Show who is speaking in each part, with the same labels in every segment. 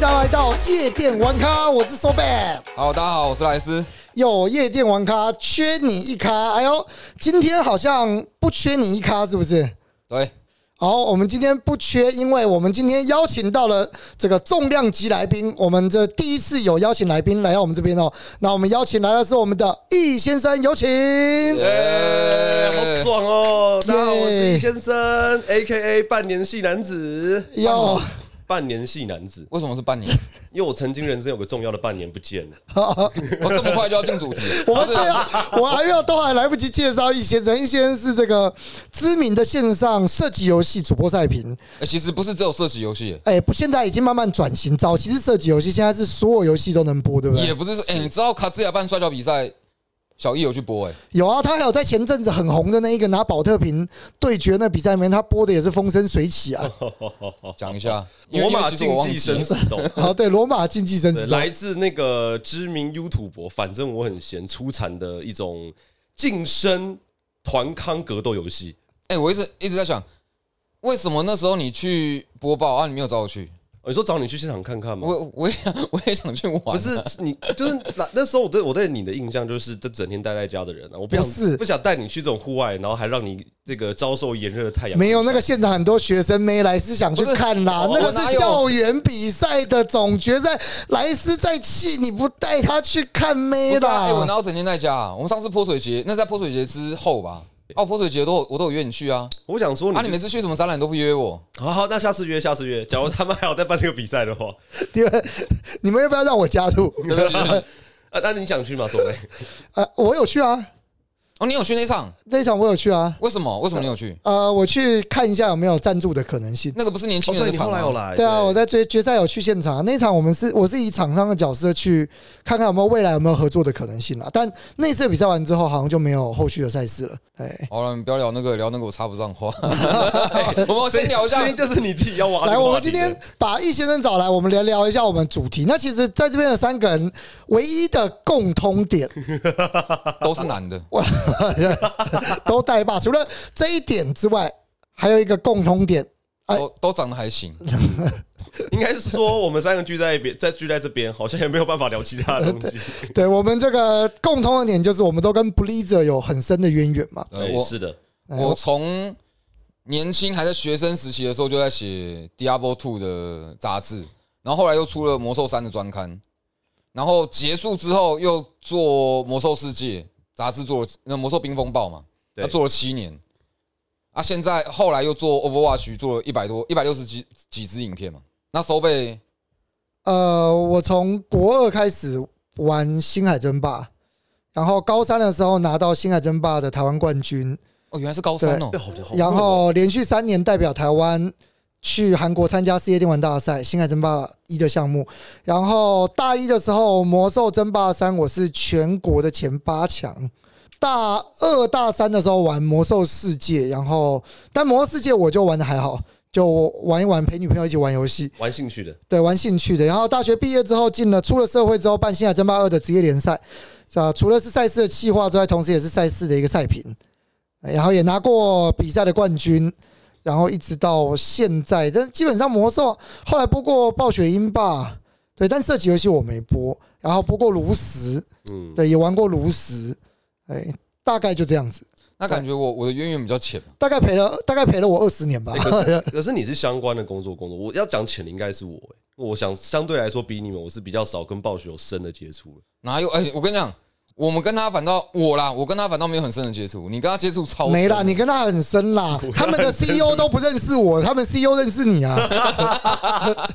Speaker 1: 来到夜店玩咖，我是 So Bad。
Speaker 2: 好，大家好，我是莱斯。
Speaker 1: 有夜店玩咖，缺你一咖。哎呦，今天好像不缺你一咖，是不是？
Speaker 2: 对，
Speaker 1: 好，我们今天不缺，因为我们今天邀请到了这个重量级来宾，我们这第一次有邀请来宾来到我们这边哦。那我们邀请来的是我们的易先生，有请。
Speaker 2: 耶
Speaker 3: 哎，好爽哦！大家好，
Speaker 1: 耶
Speaker 3: 我是易先生，A K A 半年系男子。
Speaker 1: 哟，
Speaker 3: 半年系男子，
Speaker 2: 为什么是半年？
Speaker 3: 因为我曾经人生有个重要的半年不见 了。
Speaker 2: 我哦这么快就要进主题？啊
Speaker 1: 我们 这样，我还没有都还来不及介绍易先生。易先生是这个知名的线上射击游戏主播赛评，
Speaker 2: 欸其实不是只有射击游戏，
Speaker 1: 哎，不，现在已经慢慢转型，早期是射击游戏，现在是所有游戏都能播，对不
Speaker 2: 也
Speaker 1: 对？
Speaker 2: 不是说，哎，你知道卡兹亚办摔跤比赛，小易有去播，哎，
Speaker 1: 有啊，他还有在前阵子很红的那一个拿保特瓶对决那比赛里面，他播的也是风生水起 啊。
Speaker 2: 讲一下。因为
Speaker 3: 罗
Speaker 2: 因为
Speaker 3: 马
Speaker 2: 其实
Speaker 3: 竞
Speaker 2: 我忘
Speaker 3: 技
Speaker 2: 记
Speaker 3: 生
Speaker 2: 了
Speaker 3: 死 斗，
Speaker 1: 好，啊对，罗马竞技生
Speaker 3: 对
Speaker 1: 死斗
Speaker 3: 来自那个知名 YouTube，反正我很闲出产的一种近身团康格斗游戏。
Speaker 2: 哎，我一直一直在想，为什么那时候你去播报啊？你没有找我去？
Speaker 3: 哦你说找你去现场看看吗？
Speaker 2: 我我也 想我也想去玩。
Speaker 3: 不是你，就是那那时候我对我对你的印象就是这整天待在家的人啊，我不
Speaker 1: 不是
Speaker 3: 想不想带你去这种户外，然后还让你这个遭受炎热的太阳。
Speaker 1: 没有那个现场很多学生没来是想去
Speaker 2: 不是
Speaker 1: 看啦，
Speaker 2: 我
Speaker 1: 那个
Speaker 2: 哪
Speaker 1: 是
Speaker 2: 有
Speaker 1: 校园比赛的总决赛，莱斯在气你不带他去看
Speaker 2: 不
Speaker 1: 妹
Speaker 2: 是啊，哎，我
Speaker 1: 啦。
Speaker 2: 哪有整天在家啊？我们上次泼水节，那是在泼水节之后吧？哦，泼水节都有我都有约你去啊，
Speaker 3: 我想说你，
Speaker 2: 啊，你每次去什么展览都不约我。
Speaker 3: 好好，那下次约，下次约。假如他们还有在办这个比赛的话，
Speaker 1: 你们你们要不要让我加入？
Speaker 2: 对不起。
Speaker 3: 啊，那你想去吗？ 宋威？
Speaker 1: 呃，我有去啊，
Speaker 2: 哦，你有去那场？
Speaker 1: 那一场我有去啊。
Speaker 2: 为什么？为什么你有去？
Speaker 1: 呃，我去看一下有没有赞助的可能性。
Speaker 2: 那个不是年
Speaker 3: 哦
Speaker 2: 轻人的场吗？
Speaker 3: 来
Speaker 1: 对啊，我在决决赛有去现场，啊那一场我们是我是以厂商的角色去看看有没有未来有没有合作的可能性啦。但那次比赛完之后，好像就没有后续的赛事了。哎，
Speaker 2: 好了，你不要聊那个，聊那个我插不 上话。我们先聊一下
Speaker 3: 这，就是你自己要挖。
Speaker 1: 来，我们今天把易先生找来，我们来聊一下我们主题。那其实在这边的三个人唯一的共通点，
Speaker 2: 都是男的，
Speaker 1: 哇，都带把。除了这一点之外，还有一个共通点，哎
Speaker 2: 都都长得还行。
Speaker 3: 应该是说，我们三个聚在一边，在聚在这边，好像也没有办法聊其他的东西。
Speaker 1: 对我们这个共通的点就是我们都跟 Blizzard 有很深的渊源嘛。
Speaker 2: 呃
Speaker 3: 对，
Speaker 2: 我
Speaker 3: 哎是的，
Speaker 1: 哎
Speaker 2: 我从年轻还在学生时期的时候就在写《Diablo Two》的杂志，然后后来又出了《魔兽三》的专刊，然后结束之后又做《魔兽世界》杂志，做了那《魔兽冰风暴》嘛，
Speaker 3: 对
Speaker 2: 他做了七年。啊，现在后来又做 Overwatch，做了一百多、一百六十几几支影片嘛。那收贝
Speaker 1: 呃，我从国二开始玩《星海争霸》，然后高三的时候拿到《星海争霸》的台湾冠军，
Speaker 2: 哦，原来是高三哦
Speaker 3: 哎，好好
Speaker 1: 然后连续三年代表台湾去韩国参加世界电玩大赛《星海争霸一》的项目。然后大一的时候，《魔兽争霸三》我是全国的前八强。大二、大三的时候玩《魔兽世界》，然后但《魔兽世界》我就玩的还好，就玩一玩，陪女朋友一起玩游戏。
Speaker 3: 玩兴趣的，
Speaker 1: 对，玩兴趣的。然后大学毕业之后进了，出了社会之后办《星海争霸二》的职业联赛，啊，除了是赛事的企划之外，同时也是赛事的一个赛评，然后也拿过比赛的冠军，然后一直到现在。但基本上魔兽后来播过暴雪英霸，对，但射击游戏我没播，然后播过炉石，
Speaker 3: 嗯，
Speaker 1: 对，也玩过炉石，哎，大概就这样子，
Speaker 2: 那感觉我我的渊源比较浅嘛。啊
Speaker 1: 大概陪了大概陪了我二十年吧。
Speaker 3: 哎可是你是相关的工作工作，我要讲浅的应该是我、欸，我想相对来说比你们，我是比较少跟暴雪有深的接触了。
Speaker 2: 哪有？哎、我跟你讲，我们跟他反倒我啦，我跟他反倒没有很深的接触。你跟他接触超深
Speaker 1: 没啦，你跟他很深 啦，他们的 CEO 都不认识我，他们 CEO 认识你啊。
Speaker 2: 好、
Speaker 3: 啊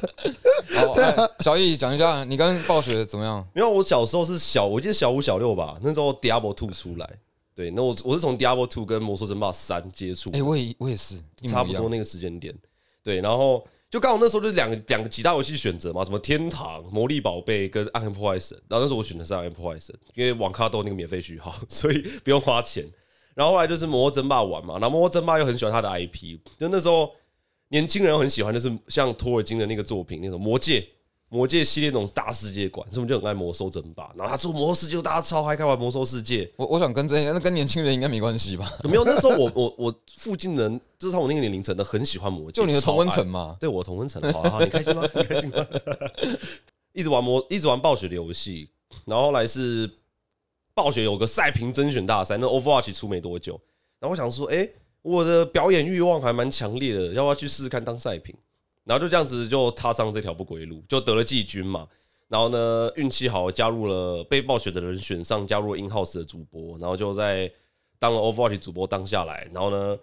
Speaker 2: 哎小易讲一下，你跟暴雪怎么样？
Speaker 3: 没有，我小时候是小，我记得小五小六吧，那时候 Diablo Two 出来，对，那我我是从 Diablo Two 跟魔兽争霸三接触
Speaker 2: 哎、，我也我也是，一模一样
Speaker 3: 差不多。那个时间点，对，然后就刚好那时候就是两个两个几大游戏选择嘛，什么天堂、魔力宝贝跟暗黑破坏神，然后那时候我选的是暗黑破坏神，因为网咖都有那个免费序号， 所以不用花钱。然后后来就是魔兽争霸玩嘛，然后魔兽争霸又很喜欢他的 IP，就那时候年轻人很喜欢，就是像托尔金的那个作品那种魔戒，魔界系列那种大世界观，所以我们就很爱魔兽争霸。然后他出魔兽世界，大家超嗨，开玩魔兽世界。
Speaker 2: 我我想跟这些，那跟年轻人应该没关系吧？
Speaker 3: 没有，那时候我我我附近人，就是他我那个年龄层的，很喜欢魔界，
Speaker 2: 就你 的同温层
Speaker 3: 超爱
Speaker 2: 嘛，
Speaker 3: 对我同温层，好啊好啊，你开心吗？你开心吗？一直玩魔，一直玩暴雪的游戏，然后后来是暴雪有个赛评甄选大赛，那 Overwatch 出没多久，然后我想说，哎、我的表演欲望还蛮强烈的，要不要去试试看当赛评？然后就这样子就踏上这条不归路，就得了季军嘛。然后呢，运气好加入了被暴雪的人选上，加入了 In House 的主播，然后就在当了 Overwatch 主播当下来，然后呢，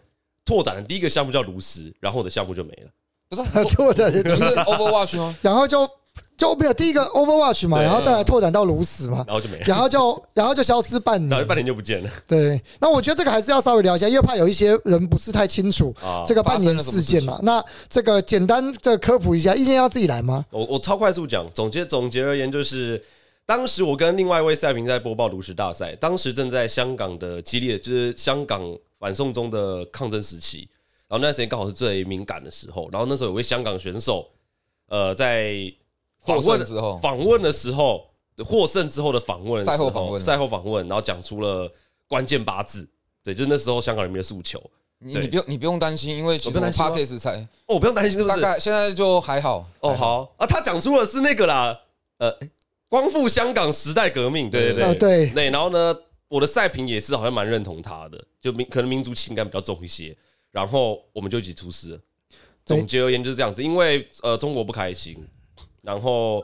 Speaker 3: 拓展的第一个项目叫炉石，然后我的项目就没了。
Speaker 2: 不是啊
Speaker 1: 拓展，
Speaker 2: 不是 Overwatch 吗？
Speaker 1: 然后就就没有第一个 Overwatch 嘛，
Speaker 3: 对
Speaker 1: 然后再来拓展到炉石嘛，
Speaker 3: 然后就没了，
Speaker 1: 然后就然后就消失半
Speaker 3: 然后就
Speaker 1: 年。
Speaker 3: 半年就不见了
Speaker 1: 对，那我觉得这个还是要稍微聊一下，因为怕有一些人不是太清楚
Speaker 3: 啊！
Speaker 1: 这个半年事件嘛。那这个简单这科普一下，意见要自己来吗？
Speaker 3: 我我超快速讲，总结总结而言就是，当时我跟另外一位赛评在播报炉石大赛，当时正在香港的激烈，就是香港反送中的抗争时期，然后那段时间刚好是最敏感的时候，然后那时候有位香港选手，呃，在访
Speaker 2: 获
Speaker 3: 问
Speaker 2: 胜之后，
Speaker 3: 访问的时候，获胜之后的访问的
Speaker 2: 赛
Speaker 3: 时候
Speaker 2: 后访问
Speaker 3: 赛后访问，然后讲出了关键八字，对，就是那时候香港人民的诉求。
Speaker 2: 你
Speaker 3: 对
Speaker 2: 你不用你不用担心，因为其
Speaker 3: 我
Speaker 2: 实
Speaker 3: 不
Speaker 2: 我
Speaker 3: 用担心吗
Speaker 2: Parkes 才
Speaker 3: 哦，不用担心，是不
Speaker 2: 大
Speaker 3: 是？
Speaker 2: 概现在就还好
Speaker 3: 哦，
Speaker 2: 还好
Speaker 3: 好啊，他讲出的是那个啦，呃，诶光复香港时代革命，对对
Speaker 1: 啊，
Speaker 3: 对，
Speaker 1: 对，
Speaker 3: 对，然后呢，我的赛评也是好像蛮认同他的，就民可能民族情感比较重一些，然后我们就一起出师了。
Speaker 1: 对
Speaker 3: 总结而言就是这样子，因为呃中国不开心，然后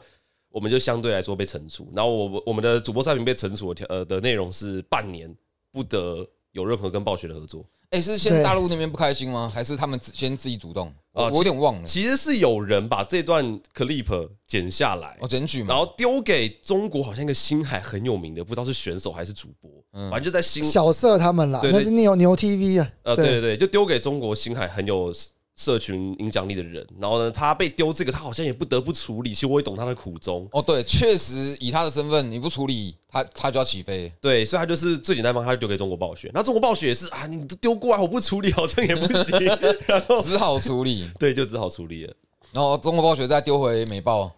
Speaker 3: 我们就相对来说被惩处，然后我们我们的主播赛评被惩处的条呃的内容是半年不得有任何跟暴雪的合作，
Speaker 2: 哎，是
Speaker 1: 对
Speaker 2: 先大陆那边不开心吗？还是他们自先自己主动？我
Speaker 3: 啊
Speaker 2: 我
Speaker 3: 其
Speaker 2: 有点忘了。
Speaker 3: 其实是有人把这段 clip 剪下来，
Speaker 2: 哦，检举嘛
Speaker 3: 然，后丢给中国好像一个星海很有名的，不知道是选手还是主播，
Speaker 2: 嗯
Speaker 3: 反正就在星
Speaker 1: 小社他们啦，
Speaker 3: 对对
Speaker 1: 那是牛牛 TV 啊。
Speaker 3: 呃，对对对，就丢给中国星海很有社群影响力的人。然后呢，他被丢这个，他好像也不得不处理。其实我也懂他的苦衷，
Speaker 2: 哦，对，确实以他的身份，你不处理他，他就要起 飞。
Speaker 3: 对，所以他就是最简单方法，他就丢给中国暴雪。那中国暴雪也是啊，你都丢过来，我不处理好像也不行， 然后
Speaker 2: 只好处理，
Speaker 3: 对，就只好处理了。
Speaker 2: 然后中国暴雪再丢回美报，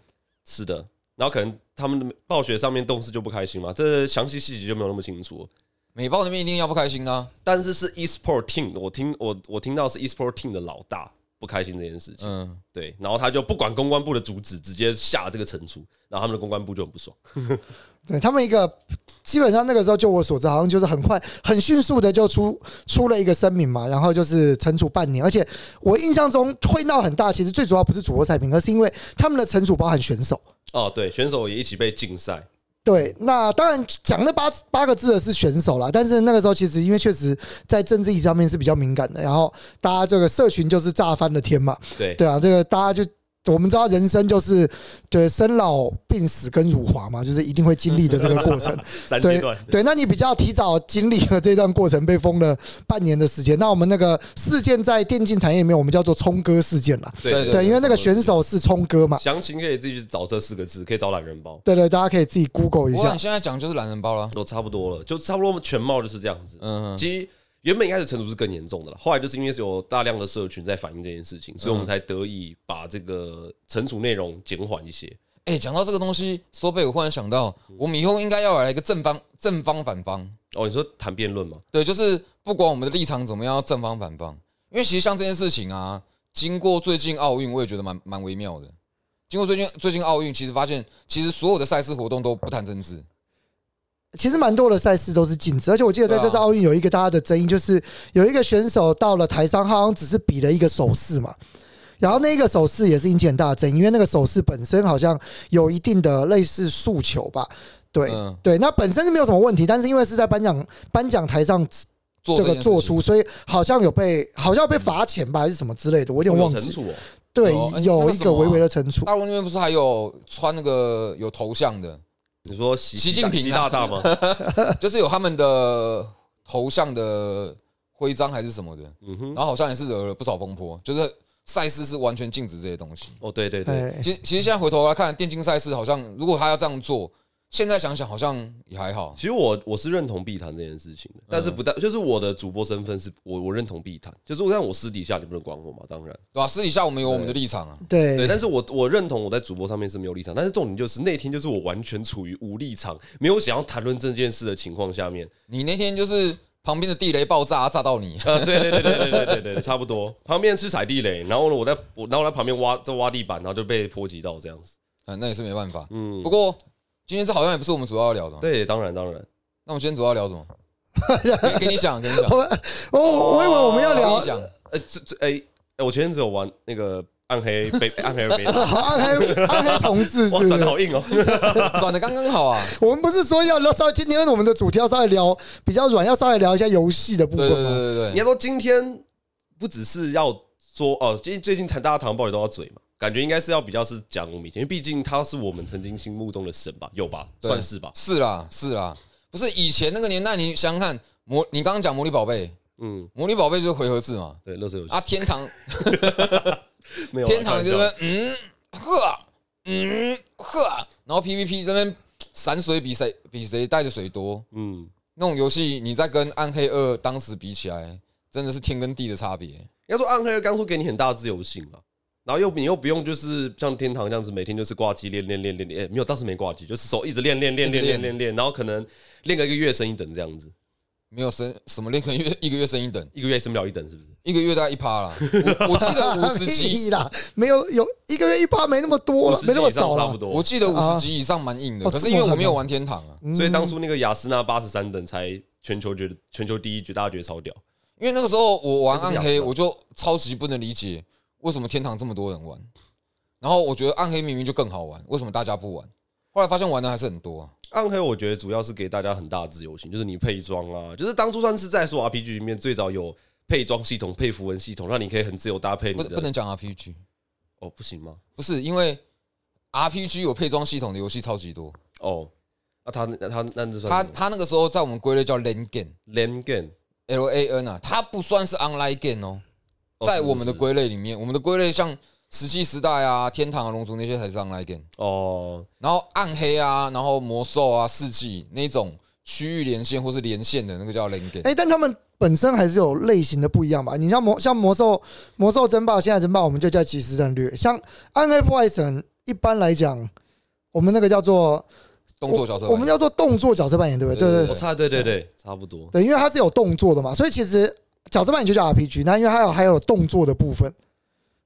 Speaker 3: 是的，然后可能他们的暴雪上面动视就不开心嘛，这详细细节就没有那么清楚。
Speaker 2: 美报那边一定要不开心的啊、
Speaker 3: 但是是 eSport Team，我听我我听到是 eSport Team 的老大不开心这件事情，
Speaker 2: 嗯，
Speaker 3: 对，然后他就不管公关部的主旨，直接下这个惩处，然后他们的公关部就很不爽。
Speaker 1: 对他们一个基本上那个时候，就我所知，好像就是很快、很迅速的就出出了一个声明嘛，然后就是惩处半年。而且我印象中会闹很大，其实最主要不是主播赛评，而是因为他们的惩处包含选手。
Speaker 3: 哦，对，选手也一起被禁赛，
Speaker 1: 对，那当然讲那八八个字的是选手啦，但是那个时候其实因为确实在政治意义上面是比较敏感的，然后大家这个社群就是炸翻了天嘛，
Speaker 3: 对，
Speaker 1: 对啊，这个大家就我们知道人生就是对生老病死跟辱华嘛，就是一定会经历的这个过程。
Speaker 3: 三阶
Speaker 1: 对
Speaker 3: 段，
Speaker 1: 对，那你比较提早经历了这段过程，被封了半年的时间。那我们那个事件在电竞产业里面，我们叫做冲哥事件啦。
Speaker 3: 对
Speaker 2: 对
Speaker 1: 对，因为那个选手是冲哥嘛。
Speaker 3: 详情可以自己去找这四个字，可以找懒人包，
Speaker 1: 对对，大家可以自己 Google 一
Speaker 2: 我想
Speaker 1: 下
Speaker 2: 你。现在讲就是懒人包了，
Speaker 3: 都差不多了，就差不多全貌就是这样子。
Speaker 2: 嗯，
Speaker 3: 其实原本一开始惩处是更严重的了，后来就是因为是有大量的社群在反映这件事情，
Speaker 1: 嗯
Speaker 3: 所以我们才得以把这个惩处内容减缓一些。
Speaker 2: 哎、讲到这个东西，说被我忽然想到，我们以后应该要来一个正方、正方、反方，
Speaker 3: 哦，你说谈辩论吗？
Speaker 2: 对，就是不管我们的立场怎么样，要正方、反方，因为其实像这件事情啊，经过最近奥运，我也觉得蛮蛮微妙的。经过最近最近奥运，其实发现其实所有的赛事活动都不谈政治，
Speaker 1: 其实蛮多的赛事都是禁止，而且我记得在这次
Speaker 2: 对啊
Speaker 1: 奥运有一个大家的争议，就是有一个选手到了台上，他好像只是比了一个手势嘛。然后那个手势也是引起很大的争议，因为那个手势本身好像有一定的类似诉求吧，对、
Speaker 2: 嗯
Speaker 1: 对，那本身是没有什么问题，但是因为是在颁奖颁奖台上
Speaker 2: 做
Speaker 1: 这
Speaker 2: 这
Speaker 1: 个
Speaker 2: 件事
Speaker 1: 做
Speaker 2: 情
Speaker 1: 出，所以好像有被好像有被罚钱吧，还是什么之类的，我有点
Speaker 3: 有
Speaker 1: 忘
Speaker 3: 惩
Speaker 1: 记。
Speaker 3: 处哦，
Speaker 1: 对
Speaker 2: 有，哎那
Speaker 1: 有
Speaker 2: 个
Speaker 1: 一
Speaker 2: 什
Speaker 1: 个
Speaker 2: 么啊
Speaker 1: 微微的惩处。
Speaker 2: 大陆那边不是还有穿那个有头像的，
Speaker 3: 你说习
Speaker 2: 习近平啊
Speaker 3: 习大大吗？
Speaker 2: 就是有他们的头像的徽章还是什么的，
Speaker 3: 嗯哼
Speaker 2: 然，后好像也是惹了不少风波，就是赛事是完全禁止这些东西。
Speaker 3: 哦，对对对，
Speaker 1: 哎，
Speaker 2: 其实其实现在回头来看，电竞赛事好像如果他要这样做，现在想想好像也还好
Speaker 3: 其实我我是认同碧潭这件事情的，但是不代就是我的主播身份是我我认同碧潭，就是但我私底下你不能管我嘛，当然
Speaker 2: 对吧、私底下我们有我们的立场啊，
Speaker 3: 对，
Speaker 1: 对，
Speaker 3: 但是我我认同我在主播上面是没有立场，但是重点就是那天就是我完全处于无立场，没有想要谈论这件事的情况下面，
Speaker 2: 你那天就是旁边的地雷爆炸炸到你，
Speaker 3: 呃，对对对对对对对对，差不多。旁边吃踩地雷，然后呢，我在我然后我在旁边挖在挖地板，然后就被波及到这样子。
Speaker 2: 啊，那也是没办法。
Speaker 3: 嗯
Speaker 2: 不，过今天这好像也不是我们主要要聊的嘛，
Speaker 3: 对，当然当然，
Speaker 2: 那我们今天主要聊 什么？给给你想，给你想，
Speaker 1: 我我 我以为我们要
Speaker 2: 给
Speaker 1: 聊
Speaker 2: 你想，
Speaker 3: 呃，这这哎哎，我前天只有玩那个暗黑北暗黑北，
Speaker 1: 好暗黑暗黑重置是
Speaker 3: 哇，
Speaker 1: 不
Speaker 3: 转
Speaker 1: 是
Speaker 3: 的？好硬哦。
Speaker 2: 转的刚刚好啊。
Speaker 1: 我们不是说要聊稍微今天我们的主题要稍微聊比较软，要稍微聊一下游戏的部
Speaker 2: 对
Speaker 1: 分
Speaker 2: 对
Speaker 1: 吗？
Speaker 2: 对对
Speaker 3: 你
Speaker 2: 对，
Speaker 3: 要说今天不只是要说哦，最近最近谈大家谈暴力都要嘴嘛，感觉应该是要比较是讲我们以前，因为毕竟他是我们曾经心目中的神吧，有吧，
Speaker 2: 对
Speaker 3: 算是吧。
Speaker 2: 是啦是啦，不是以前那个年代，你想想看，魔，你刚刚讲魔力宝贝，
Speaker 3: 嗯，
Speaker 2: 魔力宝贝就是回合制嘛，
Speaker 3: 对，乐色游戏
Speaker 2: 啊，天 堂
Speaker 3: 没有啊
Speaker 2: 天
Speaker 3: 开
Speaker 2: 堂
Speaker 3: 玩
Speaker 2: 就
Speaker 3: 笑
Speaker 2: 是嗯呵嗯呵，然后 PVP 这边散水比谁比谁带的水多，
Speaker 3: 嗯。
Speaker 2: 那种游戏你在跟暗黑二当时比起来，真的是天跟地的差别。
Speaker 3: 应该说暗黑刚说给你很大的自由性了，然后又你又不用就是像天堂这样子，每天就是挂机练练练练练，诶没有，当时没挂机，就是手一直练练练
Speaker 2: 一直
Speaker 3: 练练
Speaker 2: 练
Speaker 3: 练练，然后可能练个一个月升一等这样子，
Speaker 2: 没有升什么练个月一个月升一等，
Speaker 3: 一个月升不了一等是不是？
Speaker 2: 一个月大概一趴啦。我我记得五十级，
Speaker 1: 屁啦，没有有一个月一趴没那么多
Speaker 3: 五
Speaker 1: 了
Speaker 3: 十，
Speaker 1: 没那
Speaker 3: 级
Speaker 1: 么
Speaker 3: 以上
Speaker 1: 少
Speaker 3: 差不
Speaker 1: 了。
Speaker 2: 我
Speaker 3: 多。
Speaker 2: 记得五十级以上蛮硬的，
Speaker 1: 哦
Speaker 2: 可是因为我没有玩天堂啊，
Speaker 3: 所以当初那个雅斯娜八十三等才全球觉得全球第一，绝大家觉得超屌。
Speaker 2: 因为那个时候我玩暗
Speaker 3: 那不是啊
Speaker 2: 黑，
Speaker 3: 亚瑟
Speaker 2: 我就超级不能理解为什么天堂这么多人玩，然后我觉得暗黑明明就更好玩，为什么大家不玩？后来发现玩的还是很多啊，
Speaker 3: 暗黑我觉得主要是给大家很大的自由性，就是你配装啊，就是当初算是在说 RPG 里面最早有配装系统、配符文系统，让你可以很自由搭配你
Speaker 2: 不不
Speaker 3: 的。
Speaker 2: 能讲 RPG，
Speaker 3: 哦，不行吗？
Speaker 2: 不是因为 RPG 有配装系统的游戏超级多，
Speaker 3: 哦，那他那他那就算
Speaker 2: 它
Speaker 3: 什么
Speaker 2: 它那个时候在我们归类叫 LAN game。
Speaker 3: Land Game。
Speaker 2: L A N 啊，它不算是 online game 哦，
Speaker 3: 哦
Speaker 2: 在
Speaker 3: 是是
Speaker 2: 我们的
Speaker 3: 是
Speaker 2: 归类里面，我们的归类像石器时代啊、天堂啊、龙族那些才是 online game，
Speaker 3: 哦，
Speaker 2: 然后暗黑啊、然后魔兽啊、世纪那种区域连线或是连线的那个叫 l a n game，
Speaker 1: 哎，但他们本身还是有类型的不一样吧？你像魔像魔兽魔兽争霸，现在争霸我们就叫即时战略，像暗黑破坏神一般来讲，我们那个叫做
Speaker 2: 动作角色
Speaker 1: 我我们
Speaker 2: 要
Speaker 1: 叫做动作角色扮演，对不对？
Speaker 2: 对
Speaker 1: 对
Speaker 2: 对
Speaker 1: 对
Speaker 3: 我
Speaker 1: 对
Speaker 3: 哦差对对对，差不多。
Speaker 1: 对，因为它是有动作的嘛，所以其实角色扮演就叫 RPG，那因为它有还有动作的部分，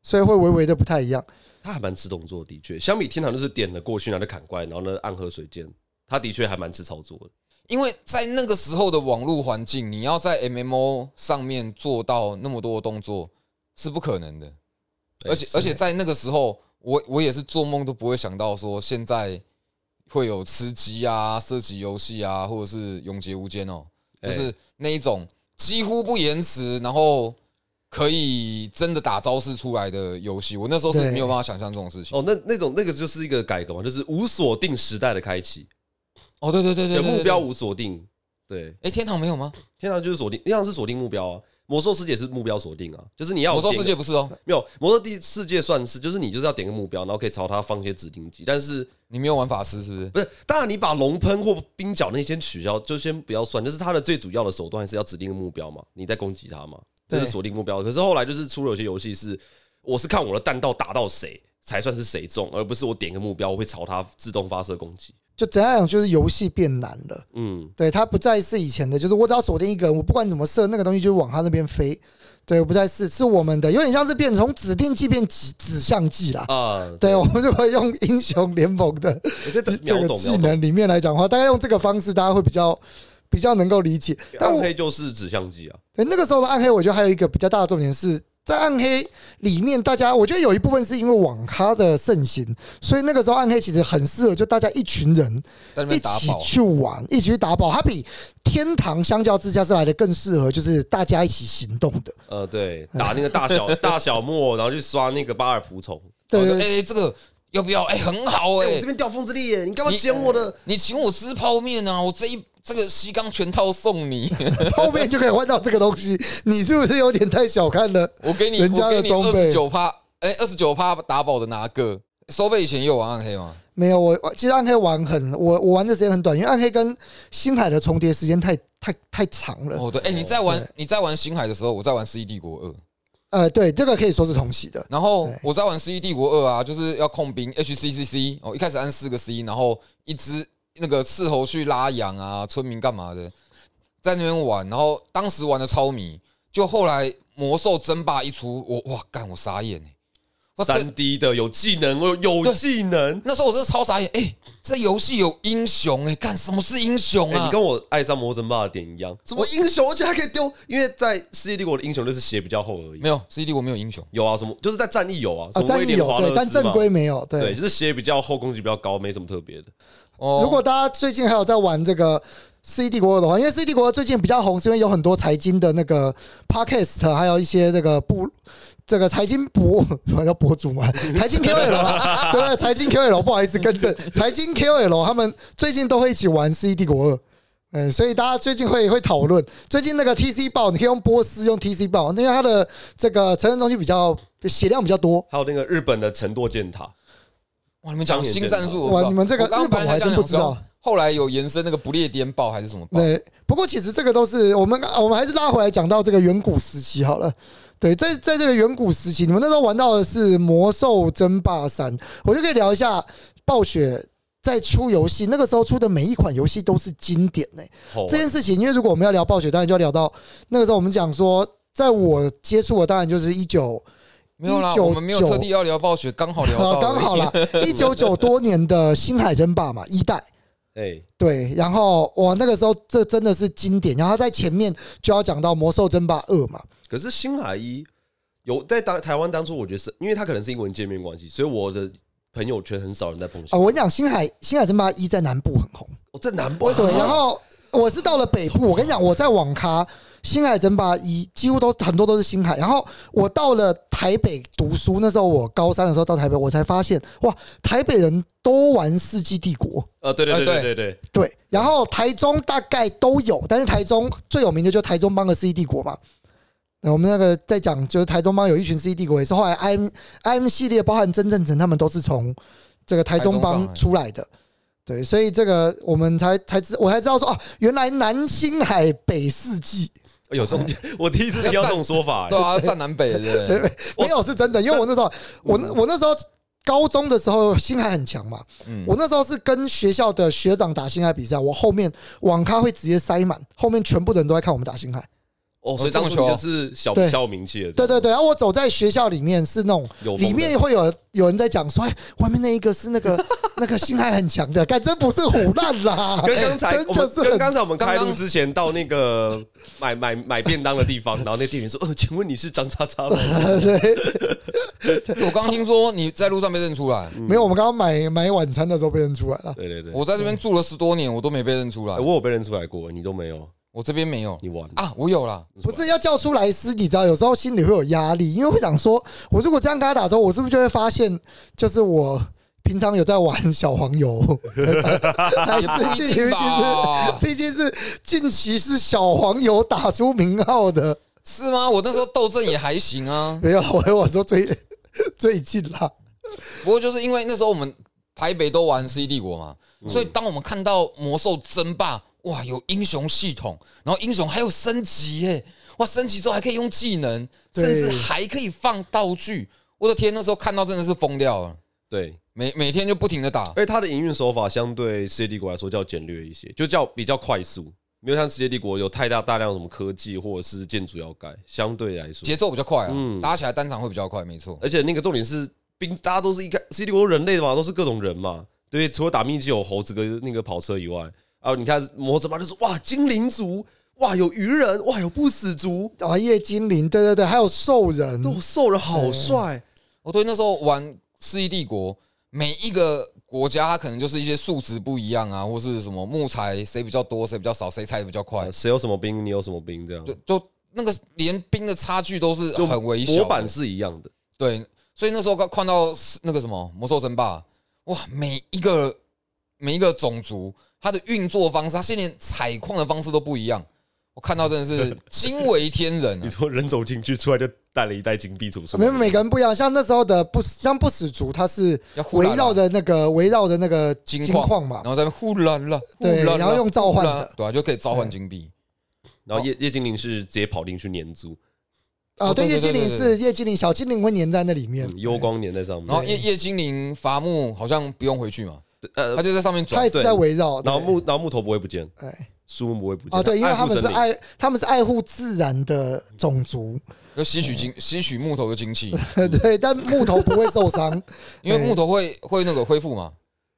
Speaker 1: 所以会微微的不太一样。
Speaker 3: 他还蛮吃动作，的确，相比天堂就是点了过去，然后就砍怪，然后呢暗河水剑，他的确还蛮吃操作的。
Speaker 2: 因为在那个时候的网络环境，你要在 M M O 上面做到那么多的动作是不可能的，
Speaker 3: 对
Speaker 2: 而且
Speaker 3: 是
Speaker 2: 而且在那个时候，我我也是做梦都不会想到说现在会有吃鸡啊、射击游戏啊，或者是永劫无间哦，就
Speaker 3: 哎
Speaker 2: 是那一种几乎不延迟，然后可以真的打招式出来的游戏，我那时候是
Speaker 1: 对
Speaker 2: 没有办法想象这种事情。
Speaker 3: 哦，那那种那个就是一个改革嘛，就是无锁定时代的开启，
Speaker 2: 哦，对对对对
Speaker 3: 对
Speaker 2: 对，对
Speaker 3: 目标。无锁定。对，
Speaker 2: 哎，天堂没有吗？
Speaker 3: 天堂就是锁定，天堂是锁定目标啊，魔兽世界是目标锁定啊，就是你要
Speaker 2: 魔兽
Speaker 3: 点
Speaker 2: 世界不是哦，
Speaker 3: 没有魔兽第世界算是，就是你就是要点个目标，然后可以朝它放一些指定技，但是
Speaker 2: 你没有玩法师是不是？
Speaker 3: 不是，当然你把龙喷或冰角那些先取消，就先不要算。就是它的最主要的手段还是要指定目标嘛，你在攻击它嘛，就
Speaker 1: 对
Speaker 3: 是锁定目标。可是后来就是出了有些游戏是，我是看我的弹道打到谁才算是谁中，而不是我点个目标我会朝它自动发射攻击。
Speaker 1: 就怎样讲，就是游戏变难了。
Speaker 3: 嗯，
Speaker 1: 对，它不再是以前的，就是我只要锁定一个人，我不管怎么射，那个东西就往他那边飞。对，不再是是我们的，有点像是变从指定技变指指向技啦。
Speaker 3: 啊，
Speaker 1: 对，我们如果用英雄联盟 的
Speaker 3: 我在等
Speaker 1: 这
Speaker 3: 秒
Speaker 1: 个
Speaker 3: 懂
Speaker 1: 技
Speaker 3: 秒懂。
Speaker 1: 能里面来讲的话，大概用这个方式，大家会比较比较能够理解。但
Speaker 3: 暗
Speaker 1: 我
Speaker 3: 黑就是指向技啊，
Speaker 1: 对那个时候的暗黑，我觉得还有一个比较大的重点是在暗黑里面，大家我觉得有一部分是因为网咖的盛行，所以那个时候暗黑其实很适合就大家一群人
Speaker 2: 在那
Speaker 1: 一
Speaker 2: 边打
Speaker 1: 起
Speaker 2: 宝，
Speaker 1: 去玩，一起去打宝，它比天堂相较之下是来的更适合，就是大家一起行动的。
Speaker 3: 呃，对， 打那个大小大小莫，然后去刷那个巴尔仆 虫。
Speaker 1: 对
Speaker 2: 我
Speaker 1: 对
Speaker 2: 说哎，这个要不要？哎，很好哎，
Speaker 3: 边掉风之力耶，你干
Speaker 2: 你
Speaker 3: 的？
Speaker 2: 你请我吃泡面啊，我这一这个西冈全套送你，
Speaker 1: 后面就可以换到这个东西，你是不是有点太小看了？
Speaker 2: 我给你
Speaker 1: 人家
Speaker 2: 我
Speaker 1: 的
Speaker 2: 给你
Speaker 1: 装
Speaker 2: 二
Speaker 1: 备
Speaker 2: 十九趴，哎，二十九趴打宝的拿个。收贝以前也有玩暗黑吗？
Speaker 1: 没有我，我其实暗黑玩很，我我玩的时间很短，因为暗黑跟星海的重叠时间太太太长了。
Speaker 2: 哦，对，哎、你在玩你在玩星海的时候，我在玩《C 帝国二》，
Speaker 1: 呃，对，这个可以说是同期的。
Speaker 2: 然后
Speaker 1: 对
Speaker 2: 我在玩《C 帝国二》啊，就是要控兵 HCCC 哦，一开始按四个 C，然后一只那个斥候去拉羊啊，村民干嘛的，在那边玩，然后当时玩的超迷，就后来魔兽争霸一出，我哇干，我傻眼哎、我这
Speaker 3: 三 D 的有技能，我有有
Speaker 2: 对
Speaker 3: 技能。
Speaker 2: 那时候我真的超傻眼，哎、这游戏有英雄哎、干什么是英雄
Speaker 3: 哎、
Speaker 2: 啊？
Speaker 3: 你跟我爱上魔神霸的点一样，什么英雄，而且还可以丢，因为在世界帝国的英雄就是血比较厚而已。
Speaker 2: 没有 C D 我没有英雄，
Speaker 3: 有啊，什么就是在战役有啊，什
Speaker 1: 啊，
Speaker 3: 么
Speaker 1: 战
Speaker 3: 威
Speaker 1: 役
Speaker 3: 廉
Speaker 1: 有
Speaker 3: 华
Speaker 1: 对，
Speaker 3: 勒斯
Speaker 1: 但正
Speaker 3: 嘛
Speaker 1: 规没有
Speaker 3: 对，
Speaker 1: 对。
Speaker 3: 就是血比较厚，攻击比较高，没什么特别的。
Speaker 2: 哦，
Speaker 1: 如果大家最近还有在玩这个《C 帝国》的话，因为《C 帝国》最近比较红，是因为有很多财经的那个 podcast，还有一些那个部这个财经博 叫博主嘛，财经 KOL 啊，对不对？财经 KOL 不好意思更正，财经 KOL 他们最近都会一起玩《C 帝国二》。嗯，所以大家最近会会讨论，最近那个 TC 报，你可以用波斯用 TC 报，因为它的这个成人中心比较血量比较多，
Speaker 3: 还有那个日本的城垛剑塔，
Speaker 2: 哇，你们讲新战术，我不知
Speaker 1: 哇，
Speaker 2: 道
Speaker 1: 你们这个
Speaker 2: 我刚
Speaker 1: 日
Speaker 2: 刚
Speaker 1: 本
Speaker 2: 本
Speaker 1: 我
Speaker 2: 来还
Speaker 1: 还
Speaker 2: 讲
Speaker 1: 真
Speaker 2: 两
Speaker 1: 不知道
Speaker 2: 招。后来有延伸那个不列颠豹还是什么豹？
Speaker 1: 对，不过其实这个都是我们我们还是拉回来讲到这个远古时期好了。对，在在这个远古时期，你们那时候玩到的是《魔兽争霸三》，我就可以聊一下暴雪在出游戏那个时候出的每一款游戏都是经典呢、
Speaker 3: 哦
Speaker 1: 这件事情，因为如果我们要聊暴雪，当然就要聊到那个时候我们讲说，在我接触的当然就是一九
Speaker 2: 没有啦，
Speaker 1: 19
Speaker 2: 我们没有特地要聊暴雪，刚好聊到，
Speaker 1: 啊， 刚好啦，一九九多年的《星海争霸》嘛，一代。
Speaker 3: 哎、
Speaker 1: 对，然后哇，那个时候这真的是经典。然后在前面就要讲到《魔兽争霸二》嘛，
Speaker 3: 可是星海一有在当台湾当初，我觉得是因为它可能是英文界面关系，所以我的朋友圈很少人在碰
Speaker 1: 啊，
Speaker 3: 星海。
Speaker 1: 我跟你讲，《星海星海争霸一》在南部很红，
Speaker 3: 哦，在南部啊，
Speaker 1: 对。然后我是到了北部，我跟你讲，我在网咖《星海争霸一》几乎都很多都是星海。然后我到了台北读书，那时候我高三的时候到台北，我才发现哇，台北人都玩《世纪帝国》。
Speaker 3: 呃，对对
Speaker 2: 呃
Speaker 3: 对
Speaker 2: 对
Speaker 3: 对对对，
Speaker 1: 哦对，然后台中大概都有，但是台中最有名的就是台中帮和 C 帝国嘛。那我们那个在讲，就是台中帮有一群 C 帝国，也是后来 I M I M 系列，包含曾正成他们都是从这个台中
Speaker 2: 台中
Speaker 1: 帮
Speaker 2: 上来
Speaker 1: 出来的。对，所以这个我们才才知，我才知道说啊，原来南星海北世纪
Speaker 3: 哎呦，这种
Speaker 1: 哦
Speaker 3: 我第一次听到这种说法、
Speaker 2: 对
Speaker 3: 哎
Speaker 2: 啊，站南北的对不对，
Speaker 1: 没有是真的，因为我那时候我
Speaker 3: 嗯
Speaker 1: 那我那时候高中的时候星海很强嘛，
Speaker 2: 嗯，
Speaker 1: 我那时候是跟学校的学长打星海比赛，我后面网咖会直接塞满，后面全部的人都在看我们打星海。
Speaker 3: 哦，所以
Speaker 2: 这
Speaker 3: 当
Speaker 2: 么
Speaker 3: 初你
Speaker 2: 巧
Speaker 3: 就是小
Speaker 1: 对
Speaker 3: 小有名气的，
Speaker 1: 对对，对，然后我走在学校里面是那种，
Speaker 3: 有风
Speaker 1: 里
Speaker 3: 的
Speaker 1: 面会有有人在讲说，哎，外面那一个是那 个那个心态很强的，干真不是胡乱啦，
Speaker 3: 跟刚才
Speaker 1: 哎真
Speaker 3: 我
Speaker 1: 的
Speaker 3: 们
Speaker 1: 是
Speaker 3: 跟
Speaker 1: 很
Speaker 3: 刚才我们开
Speaker 2: 刚
Speaker 3: 录
Speaker 2: 刚
Speaker 3: 之前到那个 买买买便当的地方，然后那店员说：“呃，请问你是张叉叉吗
Speaker 2: 我刚听说你在路上被认出来，
Speaker 3: 嗯。
Speaker 1: 没有，我们刚刚买买晚餐的时候被认出来了？”
Speaker 3: 对对对，
Speaker 2: 我在这
Speaker 1: 嗯
Speaker 2: 边住了十多年，我都没被认出来
Speaker 3: 哎，我有被认出来过，你都没有，
Speaker 2: 我这边没有
Speaker 3: 你完了。
Speaker 2: 啊，我有啦，
Speaker 1: 不是要叫出来师，你知道，有时候心里会有压力，因为会想说，我如果这样跟他打之后，我是不是就会发现，就是我平常有在玩小黄油， 还
Speaker 2: 也不
Speaker 1: 是毕竟
Speaker 2: 一定
Speaker 1: 是
Speaker 2: 吧？
Speaker 1: 毕竟是近期是小黄油打出名号的，
Speaker 2: 是吗？我那时候斗阵也还行啊，
Speaker 1: 没有啦，我我说最 最近啦，
Speaker 2: 不过就是因为那时候我们台北都玩 C 帝国嘛，所以当我们看到魔兽争霸，哇，有英雄系统，然后英雄还有升级耶、哇，升级之后还可以用技能，
Speaker 1: 对
Speaker 2: 甚至还可以放道具，我的天，那时候看到真的是疯掉了，
Speaker 3: 对，
Speaker 2: 每每天就不停的打，
Speaker 3: 而且它的营运手法相对世界帝国来说较简略一些，就叫比较快速，没有像世界帝国有太大大量什么科技或者是建筑要盖，相对来说
Speaker 2: 节，奏比较快啊，
Speaker 3: 嗯
Speaker 2: 打起来单场会比较快，没错。
Speaker 3: 而且那个重点是兵，大家都是一个世界帝国人类嘛，都是各种人嘛，对，除了打秘技有猴子跟那个跑车以外，啊，你看魔神嘛，就是哇精灵族，哇有鱼人，哇有不死族，
Speaker 1: 啊，夜精灵，对对对，还有兽人，
Speaker 3: 这种兽人好帅，
Speaker 2: 我对那时候玩《世纪帝国》，每一个国家它可能就是一些数值不一样啊，或是什么木材谁比较多，谁比较少，谁采得比较快
Speaker 3: 啊，谁有什么兵，你有什么兵，这样
Speaker 2: 就就那个连兵的差距都是
Speaker 3: 就
Speaker 2: 很微小的。
Speaker 3: 模板是一样的，
Speaker 2: 对，所以那时候刚看到是那个什么《魔兽争霸》，哇，每一个每一个种族它的运作方式，它现在连采矿的方式都不一样。我看到真 的是惊为天人
Speaker 3: 你
Speaker 2: 啊！
Speaker 3: 说人走进去，出来就带了一袋金币出出
Speaker 1: 没
Speaker 3: 来，
Speaker 1: 有每个人不一样，像那时候的不死像不死族，它是
Speaker 2: 要呼啦
Speaker 1: 围
Speaker 2: 啦
Speaker 1: 绕着那个围绕着那个
Speaker 2: 金
Speaker 1: 金
Speaker 2: 矿
Speaker 1: 矿嘛
Speaker 2: 然，后在那边呼啦啦，呼
Speaker 1: 对
Speaker 2: 啦啦
Speaker 1: 然后用召唤的
Speaker 2: 呼啦啦对啊，就可以召唤金币。
Speaker 3: 然后夜夜精灵是直接跑进去粘住，
Speaker 1: 啊，
Speaker 2: 哦
Speaker 1: 对，
Speaker 2: 对
Speaker 1: 夜
Speaker 2: 对
Speaker 1: 精
Speaker 2: 对
Speaker 1: 灵
Speaker 2: 对
Speaker 1: 是夜精灵，小精灵会粘在那里面
Speaker 3: 嗯，幽光粘在上
Speaker 2: 然后
Speaker 3: 面，
Speaker 2: 夜夜精灵伐木好像不用回去嘛，
Speaker 3: 呃
Speaker 2: 他，就在上面
Speaker 1: 它
Speaker 2: 转
Speaker 1: 也。是在围绕。
Speaker 3: 然
Speaker 1: 哦
Speaker 3: 后
Speaker 1: 对
Speaker 3: 木然后木头不会不见，
Speaker 1: 哎，
Speaker 3: 树木不会不见。
Speaker 1: 哦，对，因为他们是
Speaker 3: 爱护森林，
Speaker 1: 爱，他们是爱护自然的种族，
Speaker 2: 要吸取精吸取木头的精气，
Speaker 3: 嗯
Speaker 1: 对，但木头不会受伤，
Speaker 2: 因为木头会会那个恢复嘛，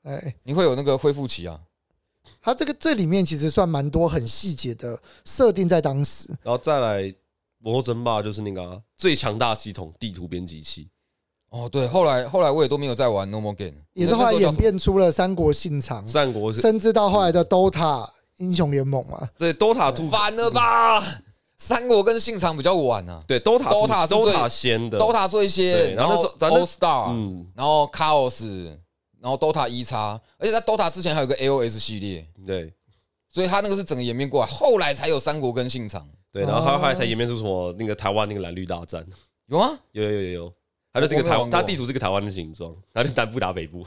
Speaker 1: 哎，
Speaker 2: 你会有那个恢复期啊。
Speaker 1: 它这个这里面其实算蛮多很细节的设定在当时，
Speaker 3: 然后再来《魔兽争霸》就是那个啊最强大系统地图编辑器，
Speaker 2: 哦，对，后来后来我也都没有再玩 normal game，
Speaker 1: 也是后来演变出了三国信长，
Speaker 3: 战国是
Speaker 1: 甚至到后来的 DOTA 英雄联盟嘛，
Speaker 3: 对 DOTA 兔
Speaker 2: 烦了吧？三国跟信长比较晚啊
Speaker 3: 对 DOTA
Speaker 2: Dota 是最
Speaker 3: DOTA 先的
Speaker 2: ，DOTA 最先，
Speaker 3: 对然后那时候咱那
Speaker 2: All Star，
Speaker 3: 嗯
Speaker 2: 然后 Chaos，然后 DOTA 一叉，而且在 DOTA 之前还有个 AOS 系列，
Speaker 3: 对
Speaker 2: 所以它那个是整个演变过来，后来才有三国跟信长，
Speaker 3: 对，然后他
Speaker 1: 哦
Speaker 3: 后来才演变出什么那个台湾那个蓝绿大战，
Speaker 2: 有 啊，
Speaker 3: 有有有有有，它就是一个
Speaker 2: 我没有
Speaker 3: 台
Speaker 2: 玩过
Speaker 3: 它地图是一个台湾的形状，然后就南部打北部，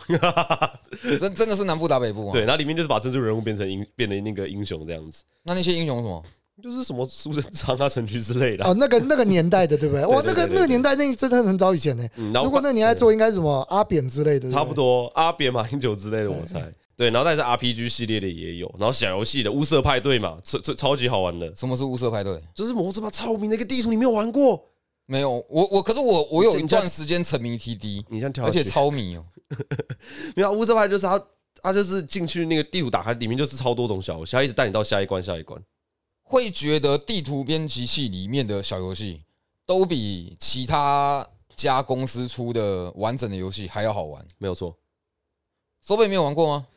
Speaker 2: 真真的是南部打北部啊。
Speaker 3: 对，然后里面就是把珍珠人物变成英变成那个英雄这样子，
Speaker 2: 那那些英雄是什么？
Speaker 3: 就是什么苏贞昌啊、陈菊之类的啊
Speaker 1: 哦，，那个那个年代的，对不对？哇，那
Speaker 3: 对对
Speaker 1: 个
Speaker 3: 对对
Speaker 1: 那个年代，那真的很早以前呢。
Speaker 3: 嗯然后
Speaker 1: 如果那个年代做，应该是什么阿扁之类的，对
Speaker 3: 差不。多阿扁、马英九之类的，我猜。对，然后但是 RPG 系列的也有，然后小游戏的乌色派对嘛，超超超级好玩的，
Speaker 2: 什么是乌色派对？
Speaker 3: 就是魔之吧超名的一个地图，你没有玩过？
Speaker 2: 没有，我我可是我我有一
Speaker 3: 你这样
Speaker 2: 段时间沉迷 TD，
Speaker 3: 你像跳
Speaker 2: 而
Speaker 3: 下去，
Speaker 2: 且超迷哦。
Speaker 3: 没有啊乌色派就是它，它就是进去那个地图打开，里面就是超多种小游戏，它一直带你到下一关下一关。
Speaker 2: 会觉得地图编辑器里面的小游戏都比其他家公司出的完整的游戏还要好玩。
Speaker 3: 没有错，
Speaker 2: 手北没有玩过吗？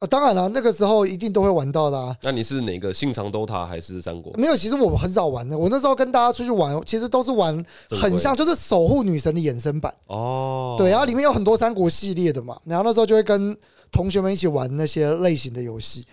Speaker 1: 啊，当然了，那个时候一定都会玩到的啊。
Speaker 3: 那你是哪个信长 DOTA 还是三国？
Speaker 1: 没有，其实我很少玩的。我那时候跟大家出去玩，其实都是玩很像，就是《守护女神》的衍生版。
Speaker 3: 哦，
Speaker 1: 对，啊然后里面有很多三国系列的嘛。然后那时候就会跟同学们一起玩那些类型的游戏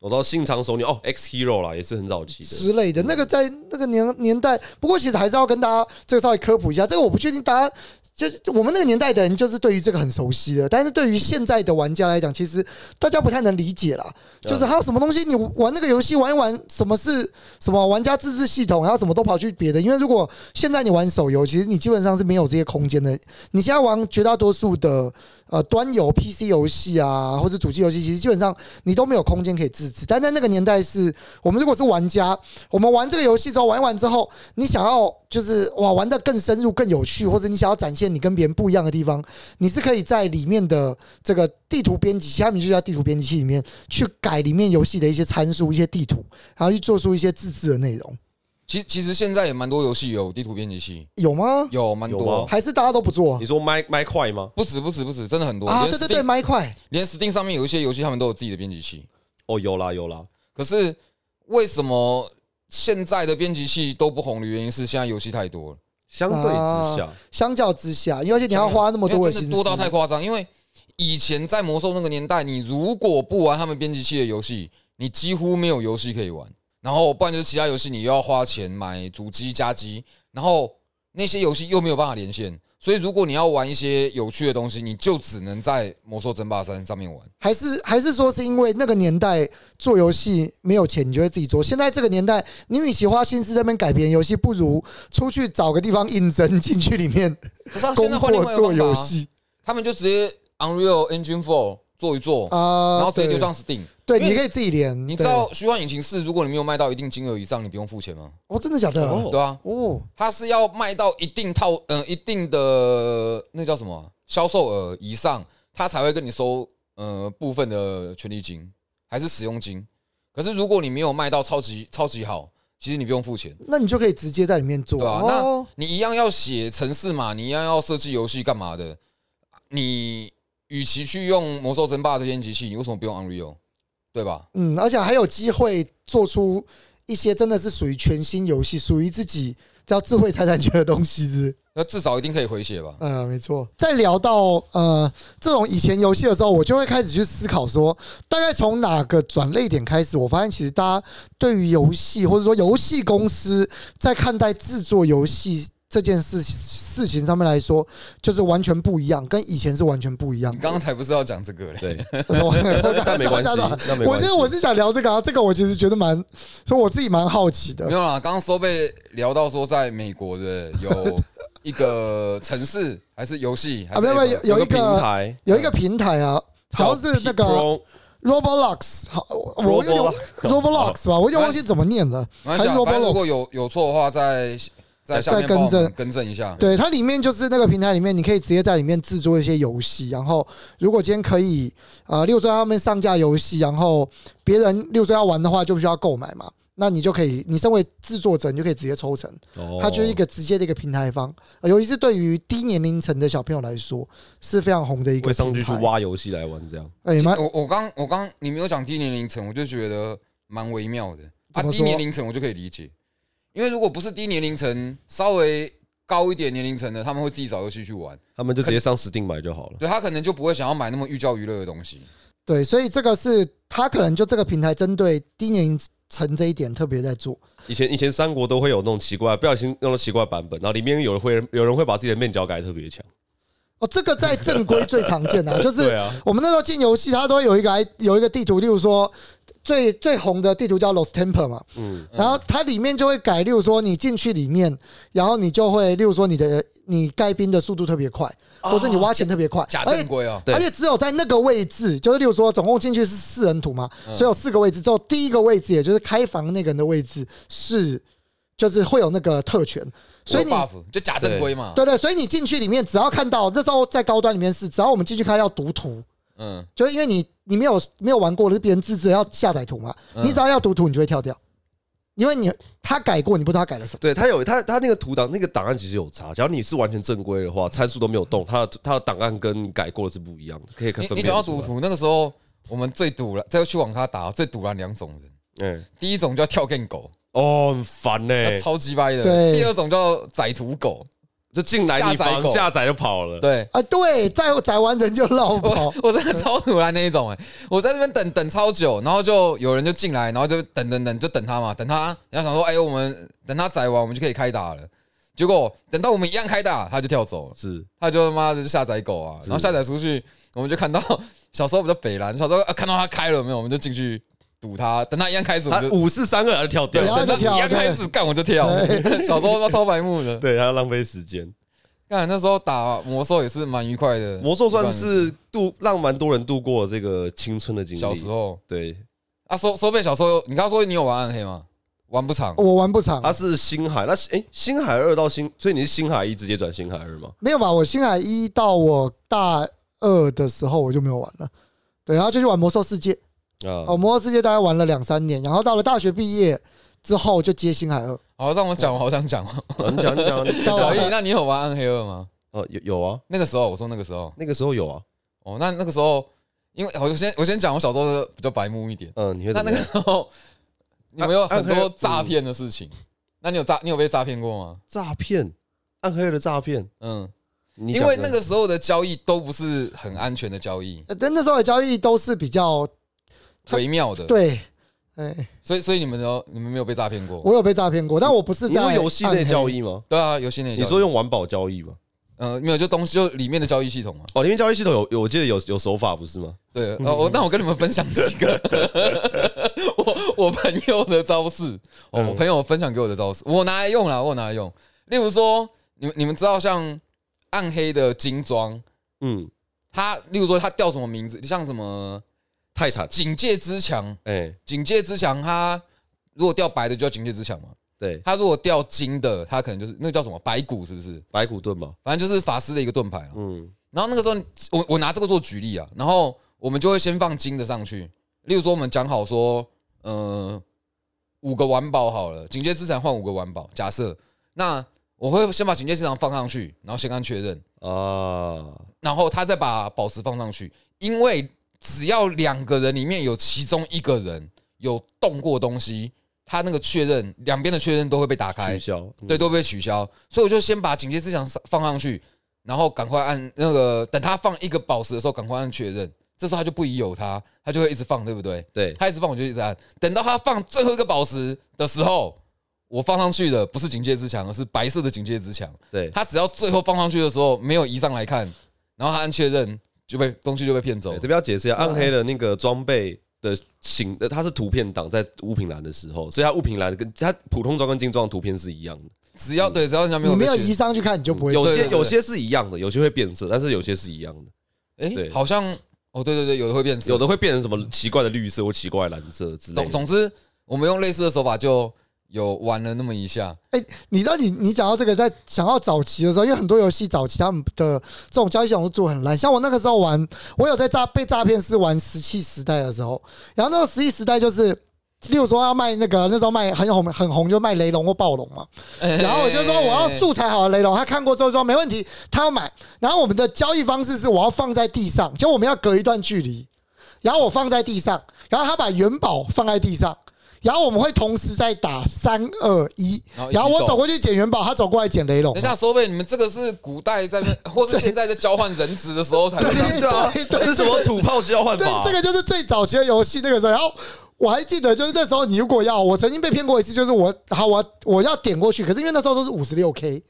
Speaker 3: 我到信长手女哦，X Hero 啦，也是很早期的。
Speaker 1: 之类的。那个在那个年年代，不过其实还是要跟大家这个稍微科普一下。这个我不确定大家。就我们那个年代的人，就是对于这个很熟悉的，但是对于现在的玩家来讲，其实大家不太能理解啦。就是还有什么东西，你玩那个游戏玩一玩，什么是什么玩家自治系统，然后什么都跑去别的。因为如果现在你玩手游，其实你基本上是没有这些空间的。你现在玩绝大多数的呃端游 PC 游戏啊，或者主机游戏，其实基本上你都没有空间可以自制。但在那个年代是，我们如果是玩家，我们玩这个游戏之后玩一玩之后，你想要就是哇玩的更深入、更有趣，或者你想要展现你跟别人不一样的地方，你是可以在里面的这个地图编辑器，他们就叫地图编辑器里面去改里面游戏的一些参数、一些地图，然后去做出一些自制的内容，
Speaker 2: 其实其实现在也蛮多游戏有地图编辑器，
Speaker 1: 有吗？
Speaker 2: 有蛮
Speaker 3: 有
Speaker 2: 多
Speaker 3: 吗，
Speaker 1: 还是大家都不做
Speaker 3: 你说麦麦块吗？
Speaker 2: 不止不止不止，真的很多。
Speaker 1: 啊？
Speaker 2: 连
Speaker 1: 对对对，
Speaker 2: Steam
Speaker 1: 麦块
Speaker 2: 连 Steam 上面有一些游戏，他们都有自己的编辑器。
Speaker 3: 哦，有啦有啦，
Speaker 2: 可是为什么现在的编辑器都不红的原因是现在游戏太多了。
Speaker 3: 相对之下，
Speaker 1: 相较之下，因为而且你要花那么
Speaker 2: 因
Speaker 1: 多
Speaker 2: 为
Speaker 1: 的
Speaker 2: 真
Speaker 1: 心
Speaker 2: 的
Speaker 1: 思，
Speaker 2: 多到太夸张。因为以前在魔兽那个年代，你如果不玩他们编辑器的游戏，你几乎没有游戏可以玩。然后不然就是其他游戏，你又要花钱买主机加机，然后那些游戏又没有办法连线。所以如果你要玩一些有趣的东西，你就只能在《魔兽争霸三》上面玩。
Speaker 1: 还是还是说是因为那个年代做游戏没有钱，你就会自己做。现在这个年代，你与其花心思在那边改别人游戏，不如出去找个地方应征进去里面
Speaker 2: 可是、啊、现
Speaker 1: 工
Speaker 2: 在换另
Speaker 1: 作
Speaker 2: 外一
Speaker 1: 做
Speaker 2: 个
Speaker 1: 游
Speaker 2: 方法啊，
Speaker 1: 戏
Speaker 2: 他们就直接 Unreal Engine 4做一做，
Speaker 1: 啊。
Speaker 2: 然后直接
Speaker 1: 对
Speaker 2: 就上 Steam。
Speaker 1: 对，
Speaker 2: 因为
Speaker 1: 你可以自己连。
Speaker 2: 你知
Speaker 1: 对
Speaker 2: 道虚幻引擎四，如果你没有卖到一定金额以上，你不用付钱吗？
Speaker 1: 哦，真的假的？
Speaker 3: 哦
Speaker 2: 对啊，
Speaker 1: 哦，
Speaker 2: 它是要卖到一定套，嗯、一定的那叫什么啊销售额以上，它才会跟你收呃部分的权利金还是使用金。可是如果你没有卖到超级超级好，其实你不用付钱，
Speaker 1: 那你就可以直接在里面做。
Speaker 2: 对啊，
Speaker 1: 哦
Speaker 2: 那你一样要写程式嘛，你一样要设计游戏干嘛的？你与其去用魔兽争霸的编辑器，你为什么不用 Unreal？对吧？
Speaker 1: 嗯，而且还有机会做出一些真的是属于全新游戏，属于自己叫智慧财产权的东西是不是
Speaker 2: 那至少一定可以回血吧？
Speaker 1: 嗯，没错。在聊到呃这种以前游戏的时候，我就会开始去思考说，大概从哪个转类点开始，我发现其实大家对于游戏或者说游戏公司在看待制作游戏这件事事情上面来说，就是完全不一样，跟以前是完全不一样
Speaker 2: 你
Speaker 1: 的。
Speaker 2: 刚才不是要讲这个嘞？
Speaker 3: 对，
Speaker 1: 我
Speaker 3: 但没关系，那 没
Speaker 1: 我
Speaker 3: 关系
Speaker 1: 这。个我是想聊这个啊，这个我其实觉得蛮，所以我自己蛮好奇
Speaker 2: 没
Speaker 1: 的。
Speaker 2: 有啦，刚刚收被聊到说，在美国的有一个城市还是游戏，
Speaker 1: 啊，
Speaker 2: 还是
Speaker 1: 没有没
Speaker 2: app？
Speaker 1: 有
Speaker 3: 有
Speaker 1: 有一
Speaker 3: 平
Speaker 1: 个
Speaker 3: 台，
Speaker 1: 有一个平台啊，好像是那个
Speaker 3: Pro- 啊
Speaker 1: Roblox，好，我有 点 Roblox
Speaker 3: 哦
Speaker 1: 吧，我有点忘记怎么念了。
Speaker 2: 没关系
Speaker 1: 还
Speaker 2: 啊
Speaker 1: 是
Speaker 2: 反正如果
Speaker 1: Roblox
Speaker 2: 有有错的话，在在下面
Speaker 1: 再
Speaker 2: 帮我
Speaker 1: 更正
Speaker 2: 们更正一下。
Speaker 1: 对，它里面就是那个平台里面，你可以直接在里面制作一些游戏。然后，如果今天可以，呃，例如说他们上架游戏，然后别人例如说要玩的话，就必须要购买嘛。那你就可以，你身为制作者，你就可以直接抽成。
Speaker 3: 哦
Speaker 1: 它就是一个直接的一个平台方，呃尤其是对于低年龄层的小朋友来说，是非常红的一个
Speaker 3: 会上去
Speaker 1: 平
Speaker 3: 去
Speaker 1: 台。
Speaker 3: 挖游戏来玩这样。
Speaker 1: 哎蛮
Speaker 2: 我我刚我刚你没有讲低年龄层，我就觉得蛮微妙的啊
Speaker 1: 怎。么说
Speaker 2: 低年龄层我就可以理解，因为如果不是低年龄层，稍微高一点年龄层的，他们会自己找游戏去玩，
Speaker 3: 他们就直接上 Steam 买就好了。
Speaker 2: 对他可能就不会想要买那么寓教于乐的东西。
Speaker 1: 对，所以这个是它可能就这个平台针对低年龄层这一点特别在做。
Speaker 3: 以前以前三国都会有那种奇怪，不小心弄到奇怪版本，然后里面有人会有人会把自己的面角改得特别强。
Speaker 1: 哦，这个在正规最常见的、啊，就是
Speaker 3: 对啊，
Speaker 1: 我们那时候进游戏，它都会有一个 I- 有一个地图，例如说最最红的地图叫 Lost Temple 嘛，
Speaker 3: 嗯，
Speaker 1: 然后它里面就会改，例如说你进去里面，然后你就会，例如说你的你盖兵的速度特别快，
Speaker 3: 哦
Speaker 1: 或是你挖钱特别快，
Speaker 2: 假
Speaker 1: 而
Speaker 2: 正
Speaker 1: 且
Speaker 2: 规啊，
Speaker 3: 对
Speaker 1: 而且只有在那个位置，就是例如说，总共进去是四人图嘛，
Speaker 2: 嗯
Speaker 1: 所以有四个位置，只有第一个位置，也就是开房那个人的位置是，就是会有那个特权，所以
Speaker 2: 有
Speaker 1: 你
Speaker 2: buff 就假正规嘛。
Speaker 1: 对对，所以你进去里面，只要看到那时候在高端里面是，只要我们进去看要读图，
Speaker 2: 嗯，
Speaker 1: 就是因为你你没有没有玩过的是别人自制的要下载图嘛，
Speaker 2: 嗯
Speaker 1: 你只要要读图，你就会跳掉，因为你他改过，你不知道他改了什么。
Speaker 3: 对他有他他那个图档那个档案其实有差，只要你是完全正规的话，参数都没有动，他的他的档案跟你改过的是不一样的，可以可以
Speaker 2: 你
Speaker 3: 分
Speaker 2: 你
Speaker 3: 辨。
Speaker 2: 讲到赌，徒，那个时候我们最赌了，再去网咖打最赌了两种人，
Speaker 3: 嗯，
Speaker 2: 第一种叫跳 g 狗，
Speaker 3: 哦，很烦呢、
Speaker 2: 那超级掰的；
Speaker 1: 对
Speaker 2: 第二种叫宰屠狗，
Speaker 3: 就进来
Speaker 2: 下载
Speaker 3: 你房
Speaker 2: 狗
Speaker 3: 下载就跑了。
Speaker 2: 对。
Speaker 1: 啊，对，再宰完人就绕跑
Speaker 3: 哦
Speaker 2: 我，我真的超突然那一种哎、我在那边等等超久，然后就有人就进来，然后就等等等就等他嘛，等他，然后想说哎、我们等他宰完我们就可以开打了。结果等到我们一样开打，他就跳走了，
Speaker 3: 是
Speaker 2: 他就他妈就是下载狗啊，然后下载出去，我们就看到 小时候比较北蓝，小时候、啊、看到他开了没有，我们就进去堵他，等他一样开始我
Speaker 3: 他
Speaker 2: 们就。
Speaker 3: 五四三二他就跳掉
Speaker 1: 对，然后
Speaker 2: 等他
Speaker 1: 就跳
Speaker 2: 一样开始干我就跳， 小时候他妈超白目的。
Speaker 3: 对他要浪费时间。
Speaker 2: 干那时候打魔兽也是蛮愉快的，
Speaker 3: 魔兽算是度让蛮多人度过这个青春的经历。
Speaker 2: 小时候，
Speaker 3: 对，
Speaker 2: 啊，收收贝小时候有，你刚刚说你有玩暗黑吗？玩不
Speaker 3: 哦
Speaker 2: 长，
Speaker 1: 我玩不长，
Speaker 3: 他是星海，那是哎、星海二到星，所以你是星海一直接转星海二吗？
Speaker 1: 没有吧？我星海一到我大二的时候我就没有玩了，对，然后就去玩魔兽世界，
Speaker 3: 啊、
Speaker 1: 哦，魔兽世界大概玩了两三年，然后到了大学毕业之后就接星海二，
Speaker 2: 好让我讲，我好想讲哦。
Speaker 3: 啊你讲你讲，你
Speaker 1: 到
Speaker 3: 讲
Speaker 2: 小
Speaker 1: 了
Speaker 2: 易，那你有玩暗黑二吗？
Speaker 3: 哦，有有啊，
Speaker 2: 那个时候我说那个时候
Speaker 3: 那个时候有啊，
Speaker 2: 哦，那那个时候，因为我先我先讲我小时候比较白目一点，
Speaker 3: 嗯，你会
Speaker 2: 那那
Speaker 3: 怎么
Speaker 2: 个
Speaker 3: 样啊
Speaker 2: 时候你们有很
Speaker 3: 暗黑
Speaker 2: 多
Speaker 3: 二
Speaker 2: 诈骗的事情，那你有诈你有被诈骗过吗？
Speaker 3: 诈骗，暗黑的诈骗，
Speaker 2: 嗯，
Speaker 3: 你
Speaker 2: 因
Speaker 3: 讲
Speaker 2: 为
Speaker 3: 的
Speaker 2: 那个时候的交易都不是很安全的交易，
Speaker 1: 呃但那时候的交易都是比较他
Speaker 2: 微妙的，
Speaker 1: 对，哎，
Speaker 2: 所以所以你们有你们没有被诈骗过？
Speaker 1: 我有被诈骗过，但我不是
Speaker 3: 你说
Speaker 1: 在
Speaker 3: 游戏内交
Speaker 1: 暗
Speaker 3: 易吗？
Speaker 2: 对啊，游戏那
Speaker 3: 你说用环保交易吗？
Speaker 2: 呃没有就东西就里面的交易系统嘛，
Speaker 3: 哦，里面交易系统有有，我记得有有手法不是吗？
Speaker 2: 对，呃，我那我跟你们分享几个 我 我朋友的招式，哦，
Speaker 3: 嗯
Speaker 2: 我朋友分享给我的招式，我拿来用啦，我拿来用。例如说，你们你们知道像暗黑的精装，
Speaker 3: 嗯，
Speaker 2: 它例如说它叫什么名字，像什么
Speaker 3: 泰坦，
Speaker 2: 警戒之墙，
Speaker 3: 哎、
Speaker 2: 警戒之墙，它如果掉白的就叫警戒之墙嘛，
Speaker 3: 对，
Speaker 2: 它如果掉金的，它可能就是那个叫什么白骨是不是？
Speaker 3: 白骨盾嘛，
Speaker 2: 反正就是法师的一个盾牌啦。
Speaker 3: 嗯，
Speaker 2: 然后那个时候，我我拿这个做举例啊，然后我们就会先放金的上去，例如说我们讲好说，呃，五个完保好了，警戒资产换五个完保，假设那我会先把警戒资产放上去，然后先按确认，
Speaker 3: 啊，
Speaker 2: 然后他再把宝石放上去，因为只要两个人里面有其中一个人有动过东西，他那个确认两边的确认都会被打开
Speaker 3: 取，消，嗯
Speaker 2: 对，，都被取消。所以我就先把警戒之墙放上去，然后赶快按那个，等他放一个宝石的时候，赶快按确认。这时候他就不宜有他，他就会一直放，对不对？
Speaker 3: 对，
Speaker 2: 他一直放，我就一直按。等到他放最后一个宝石的时候，我放上去的不是警戒之墙，而是白色的警戒之墙。
Speaker 3: 对，
Speaker 2: 他只要最后放上去的时候没有移上来看，然后他按确认，就被东西就被骗走
Speaker 3: 对。这边要解释一下，暗黑的那个装备的形，呃它是图片档在物品栏的时候，所以它物品栏跟它普通装跟精装图片是一样的。
Speaker 2: 只要对，只要人家没有
Speaker 1: 你没有
Speaker 2: 被确
Speaker 1: 移上去看，你就不会啊
Speaker 3: 有
Speaker 2: 对
Speaker 3: 些
Speaker 2: 对对
Speaker 3: 有些是一样的，有些会变色，但是有些是一样的，
Speaker 2: 哎
Speaker 3: 对，
Speaker 2: 好像哦，对对对，有的会变色，
Speaker 1: 啊
Speaker 3: 有的会变成什么奇怪的绿色或奇怪的蓝色之类
Speaker 2: 总
Speaker 3: 的。
Speaker 2: 总之，我们用类似的手法就有玩了那么一下。
Speaker 1: 哎你知道你你讲到这个，在想要早期的时候，因为很多游戏早期他们的这种交易系统都做很烂。像我那个时候玩，我有在诈被诈骗是玩石器时代的时候，然后那个石器时代就是，例如说要卖那个那时候卖很红很红就卖雷龙或暴龙嘛， 然后我就说我要
Speaker 3: 哎
Speaker 1: 素材好的雷龙，他看过之后说没问题，他要买。然后我们的交易方式是我要放在地上，就我们要隔一段距离，然后我放在地上，然后他把元宝放在地上，然后我们会同时在打三二一
Speaker 2: 然后，一起
Speaker 1: 然后我
Speaker 2: 走
Speaker 1: 走过去捡元宝，他走过来捡雷龙
Speaker 2: 等一。下收贝，你们这个是古代在那， 或是现在在交换人质的时候才 会这样
Speaker 1: 对
Speaker 3: 对啊，
Speaker 1: 对对
Speaker 3: 这是什么土炮交换
Speaker 1: 对
Speaker 3: 法？，
Speaker 1: 这个就是最早期的游戏那个时候，然后。我还记得，就是那时候你如果要，我曾经被骗过一次，就是我好我我要点过去，可是因为那时候都是五十六 K，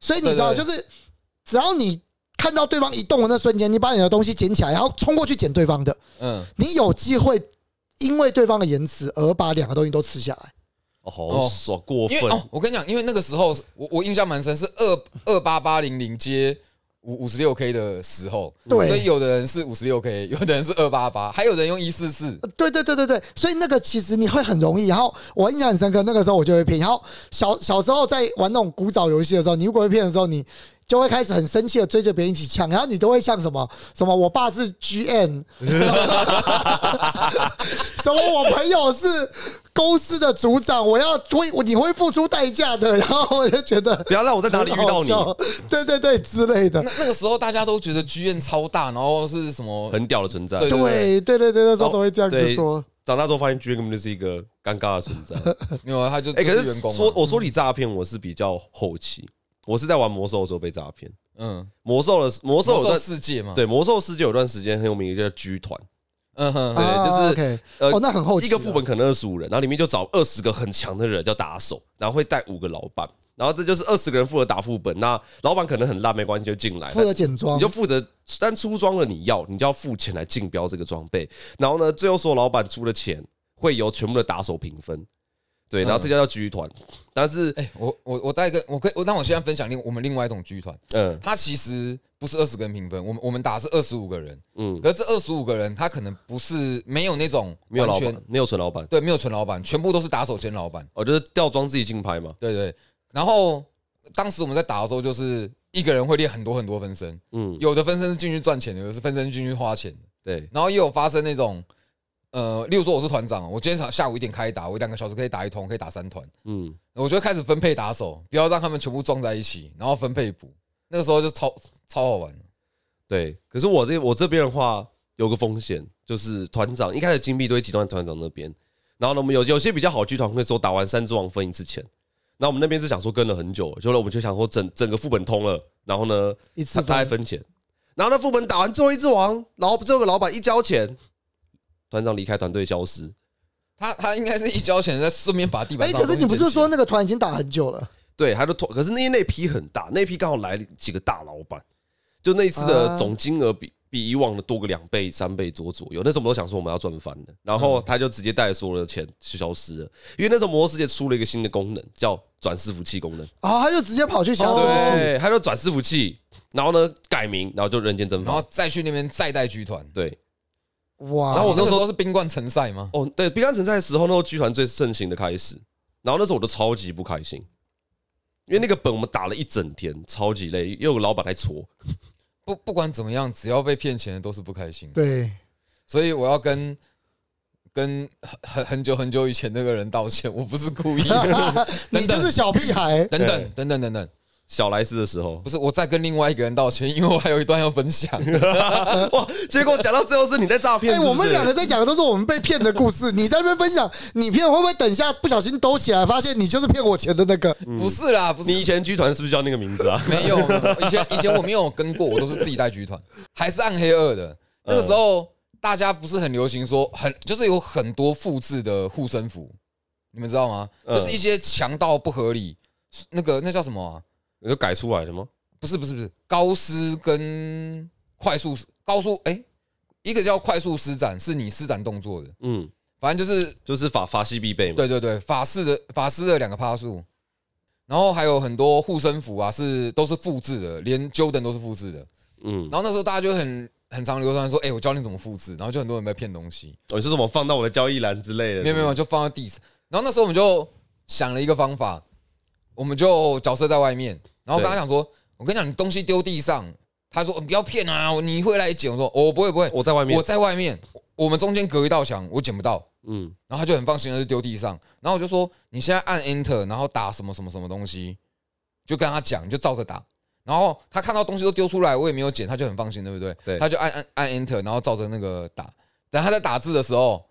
Speaker 1: 所以你知道，
Speaker 2: 对
Speaker 1: 就是只要你看到对方移动的那瞬间，你把你的东西捡起来，然后冲过去捡对方的，
Speaker 2: 嗯，
Speaker 1: 你有机会因为对方的延迟而把两个东西都吃下来。
Speaker 3: 哦，好爽，过
Speaker 2: 因
Speaker 3: 分
Speaker 2: 为。哦，我跟你讲，因为那个时候我我印象蛮深，是二二八八零零接五五十六 K 的时候，
Speaker 1: 对
Speaker 2: 所以有的人是五十六 K，有的人是二八八，还有人用一四四，
Speaker 1: 对对对对对，所以那个其实你会很容易。然后我印象很深刻，那个时候我就会骗。然后小小时候在玩那种古早游戏的时候，你如果会骗的时候，你就会开始很生气的追着别人一起抢，然后你都会像什么什么，我爸是 GM，什么我朋友是公司的组长，我要为你会付出代价的。然后我就觉得
Speaker 3: 不要让我在哪里遇到你，
Speaker 1: 很好笑？对对对，之类的
Speaker 2: 那。那个时候大家都觉得剧院超大，然后是什么？
Speaker 3: 很屌的存在。
Speaker 2: 对
Speaker 1: 对对对对，那时候都会这样子
Speaker 3: 哦对
Speaker 1: 说。
Speaker 3: 长大之后发现 G 根本就是一个尴尬的存在。
Speaker 2: 没有啊，他就
Speaker 3: 哎，
Speaker 2: 就
Speaker 3: 可
Speaker 2: 是
Speaker 3: 是
Speaker 2: 员工嘛
Speaker 3: 说我说你诈骗，我是比较后期，我是在玩魔兽的时候被诈骗。
Speaker 2: 嗯，
Speaker 3: 魔兽的魔兽有
Speaker 2: 魔兽
Speaker 3: 段
Speaker 2: 世界嘛，
Speaker 3: 对魔兽世界有段时间很有名，一个叫 G 团，
Speaker 2: 嗯哼，
Speaker 3: 对
Speaker 1: 啊
Speaker 3: 就是
Speaker 1: OK，
Speaker 3: 呃
Speaker 1: 哦，那很后期
Speaker 3: 一
Speaker 1: 了
Speaker 3: 个副本可能二十五人，然后里面就找二十个很强的人叫打手，然后会带五个老板，然后这就是二十个人负责打副本。那老板可能很烂，没关系就进来，
Speaker 1: 负责简装
Speaker 3: 你就，负责，但出装了你要，你就要付钱来竞标这个装备。然后呢，最后所有老板出的钱会由全部的打手平分。对，然后这家叫局团，但是
Speaker 2: 哎、我我我带一个，我可以，我那我现在分享另我们另外一种剧团，
Speaker 3: 嗯
Speaker 2: 它其实不是二十个人评分，我们我们打的是二十五个人，
Speaker 3: 嗯，
Speaker 2: 可是这二十五个人他可能不是没有那种
Speaker 3: 没有
Speaker 2: 完
Speaker 3: 老
Speaker 2: 全
Speaker 3: 板，没有纯老板，
Speaker 2: 对没有纯老板，全部都是打手兼老板，
Speaker 3: 哦，就是吊装自己竞拍嘛。
Speaker 2: 对对。然后当时我们在打的时候，就是一个人会列很多很多分身，
Speaker 3: 嗯，
Speaker 2: 有的分身是进去赚钱的，有的是分身进去花钱的，
Speaker 3: 对，
Speaker 2: 然后也有发生那种。呃，例如说我是团长，我今天下下午一点开打，我两个小时可以打一团，可以打三团。
Speaker 3: 嗯，
Speaker 2: 我就会开始分配打手，不要让他们全部撞在一起，然后分配补。那个时候就超超好玩。
Speaker 3: 对。可是我这我这边的话有个风险，就是团长一开始金币都会集中在团长那边，然后呢，我们有有些比较好的剧团会说打完三只王分一次钱。那我们那边是想说跟了很久，就呢我们就想说整整个副本通了，然后呢，
Speaker 1: 一
Speaker 3: 他
Speaker 1: 次
Speaker 3: 他还
Speaker 1: 分
Speaker 3: 分钱。然后那副本打完最后一只王，老最后个老板一交钱，团长离开团队消失。
Speaker 2: 他他应该是一交钱，再顺便把地板
Speaker 1: 哎，
Speaker 2: 上的
Speaker 1: 可
Speaker 2: 东
Speaker 1: 是
Speaker 2: 西
Speaker 1: 你
Speaker 2: 捡
Speaker 1: 不
Speaker 2: 起来。
Speaker 1: 是说那个团已经打很久了？
Speaker 3: 对，他就拖。可是那那批很大，那批刚好来了几个大老板，就那一次的
Speaker 1: 啊
Speaker 3: 总金额比比以往的多个两倍、三倍多左右。那时候我们都想说我们要赚翻的，然后
Speaker 2: 嗯
Speaker 3: 他就直接带着所有的钱就消失了。因为那时候魔兽世界出了一个新的功能，叫转伺服器功能。
Speaker 1: 啊，他就直接跑去
Speaker 2: 哦
Speaker 1: 想要什么
Speaker 3: 对，他就转伺服器，然后呢改名，然后就人间蒸
Speaker 2: 然
Speaker 3: 发
Speaker 2: 后。再去那边再带剧团？
Speaker 3: 对，
Speaker 1: 哇，
Speaker 3: 然后我
Speaker 2: 那个
Speaker 3: 那时
Speaker 2: 时
Speaker 3: 候
Speaker 2: 候是冰冠城赛吗？
Speaker 3: 哦，对，冰山城寨的时候，那时候剧团最盛行的开始，然后那时候我都超级不开心，因为那个本我们打了一整天，超级累，又有老板来戳，
Speaker 2: 不不管怎么样，只要被骗钱的都是不开心。
Speaker 1: 对，
Speaker 2: 所以我要跟跟很很很久很久以 前那个人道歉，我不是故意的。
Speaker 1: 你就是小屁孩，哎
Speaker 2: 等等
Speaker 3: 对
Speaker 2: 等等等等，
Speaker 3: 小莱斯的时候
Speaker 2: 不，是我在跟另外一个人道歉，因为我还有一段要分享。
Speaker 3: 哇！结果讲到最后是你在诈骗，
Speaker 1: 哎、
Speaker 3: 是不是
Speaker 1: 我们两个在讲的都是我们被骗的故事，你在那边分享你骗，会不会等一下不小心兜起来，发现你就是骗我钱的那个？
Speaker 2: 不是啦，不
Speaker 3: 你以
Speaker 2: 是，
Speaker 3: 前剧团是不是叫那个名字啊？
Speaker 2: 没有，以前以前我没有跟过，我都是自己带剧团，还是暗黑二的。那个时候大家不是很流行说很，就是有很多复制的护身符，你们知道吗？
Speaker 3: 嗯
Speaker 2: 就是一些强到不合理，那个那叫什么啊？
Speaker 3: 你都改出来了吗？
Speaker 2: 不是不是不是，高斯跟快速高速哎、一个叫快速施展，是你施展动作的，
Speaker 3: 嗯，
Speaker 2: 反正就是
Speaker 3: 就是法法系必备嘛。
Speaker 2: 对对对，法师的法师的两个帕数，然后还有很多护身符啊，是都是复制的，连 Jordan 都是复制的。
Speaker 3: 嗯，
Speaker 2: 然后那时候大家就很很常流传说，哎、我教你怎么复制，然后就很多人被骗东西，
Speaker 3: 哦，你说什么放到我的交易栏之类的？
Speaker 2: 没有没有，就放在地上。然后那时候我们就想了一个方法，我们就角色在外面，然后跟他讲说，我跟你讲，你东西丢地上，他说不要骗啊，你会来捡，我说哦我、不会不会，
Speaker 3: 我在外面
Speaker 2: 我。在外面，我们中间隔一道墙，我捡不到。
Speaker 3: 嗯，
Speaker 2: 然后他就很放心的就丢地上，然后我就说你现在按 Enter，然后打什么什么什么东西，就跟他讲，你就照着打。然后他看到东西都丢出来，我也没有捡，他就很放心，对不对？
Speaker 3: 对
Speaker 2: 他就按按按 Enter，然后照着那个打。等他在打字的时候，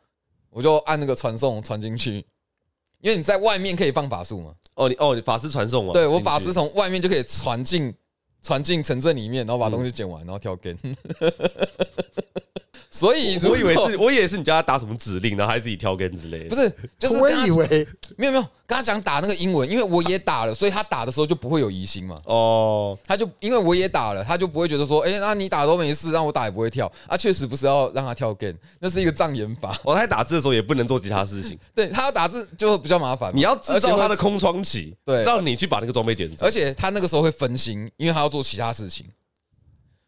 Speaker 2: 我就按那个传送传进去，因为你在外面可以放法术嘛。
Speaker 3: 哦你哦你法师传送啊？
Speaker 2: 对我
Speaker 3: 进去
Speaker 2: 法师从外面就可以传进传进城镇里面，然后把
Speaker 3: 哦
Speaker 2: 东西捡完，然后跳 game。所以如
Speaker 3: 我以为
Speaker 2: 果
Speaker 3: 是， 我以为是你叫他打什么指令，然后他自己挑根之类的。
Speaker 2: 不是，就是
Speaker 1: 我
Speaker 2: 跟他
Speaker 1: 以为
Speaker 2: 没有没有，跟他讲打那个英文，因为我也打了，所以他打的时候就不会有疑心嘛。
Speaker 3: 哦，
Speaker 2: 他就因为我也打了，他就不会觉得说，哎、那你打都没事，让我打也不会跳啊。确实不是要让他跳 game，那是一个障眼法。
Speaker 3: 我哦在打字的时候也不能做其他事情，
Speaker 2: 对他要打字就比较麻烦嘛，
Speaker 3: 你要制造他
Speaker 2: 而且
Speaker 3: 的
Speaker 2: 会，
Speaker 3: 空窗期，
Speaker 2: 对
Speaker 3: 让你去把那个装备捡走
Speaker 2: 而。且他那个时候会分心，因为他要做其他事情。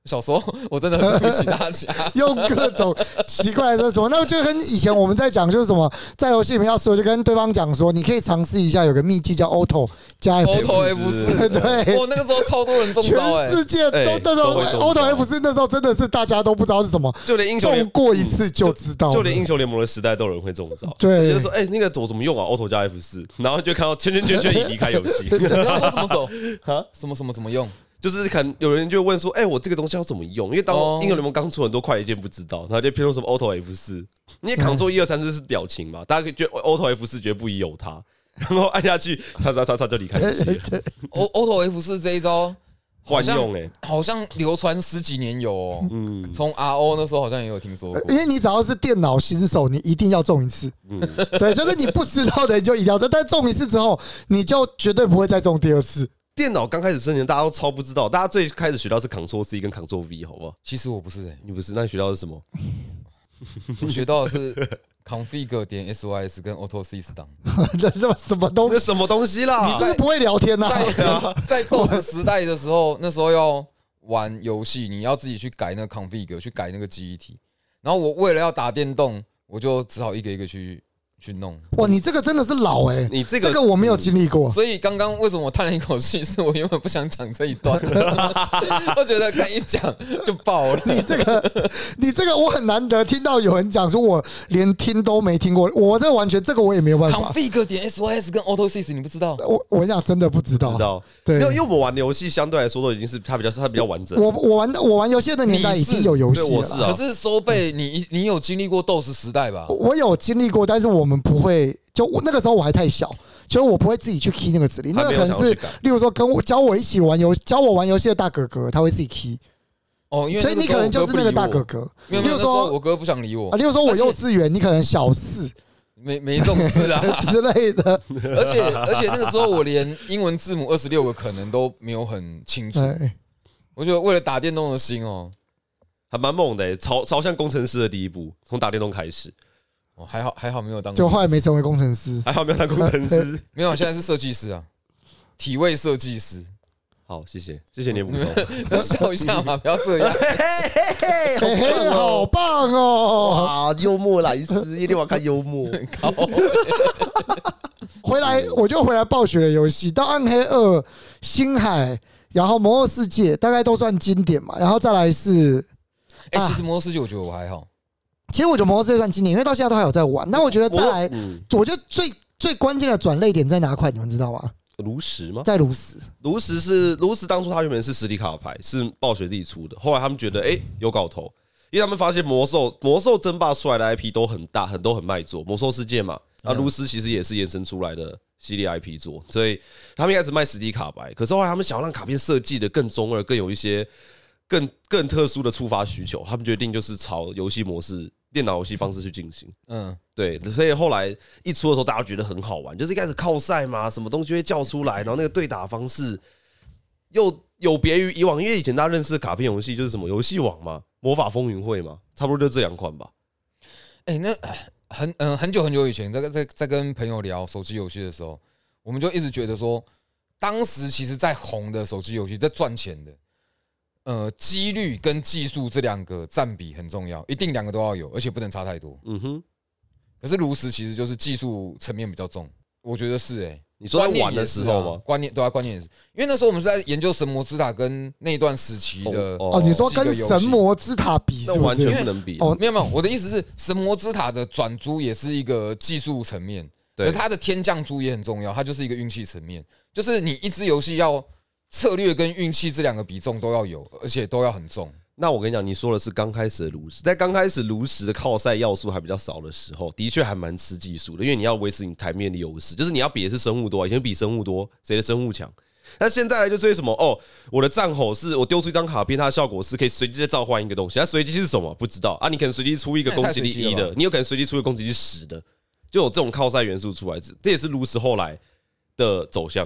Speaker 2: 小时候我真的很对不起大 家，
Speaker 1: 用各种奇怪的说什么，那就跟以前我们在讲就是什么，在游戏里面要说，就跟对方讲说，你可以尝试一下，有个秘技叫 Auto 加 F
Speaker 2: 头头
Speaker 1: 四，
Speaker 2: F 四，
Speaker 1: 对
Speaker 2: 我那个时候超多人中招哎、
Speaker 1: 全世界都
Speaker 3: 哎
Speaker 1: 那时
Speaker 3: 都
Speaker 1: 候
Speaker 3: 会中招
Speaker 1: Auto F 四那时候真的是大家都不知道是什 么，
Speaker 3: 就连英雄联
Speaker 1: 中过一次就知道了，
Speaker 3: 就连英雄联盟的时代都有人会中招，
Speaker 1: 对
Speaker 3: 就是说，哎、那个我怎么用啊？Auto 加 F 四，然后就看到圈圈圈圈已离开游戏，
Speaker 2: 你要说什么 手？
Speaker 3: 啊
Speaker 2: 什么什么怎么用？
Speaker 3: 就是可能有人就问说，哎、我这个东西要怎么用？因为当
Speaker 2: 哦
Speaker 3: 英雄联盟刚出很多快捷键不知道，然后就偏说什么 Auto F 四，因为 Ctrl 一二三四是表情嘛，大家可以觉得 Auto F 四绝不宜有它，然后按下去，叉叉叉叉就离开游戏了，
Speaker 2: O O 头 F 四这一招
Speaker 3: 换用哎、
Speaker 2: 好像流传十几年有哦，
Speaker 3: 嗯
Speaker 2: 从 RO 那时候好像也有听说过。
Speaker 1: 因为你只要是电脑新手，你一定要中一次。
Speaker 3: 嗯，
Speaker 1: 对，就是你不知道的你就一定要中，但中一次之后，你就绝对不会再中第二次。
Speaker 3: 电脑刚开始生成，大家都超不知道，大家最开始学到是 Ctrl C 跟 Ctrl V，好不好？
Speaker 2: 其实我不是、欸，
Speaker 3: 你不是，那你学到的是什么？
Speaker 2: 我学到的是 config 点 sys 跟 auto system。
Speaker 1: 那什么什么东
Speaker 3: 那啊
Speaker 1: 西？
Speaker 3: 什么东西啦？
Speaker 1: 你是不是不会聊天呐、啊
Speaker 2: 在 在 DOS 时代的时候，那时候要玩游戏，你要自己去改那个 config，去改那个记忆体。然后我为了要打电动，我就只好一个一个去去弄。
Speaker 1: 哇，你这个真的是老哎、
Speaker 3: 你这
Speaker 1: 这
Speaker 3: 个嗯
Speaker 1: 个我没有经历过。
Speaker 2: 所以刚刚为什么我叹了一口气，是我原本不想讲这一段， 我觉得刚一讲就爆了。
Speaker 1: 你这个，你这个，我很难得听到有人讲说，我连听都没听过。我这完全这个我也没有办法。
Speaker 2: config 点 sys 跟 auto sys 你不知道？
Speaker 1: 我我跟你讲真的不知道。
Speaker 3: 知道，
Speaker 1: 对
Speaker 3: 没有，因为我们玩的游戏相对来说都已经是它比较它比较完整。
Speaker 1: 我我玩我玩游戏的年代已经有游戏
Speaker 3: 对，我
Speaker 1: 了
Speaker 3: 是
Speaker 1: 啦。
Speaker 3: 啊
Speaker 2: 可，是收贝，你你有经历过 DOS 时代吧？
Speaker 1: 我有经历过，但是我们不会，就我那个时候我还太小，所以我不会自己去 key 那个指令。那个
Speaker 3: 还没有
Speaker 1: 可能是
Speaker 3: 想要去改，
Speaker 1: 例如说跟我教我一起玩游教我玩游戏的大哥哥，他会自己 key，
Speaker 2: 哦，因为
Speaker 1: 所以你可能就是那个大哥哥。
Speaker 2: 那
Speaker 1: 例
Speaker 2: 个时候我哥不理我。没有
Speaker 1: 如说
Speaker 2: 没有，那时候我哥不想理我
Speaker 1: 啊，，例如说我
Speaker 2: 而且
Speaker 1: 幼稚园，你可能小四
Speaker 2: 没没这种 事啊。
Speaker 1: 之类的。
Speaker 2: 而且而且那个时候我连英文字母二十六个可能都没有很清楚。
Speaker 1: 哎
Speaker 2: 我觉得为了打电动的心哦，
Speaker 3: 还蛮猛的、欸，朝朝向工程师的第一步，从打电动开始，
Speaker 2: 哦还好还好没有当
Speaker 1: 就后来没成为工程师。
Speaker 3: 还好没有当工程师。
Speaker 2: 没有，现在是设计师啊，体位设计师。
Speaker 3: 好，谢谢，谢谢你的补
Speaker 2: 你
Speaker 3: 充
Speaker 2: 们。要 笑一下嘛，不要 这样。
Speaker 1: 嘿嘿，哎好棒哦！
Speaker 4: 哇，幽默莱斯，夜店网看幽默，
Speaker 2: 靠
Speaker 1: 回来我就回来暴雪的游戏，到暗黑二、星海，然后魔兽世界，大概都算经典嘛。然后再来是
Speaker 2: 哎、
Speaker 1: 啊
Speaker 2: 其实魔兽世界我觉得我还好，
Speaker 1: 其实我觉得《魔兽世界》算经典，因为到现在都还有在玩。那我觉得再来，
Speaker 3: 嗯，
Speaker 1: 我觉得最最关键的转类点在哪块，你们知道吗？
Speaker 3: 炉石吗？
Speaker 1: 在炉石，
Speaker 3: 炉石是炉石，当初它原本是实体卡牌，是暴雪自己出的。后来他们觉得，哎、有搞头，因为他们发现魔兽、魔兽争霸出来的 IP 都很大，很都很卖座。魔兽世界嘛，啊，炉石其实也是延伸出来的系列 IP 做，所以他们一开始卖实体卡牌，可是后来他们想要让卡片设计的更中二，更有一些更更特殊的触发需求，他们决定就是朝游戏模式、电脑游戏方式去进行。
Speaker 2: 嗯，
Speaker 3: 对，所以后来一出的时候，大家觉得很好玩，就是一开始靠赛嘛，什么东西会叫出
Speaker 2: 嗯
Speaker 3: 来，然后那个对打方式又有别于以往，因为以前大家认识的卡片游戏就是什么游戏王嘛、魔法风云会嘛，差不多就这两款吧。
Speaker 2: 哎、那哎很嗯、很久很久以前，在在在跟朋友聊手机游戏的时候，我们就一直觉得说，当时其实在红的手机游戏，在赚钱的，呃，几率跟技术这两个占比很重要，一定两个都要有，而且不能差太多。
Speaker 3: 嗯哼，
Speaker 2: 可是炉石其实就是技术层面比较重，我觉得是哎、
Speaker 3: 你说
Speaker 2: 观
Speaker 3: 在
Speaker 2: 念
Speaker 3: 玩的时候吗？
Speaker 2: 观念对啊，观念也是，因为那时候我们是在研究神魔之塔跟那一段时期的，
Speaker 1: 哦，你说跟
Speaker 2: 是一个游戏
Speaker 1: 神魔之塔比是
Speaker 3: 那
Speaker 1: 不
Speaker 3: 完
Speaker 1: 是？
Speaker 3: 全不能比
Speaker 1: 哦
Speaker 2: 没有没有，我的意思是神魔之塔的转租也是一个技术层面，
Speaker 3: 对
Speaker 2: 而它的天降租也很重要，它就是一个运气层面，就是你一支游戏要策略跟运气这两个比重都要有，而且都要很重。
Speaker 3: 那我跟你讲，你说的是刚开始的炉石，在刚开始炉石的靠赛要素还比较少的时候，的确还蛮吃技术的，因为你要维持你台面的优势，就是你要比的是生物多，以前比生物多，谁的生物强。但现在呢，就追什么哦，我的战吼是我丢出一张卡片，它的效果是可以随机再召唤一个东西，它随机是什么不知道啊？你可能随机出一个攻击力
Speaker 2: 那也太
Speaker 3: 一
Speaker 2: 随机了
Speaker 3: 的
Speaker 2: 吧，
Speaker 3: 你有可能随机出一个攻击力十的，就有这种靠赛元素出来，这这也是炉石后来的走向。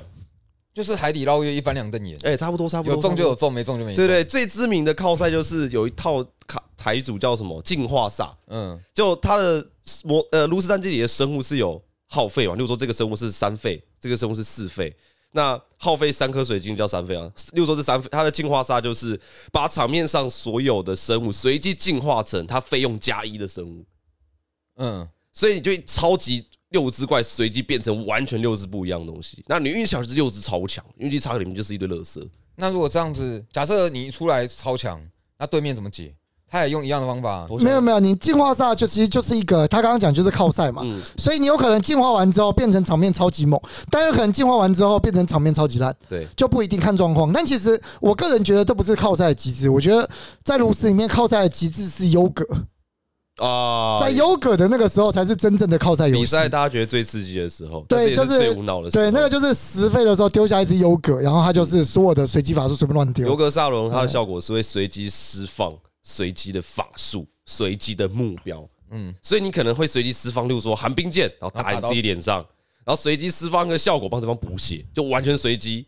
Speaker 2: 就是海底捞月一翻两瞪眼，
Speaker 3: 哎，差不多，差不多，
Speaker 2: 有中就
Speaker 3: 差不多
Speaker 2: 有中，没中就没中。
Speaker 3: 对，对，最知名的靠赛就是有一套卡台主叫什么进化煞，
Speaker 2: 嗯，
Speaker 3: 就它的魔呃炉石战记里的生物是有耗费嘛，例如说这个生物是三费，这个生物是四费，那耗费三颗水晶就叫三费啊。例如说这三费，它的进化煞就是把场面上所有的生物随机进化成它费用加一的生物，
Speaker 2: 嗯，
Speaker 3: 所以你就会超级六只怪随机变成完全六只不一样的东西。那你运气好就是六只超强，运气差里面就是一堆垃圾。
Speaker 2: 那如果这样子，假设你一出来超强，那对面怎么解？他也用一样的方法，
Speaker 3: 我想
Speaker 1: 没有没有，你进化煞就其实就是一个，他刚刚讲就是靠赛嘛，
Speaker 3: 嗯
Speaker 1: 所以你有可能进化完之后变成场面超级猛，但有可能进化完之后变成场面超级烂，
Speaker 3: 对，
Speaker 1: 就不一定看状况。但其实我个人觉得这不是靠赛的极致，我觉得在炉石里面靠赛的极致是优格，
Speaker 3: 啊
Speaker 1: 在优格的那个时候才是真正的靠赛游
Speaker 3: 比
Speaker 1: 戏。
Speaker 3: 赛大家觉得最刺激的时候，但
Speaker 1: 对，
Speaker 3: 也
Speaker 1: 就是
Speaker 3: 最无脑的时候。
Speaker 1: 对，那个就是十费的时候丢下一只优格，然后他就是所有的随机法术随便乱
Speaker 3: 尤
Speaker 1: 丢。
Speaker 3: 格萨隆它的
Speaker 1: 嗯
Speaker 3: 效果是会随机释放随机的法术、随机的目标，
Speaker 2: 嗯
Speaker 3: 嗯，所以你可能会随机释放，例如说寒冰剑，然后打你自己脸上，然后随机释放一个效果帮对方补血，就完全随机，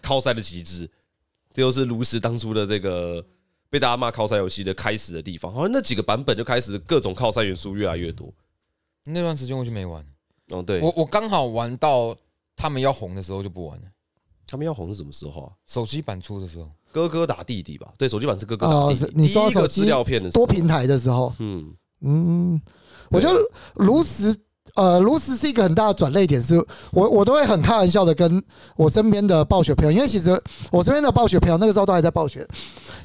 Speaker 3: 靠赛的极致，这就是炉石当初的这个。被大家骂靠赛游戏的开始的地方，好像那几个版本就开始各种靠赛元素越来越多。
Speaker 2: 那段时间我就没玩。
Speaker 3: 哦，对，
Speaker 2: 我我刚好玩到他们要红的时候就不玩了，
Speaker 3: 他们要红是什么时候啊？
Speaker 2: 手机版出的时候，
Speaker 3: 哥哥打弟弟吧？对，手机版是哥哥打弟弟。
Speaker 1: 哦是你说
Speaker 3: 第一个
Speaker 1: 手机
Speaker 3: 资料片的时候
Speaker 1: 多平台的时候，
Speaker 3: 嗯，
Speaker 1: 嗯，我觉得炉石，呃，炉石是一个很大的转类点，是我我都会很开玩笑的跟我身边的暴雪朋友，因为其实我身边的暴雪朋友那个时候都还在暴雪，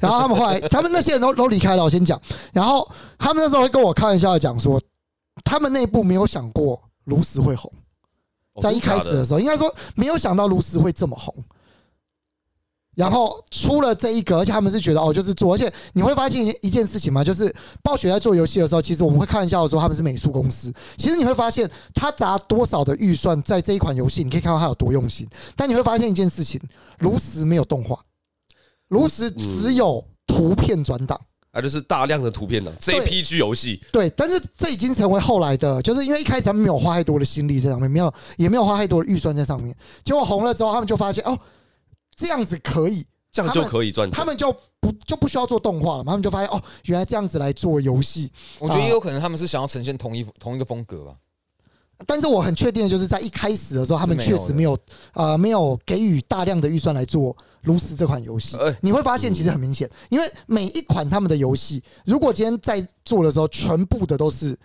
Speaker 1: 然后他们后来他们那些人都都离开了，我先讲，然后他们那时候会跟我开玩笑的讲说，他们内部没有想过炉石会红，
Speaker 3: 哦
Speaker 1: 在一开始的时候，应该说没有想到炉石会这么红。然后出了这一个，而且他们是觉得哦，就是做，而且你会发现一件事情嘛，就是暴雪在做游戏的时候，其实我们会开玩笑的说他们是美术公司，其实你会发现他砸多少的预算在这一款游戏，你可以看到他有多用心。但你会发现一件事情，炉石没有动画，炉石只有图片转档。
Speaker 3: 啊，就是大量的图片呢
Speaker 1: 对
Speaker 3: ，JPG 游戏，
Speaker 1: 对，但是这已经成为后来的，就是因为一开始他们没有花太多的心力在上面，没有也没有花太多的预算在上面，结果红了之后，他们就发现哦，这样子可以，
Speaker 3: 这样就可以赚钱。
Speaker 1: 他们就不就不需要做动画了嘛，他们就发现哦，原来这样子来做游戏。
Speaker 2: 我觉得
Speaker 1: 嗯
Speaker 2: 也有可能他们是想要呈现同一同一个风格吧。
Speaker 1: 但是我很确定的就是在一开始的时候，他们确实没有呃没有给予大量的预算来做《炉石》这款游戏
Speaker 3: 哎。
Speaker 1: 你会发现其实很明显，因为每一款他们的游戏，如果今天在做的时候，全部的都是。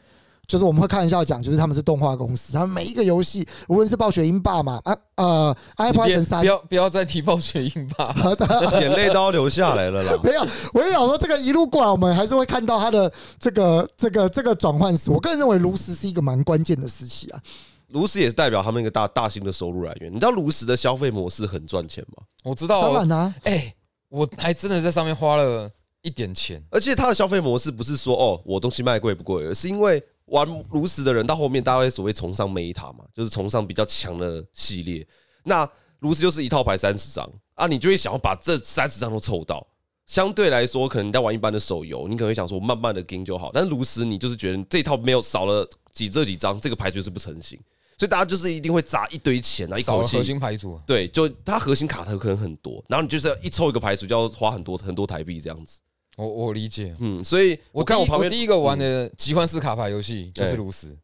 Speaker 1: 就是我们会开玩笑讲，就是他们是动画公司，他们每一个游戏，无论是暴雪英霸嘛，啊呃
Speaker 2: 你
Speaker 1: ，iPad
Speaker 2: 别
Speaker 1: 神
Speaker 2: 不
Speaker 1: 三，
Speaker 2: 要不要再提暴雪硬吧。
Speaker 3: 眼泪都要流下来了啦。
Speaker 1: 没有，啊我就想说，这个一路过来，我们还是会看到它的这个、这个、这个转换史。我个人认为，炉石是一个蛮关键的时期啊。
Speaker 3: 炉石也是代表他们一个大大型的收入来源。你知道炉石的消费模式很赚钱吗？
Speaker 2: 我知道
Speaker 1: 当
Speaker 2: 啊，
Speaker 1: 然啦、
Speaker 2: 哎，我还真的在上面花了一点钱，
Speaker 3: 而且它的消费模式不是说哦，我东西卖贵不贵，而是因为玩炉石的人到后面，大家会所谓崇尚 meta 嘛，就是崇尚比较强的系列。那炉石就是一套牌三十张啊，你就会想要把这三十张都凑到。相对来说，可能你在玩一般的手游，你可能会想说慢慢的跟就好，但是炉石你就是觉得这套没有少了几这几张，这个牌就是不成型，所以大家就是一定会砸一堆钱啊，一
Speaker 2: 少
Speaker 3: 口
Speaker 2: 了
Speaker 3: 气
Speaker 2: 核心排除。
Speaker 3: 对，就它核心卡特可能很多，然后你就是要一抽一个牌组就要花很多很多台币这样子。
Speaker 2: 我我理解，啊
Speaker 3: 嗯，所以
Speaker 2: 我嗯
Speaker 3: 我看
Speaker 2: 第
Speaker 3: 我
Speaker 2: 一
Speaker 3: 旁边
Speaker 2: 第一个玩的集换式卡牌游戏就是炉石，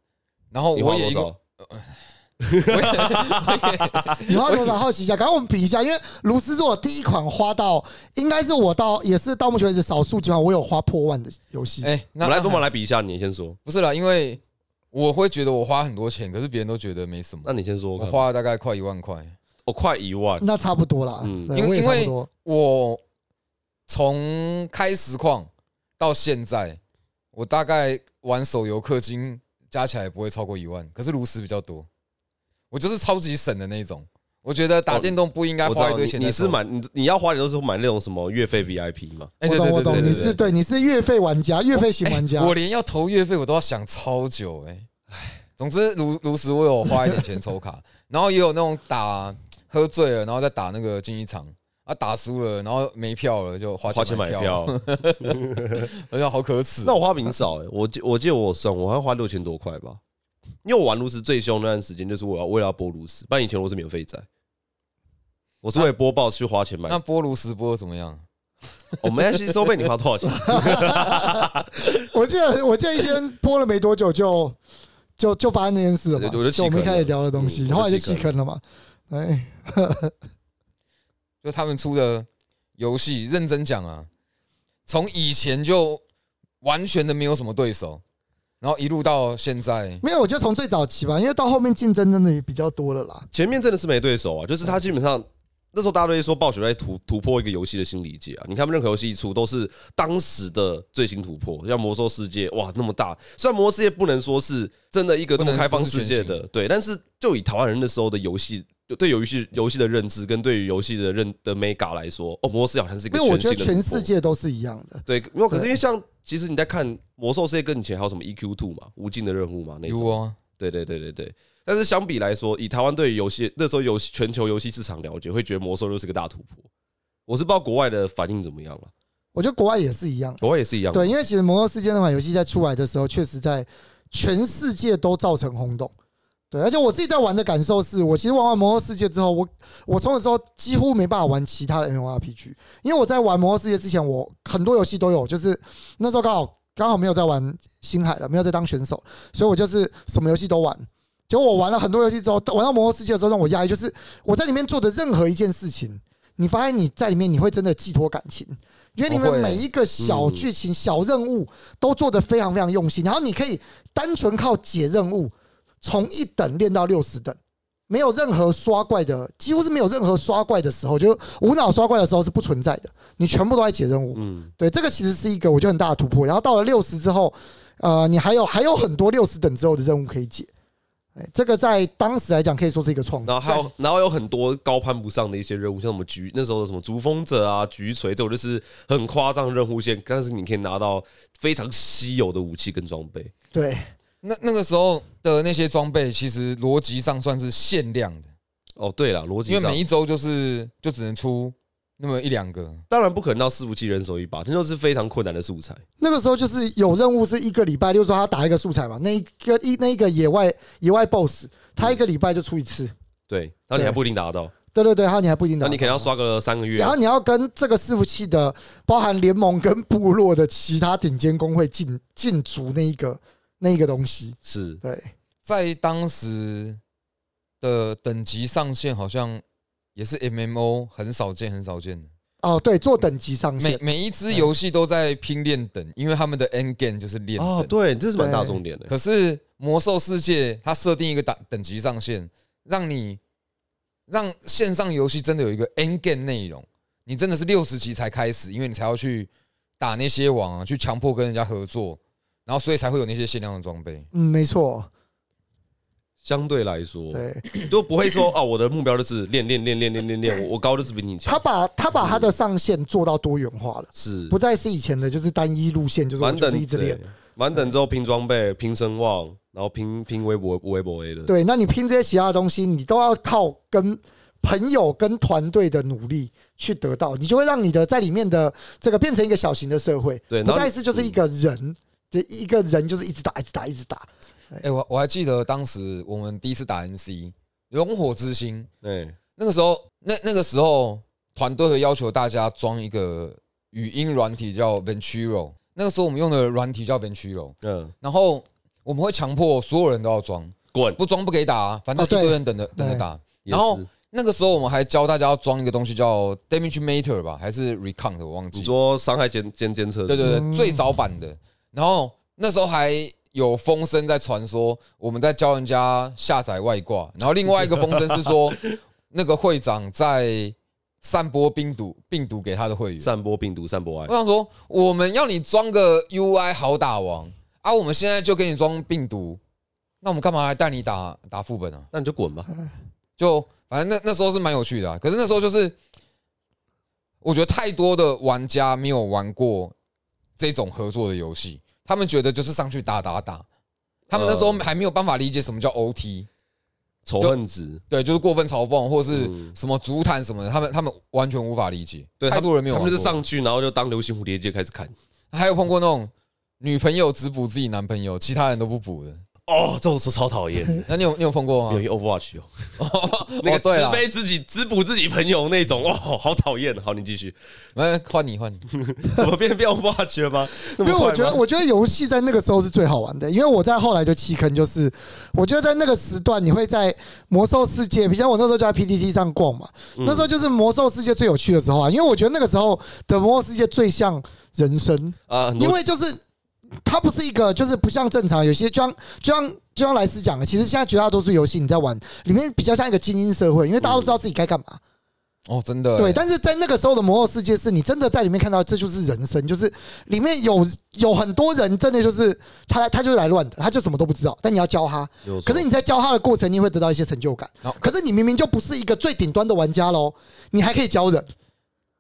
Speaker 2: 然后
Speaker 3: 你花
Speaker 2: 我也
Speaker 3: 多
Speaker 2: 一
Speaker 3: 少
Speaker 2: 个，？我也
Speaker 1: 你要我蛮好奇一下，刚刚我们比一下，因为卢斯是我第一款花到，应该是我到也是到目前为止少数几款我有花破万的游戏。
Speaker 2: 哎，那
Speaker 3: 我来，
Speaker 2: 那
Speaker 3: 跟我们来比一下，你先说。
Speaker 2: 不是啦，因为我会觉得我花很多钱，可是别人都觉得没什么
Speaker 3: 那。你先说
Speaker 2: 我
Speaker 3: 看，
Speaker 2: 花了大概快一万块，
Speaker 3: 我快一万，
Speaker 1: 那差不多啦，
Speaker 3: 嗯
Speaker 1: 对
Speaker 2: 因为
Speaker 1: 我也
Speaker 2: 因
Speaker 1: 差不
Speaker 2: 为
Speaker 1: 多。
Speaker 2: 我从开实况到现在，我大概玩手游氪金加起来不会超过一万，可是炉石比较多。我就是超级省的那一种，我觉得打
Speaker 3: 哦
Speaker 2: 电动不应该
Speaker 3: 我知道
Speaker 2: 花一
Speaker 1: 哦
Speaker 2: 堆钱
Speaker 3: 你
Speaker 2: 在
Speaker 3: 你
Speaker 2: 手
Speaker 3: 是
Speaker 2: 游。
Speaker 3: 买你你要花的都是买那种什么月费 VIP 嘛？
Speaker 2: 哎？
Speaker 1: 我
Speaker 2: 对
Speaker 1: 懂，
Speaker 2: 对
Speaker 1: 我
Speaker 2: 对对
Speaker 1: 懂，
Speaker 2: 对
Speaker 1: 你
Speaker 2: 对
Speaker 1: 是对，你是月费玩家，月费型
Speaker 2: 哎
Speaker 1: 玩家。
Speaker 2: 我连要投月费我都要想超久哎、总之，如如实我有花一点钱抽卡， 然后也有那种打喝醉了，然后再打那个竞技场啊，打输了，然后没票了就花
Speaker 3: 花钱买
Speaker 2: 票，
Speaker 3: 票，
Speaker 2: 我觉得好可耻。啊
Speaker 3: 那我花比你少哎、我记我记得我算，我好像花六千多块吧。因为我玩炉石最凶那段时间，就是我要为了要播炉石，不然以前我是免费仔，我是为了播报去花钱买哦
Speaker 2: 那。波炉石波怎么样？
Speaker 3: 我们 S 收费你花多少钱？
Speaker 1: 我记得我记得一天播了没多久就就就发生那件事了嘛，
Speaker 3: 对我就弃
Speaker 1: 就我们一
Speaker 3: 坑
Speaker 1: 开始
Speaker 3: 了
Speaker 1: 聊的东
Speaker 3: 嗯
Speaker 1: 西，
Speaker 3: 我就
Speaker 1: 后来就
Speaker 3: 弃
Speaker 1: 弃
Speaker 3: 坑
Speaker 1: 坑了嘛。哎，
Speaker 2: 就他们出的游戏，认真讲啊，从以前就完全的没有什么对手，然后一路到现在，
Speaker 1: 没有，我觉得从最早期吧，因为到后面竞争真的也比较多了啦。
Speaker 3: 前面真的是没对手啊，
Speaker 1: 嗯
Speaker 3: 就是他基本上那时候大家都会说暴雪在突突破一个游戏的新理解啊。你看，任何游戏一出都是当时的最新突破，像《魔兽世界》哇那么大，虽然《魔兽世界》不能说是真的一个那么开放世界
Speaker 2: 不能
Speaker 3: 的，对，但是就以台湾人那时候的游戏。对游戏游戏的认知跟对于游戏的认的美感来说，哦，魔兽世界好像是一个
Speaker 1: 因为我觉得
Speaker 3: 全新
Speaker 1: 全
Speaker 3: 的突破
Speaker 1: 世界都是一样的，
Speaker 3: 对，因为可是
Speaker 1: 对
Speaker 3: 因为像其实你在看魔兽世界跟以前还有什么 EQ Two 嘛，无尽的任务嘛那种，
Speaker 2: 有啊，
Speaker 3: 对对对对对。但是相比来说，以台湾对于游戏那时候游戏全球游戏市场了解，会觉得魔兽就是个大突破。我是不知道国外的反应怎么样了，
Speaker 1: 我觉得国外也是一样。
Speaker 3: 国外也是一样。
Speaker 1: 对，因为其实《魔兽世界》那款游戏在出来的时候，确实在全世界都造成轰动。对，而且我自己在玩的感受是，我其实玩完《魔兽世界》之后，我我从此之后几乎没办法玩其他的 MMORPG，因为我在玩《魔兽世界》之前，我很多游戏都有，就是那时候刚好刚好没有在玩星海了，没有在当选手，所以我就是什么游戏都玩。结果我玩了很多游戏之后，玩到《魔兽世界》的时候，让我压抑就是我在里面做的任何一件事情，你发现你在里面你会真的寄托感情，因为你
Speaker 2: 我会
Speaker 1: 们每一个小
Speaker 3: 嗯
Speaker 1: 剧情、小任务都做得非常非常用心，然后你可以单纯靠解任务，从一等练到六十等。没有任何刷怪的，几乎是没有任何刷怪的时候，就是无脑刷怪的时候是不存在的。你全部都在解任务，
Speaker 3: 嗯，
Speaker 1: 对，这个其实是一个我觉得很大的突破。然后到了六十之后，呃，你还有还有很多六十等之后的任务可以解，哎，这个在当时来讲可以说是一个创
Speaker 3: 然
Speaker 1: 造。
Speaker 3: 后还有然后有很多高攀不上的一些任务，像什么菊那时候的什么逐风者啊、菊锤这种，就是很夸张的任务线，但是你可以拿到非常稀有的武器跟装备。
Speaker 1: 对，
Speaker 2: 那那个时候的那些装备，其实逻辑上算是限量的，
Speaker 3: 哦，对了，逻辑
Speaker 2: 因为
Speaker 3: 上
Speaker 2: 每一周就是就只能出那么一两个，
Speaker 3: 当然不可能到伺服器人手一把，那就是非常困难的素材。
Speaker 1: 那个时候就是有任务是一个礼拜，例如说他打一个素材嘛，那一个一那一个野外野外 BOSS，他一个礼拜就出一次。
Speaker 3: 对，然后你还不一定拿得到，
Speaker 1: 对对对，然后你还不一定
Speaker 3: 那
Speaker 1: 打
Speaker 3: 你。可能要刷啊个三个月
Speaker 1: 然。后你要跟这个伺服器的，包含联盟跟部落的其他顶尖工会进进逐那一个那一个东西，
Speaker 3: 是，
Speaker 1: 对，
Speaker 2: 在当时的等级上限好像也是 MMO 很少见很少见的，
Speaker 1: 哦对，做等级上
Speaker 2: 每
Speaker 1: 限，
Speaker 2: 每一支游戏都在拼练等，因为他们的 end game 就是练等。
Speaker 3: 哦，对，这是蛮大
Speaker 1: 对
Speaker 3: 重点的。
Speaker 2: 可是魔兽世界它设定一个等等级上限，让你让线上游戏真的有一个 end game 内容，你真的是六十级才开始，因为你才要去打那些网啊，去强
Speaker 1: 嗯
Speaker 2: 迫跟人家合作，然后所以才会有那些限量的装备。
Speaker 1: 嗯，没错。
Speaker 3: 相对来说，
Speaker 1: 对，
Speaker 3: 就不会说哦，我的目标就是练练练练练练练，我我高就是比你强
Speaker 1: 他，把他把他的上限做到多元化了，
Speaker 3: 是
Speaker 1: 不再是以前的就是单一路线，就是我
Speaker 3: 满
Speaker 1: 就
Speaker 3: 等
Speaker 1: 是一直练。
Speaker 3: 对满等之后拼装备、拼声望，然后拼拼微博微博 A 的，
Speaker 1: 对，那你拼这些其他的东西，你都要靠跟朋友、跟团队的努力去得到，你就会让你的在里面的这个变成一个小型的社会，
Speaker 3: 对然
Speaker 1: 不
Speaker 3: 后嗯
Speaker 1: 再是就是一个人，这一个人就是一直打、一直打、一直打。
Speaker 2: 哎、我我还记得当时我们第一次打 NC 龙火之星，
Speaker 3: 哎，
Speaker 2: 那个时候那那个时候团队会要求大家装一个语音软体叫 Venturo，那个时候我们用的软体叫 Venturo，
Speaker 3: 嗯，
Speaker 2: 然后我们会强迫所有人都要装，
Speaker 3: 滚，
Speaker 2: 不装不给打、啊，反
Speaker 1: 哦
Speaker 2: 正一
Speaker 1: 对
Speaker 2: 堆人等着等着打。然后
Speaker 3: 也是
Speaker 2: 那个时候我们还教大家要装一个东西叫 Damage Meter 吧，还是 Recon 的，我忘记
Speaker 3: 你
Speaker 2: 了。
Speaker 3: 说伤害监监监测，
Speaker 2: 对对
Speaker 1: 嗯
Speaker 2: 对，最早版的。然后那时候还有风声在传说，我们在教人家下载外挂。然后另外一个风声是说， 那个会长在散播病毒，病毒给他的会员。
Speaker 3: 散播病毒、散播爱
Speaker 2: 我，想说，我们要你装个 UI 好打王啊，我们现在就给你装病毒，那我们干嘛还带你打打副本啊？
Speaker 3: 那你就滚吧。
Speaker 2: 就反正那那时候是蛮有趣的、啊，可是那时候就是我觉得太多的玩家没有玩过这种合作的游戏，他们觉得就是上去打打打，他们那时候
Speaker 3: 呃
Speaker 2: 还没有办法理解什么叫 OT，
Speaker 3: 仇恨值，
Speaker 2: 对，就是过分嘲讽或是
Speaker 3: 嗯
Speaker 2: 什么足坛什么的，他们他们完全无法理解，
Speaker 3: 对，
Speaker 2: 太
Speaker 3: 他
Speaker 2: 多人没有
Speaker 3: 他
Speaker 2: 玩
Speaker 3: 们就
Speaker 2: 过
Speaker 3: 是，上去，然后就当流星蝴蝶结开始砍。
Speaker 2: 还有碰过那种女朋友只补自己男朋友，其他人都不补的，
Speaker 3: 哦，这种是超讨厌的。
Speaker 2: 那你有你有碰过
Speaker 3: 有
Speaker 2: 吗？
Speaker 3: 一 Overwatch 有啊 那
Speaker 2: 哦，
Speaker 3: 个
Speaker 2: 对
Speaker 3: 慈
Speaker 2: 了，
Speaker 3: 悲自己、滋补自己朋友那种，哦，好讨厌。好，你继续，
Speaker 2: 来哎换你换你，
Speaker 3: 怎么变变 Overwatch 了吗？因
Speaker 1: 因为我觉得，我觉得游戏在那个时候是最好玩的，因为我在后来就弃坑，就是我觉得在那个时段，你会在魔兽世界，比较我那时候就在 PTT 上逛嘛，
Speaker 3: 嗯
Speaker 1: 那时候就是魔兽世界最有趣的时候啊，因为我觉得那个时候的魔兽世界最像人生，
Speaker 3: 啊，很多
Speaker 1: 因为就是它不是一个，就是不像正常有些，就像就像就像莱斯讲的，其实现在绝大多数游戏你在玩里面比较像一个精英社会，因为大家都知道自己该干嘛。
Speaker 2: 哦，真的欸，
Speaker 1: 对，但是在那个时候的魔兽世界，是你真的在里面看到，这就是人生，就是里面有有很多人真的就是他他就是来乱的，他就什么都不知道，但你要教他。
Speaker 3: 有错
Speaker 1: 可是你在教他的过程，你会得到一些成就感
Speaker 2: 好。
Speaker 1: 可是你明明就不是一个最顶端的玩家喽，你还可以教人。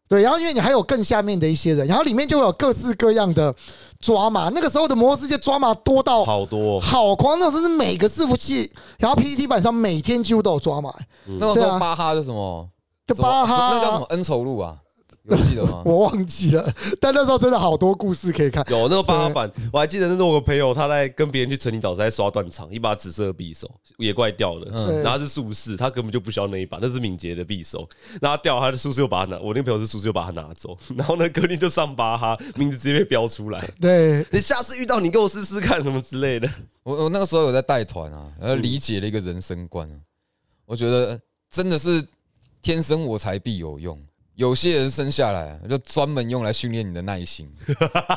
Speaker 1: 对，然后因为你还有更下面的一些人，然后里面就会有各式各样的抓马。那个时候的魔兽世界抓马多到
Speaker 3: 好多
Speaker 1: 好狂，那种是每个伺服器，然后 PPT 版上每天几乎都有抓马。
Speaker 2: 那个时
Speaker 1: 对
Speaker 2: 候
Speaker 1: 啊
Speaker 2: 巴哈是什么？
Speaker 1: 这
Speaker 2: 什么
Speaker 1: 巴哈啊
Speaker 2: 那叫什么恩仇录啊？有记得吗？
Speaker 1: 我忘记了，但那时候真的好多故事可以看。
Speaker 3: 有那个八版，我还记得那时候我朋友他在跟别人去城里岛在刷断场，一把紫色的匕首也怪掉了，
Speaker 2: 嗯
Speaker 1: 对
Speaker 3: 然后他是术士，他根本就不需要那一把，那是敏捷的匕首。然后他掉他的术士又把他拿，我那个朋友是术士又把他拿走，然后呢格林就上巴哈，名字直接被标出来。
Speaker 1: 对，
Speaker 3: 你下次遇到你给我试试看什么之类的，
Speaker 2: 我我那个时候有在带团啊，然后理解了一个人生观啊。我觉得真的是天生我材必有用。有些人生下来啊就专门用来训练你的 耐心，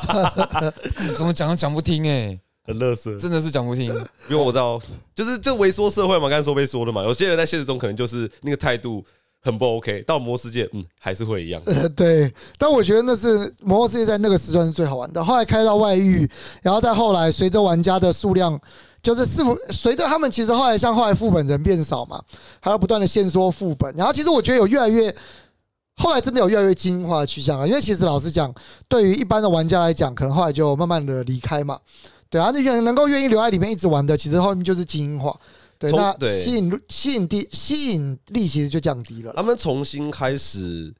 Speaker 2: 看怎么讲都讲不听哎、
Speaker 3: 很乐色。
Speaker 2: 真的是讲不听。
Speaker 3: 因为我知道，就是这微缩社会嘛，刚才说被说的嘛，有些人在现实中可能就是那个态度很不 OK，到魔世界嗯还是会一样。
Speaker 1: 呃， 对，但我觉得那是《魔兽世界》在那个时段是最好玩的。后来开到外域，然后再后来随着玩家的数量，就是是否随着他们其实后来像后来副本人变少嘛，还要不断的限缩副本。然后其实我觉得有越来越，后来真的有越来越精英化的趋向啊。因为其实老实讲，对于一般的玩家来讲，可能后来就慢慢的离开嘛。对啊，那愿能够愿意留在里面一直玩的，其实后面就是精英化。对，
Speaker 3: 从
Speaker 1: 那
Speaker 3: 对
Speaker 1: 吸引吸引力吸引力其实就降低了啦。
Speaker 3: 他们重新开始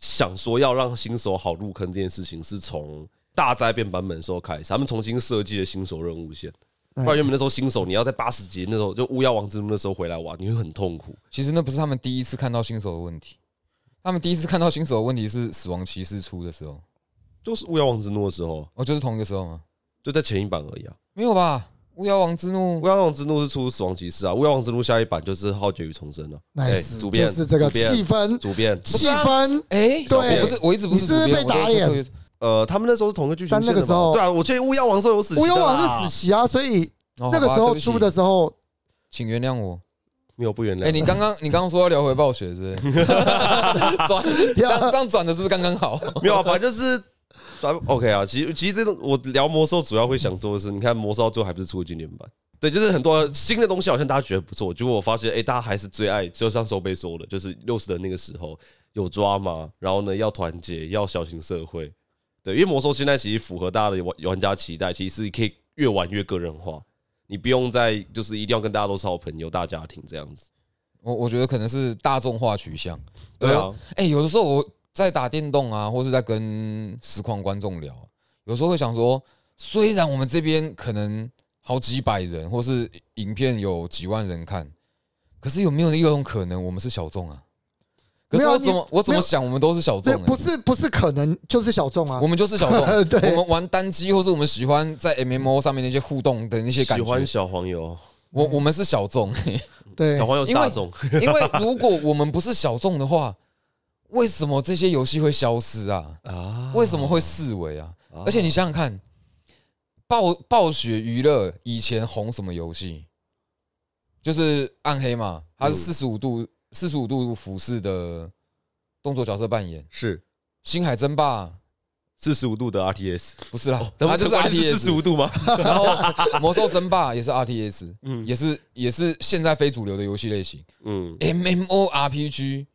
Speaker 3: 想说要让新手好入坑这件事情，是从大灾变版本的时候开始，他们重新设计了新手任务线。不然原本那时候新手你要在八十级那时候就巫妖王之路那时候回来玩，你会很痛苦。
Speaker 2: 其实那不是他们第一次看到新手的问题，他们第一次看到新手的问题是死亡骑士出的时候，
Speaker 3: 就是巫妖王之怒的时候，
Speaker 2: 哦，就是同一个时候吗？
Speaker 3: 就在前一版而已啊。
Speaker 2: 没有吧？巫妖王之怒
Speaker 3: 巫妖王之怒是出死亡骑士啊，巫妖王之怒下一版就是浩劫与重生了、啊。哎
Speaker 1: nice，
Speaker 3: 主
Speaker 1: 就
Speaker 3: 编
Speaker 1: 是这个
Speaker 3: 主编
Speaker 1: 气氛，
Speaker 3: 主编，
Speaker 1: 气氛，
Speaker 2: 哎，
Speaker 1: 对
Speaker 2: 我不是，我一直不
Speaker 1: 你
Speaker 2: 是
Speaker 1: 是不是
Speaker 2: 主编
Speaker 1: 被打脸？
Speaker 2: 我就就就
Speaker 3: 呃，他们那时候是同一个剧情
Speaker 1: 但
Speaker 3: 线
Speaker 1: 那
Speaker 3: 的
Speaker 1: 个时
Speaker 3: 嘛
Speaker 1: 候
Speaker 3: 对啊，我确定巫妖王是有死，
Speaker 1: 无忧网是死，期啊，所以
Speaker 2: 哦
Speaker 1: 那个
Speaker 2: 好吧
Speaker 1: 时候
Speaker 2: 对不起
Speaker 1: 出的时候，
Speaker 2: 请原 谅我。
Speaker 3: 没有不原谅。
Speaker 2: 哎、你刚刚你刚刚说要聊回暴雪是 不是？转这样这样转的是不是刚刚好？
Speaker 3: 没
Speaker 1: 哦
Speaker 3: 有啊，反正就是。反正 OK 啊，其实其实这种我聊魔兽主要会想做的是，你看魔兽最后还不是出了经典版，对，就是很多新的东西，好像大家觉得不错，结果我发现，哎、大家还是最爱，就像收贝说的，就是六十的那个时候有抓嘛，然后呢要团结，要小型社会，对，因为魔兽现在其实符合大家的玩玩家期待，其实可以越玩越个人化，你不用再就是一定要跟大家都是好朋友、大家庭这样子。
Speaker 2: 我我觉得可能是大众化取向。
Speaker 3: 对啊，
Speaker 2: 哎、有的时候我在打电动啊，或是在跟实况观众聊，啊有时候会想说，虽然我们这边可能好几百人，或是影片有几万人看，可是有没有一种可能，我们是小众啊？可是
Speaker 1: 没有啊
Speaker 2: 我
Speaker 1: 你
Speaker 2: 怎么我怎
Speaker 1: 没有
Speaker 2: 么想，我们都是小众、
Speaker 1: 这
Speaker 2: 欸，
Speaker 1: 不是不是可能就是小众啊
Speaker 2: 我，们就是 小众。
Speaker 1: 对
Speaker 2: 我们玩单机，或是我们喜欢在 MMO 上面那些互动的那些感
Speaker 3: 嗯喜欢嗯
Speaker 2: 觉，
Speaker 3: 小黄油，
Speaker 2: 我我们是小 众。
Speaker 1: 对
Speaker 3: 小，黄油是
Speaker 2: 因为
Speaker 3: 大众，
Speaker 2: 因为如果我们不是小众的话，为什么这些游戏会消失啊？
Speaker 3: 啊
Speaker 2: 为什么会视为啊？
Speaker 3: 啊
Speaker 2: 而且你想想看，暴暴雪娱乐以前红什么游戏？就是暗黑嘛，它是
Speaker 3: 嗯
Speaker 2: 四十五度四十五度俯视的动作角色扮演。
Speaker 3: 是
Speaker 2: 星海争霸
Speaker 3: 四十五度的 RTS，
Speaker 2: 不是啦，它
Speaker 3: 那不
Speaker 2: 啊就是
Speaker 3: 四十
Speaker 2: RTS，
Speaker 3: 五 度吗？
Speaker 2: 然后魔兽争霸也是 RTS，
Speaker 3: 嗯
Speaker 2: 也哎是也是现在非主流的游戏类型。
Speaker 3: 嗯，
Speaker 2: MMORPG，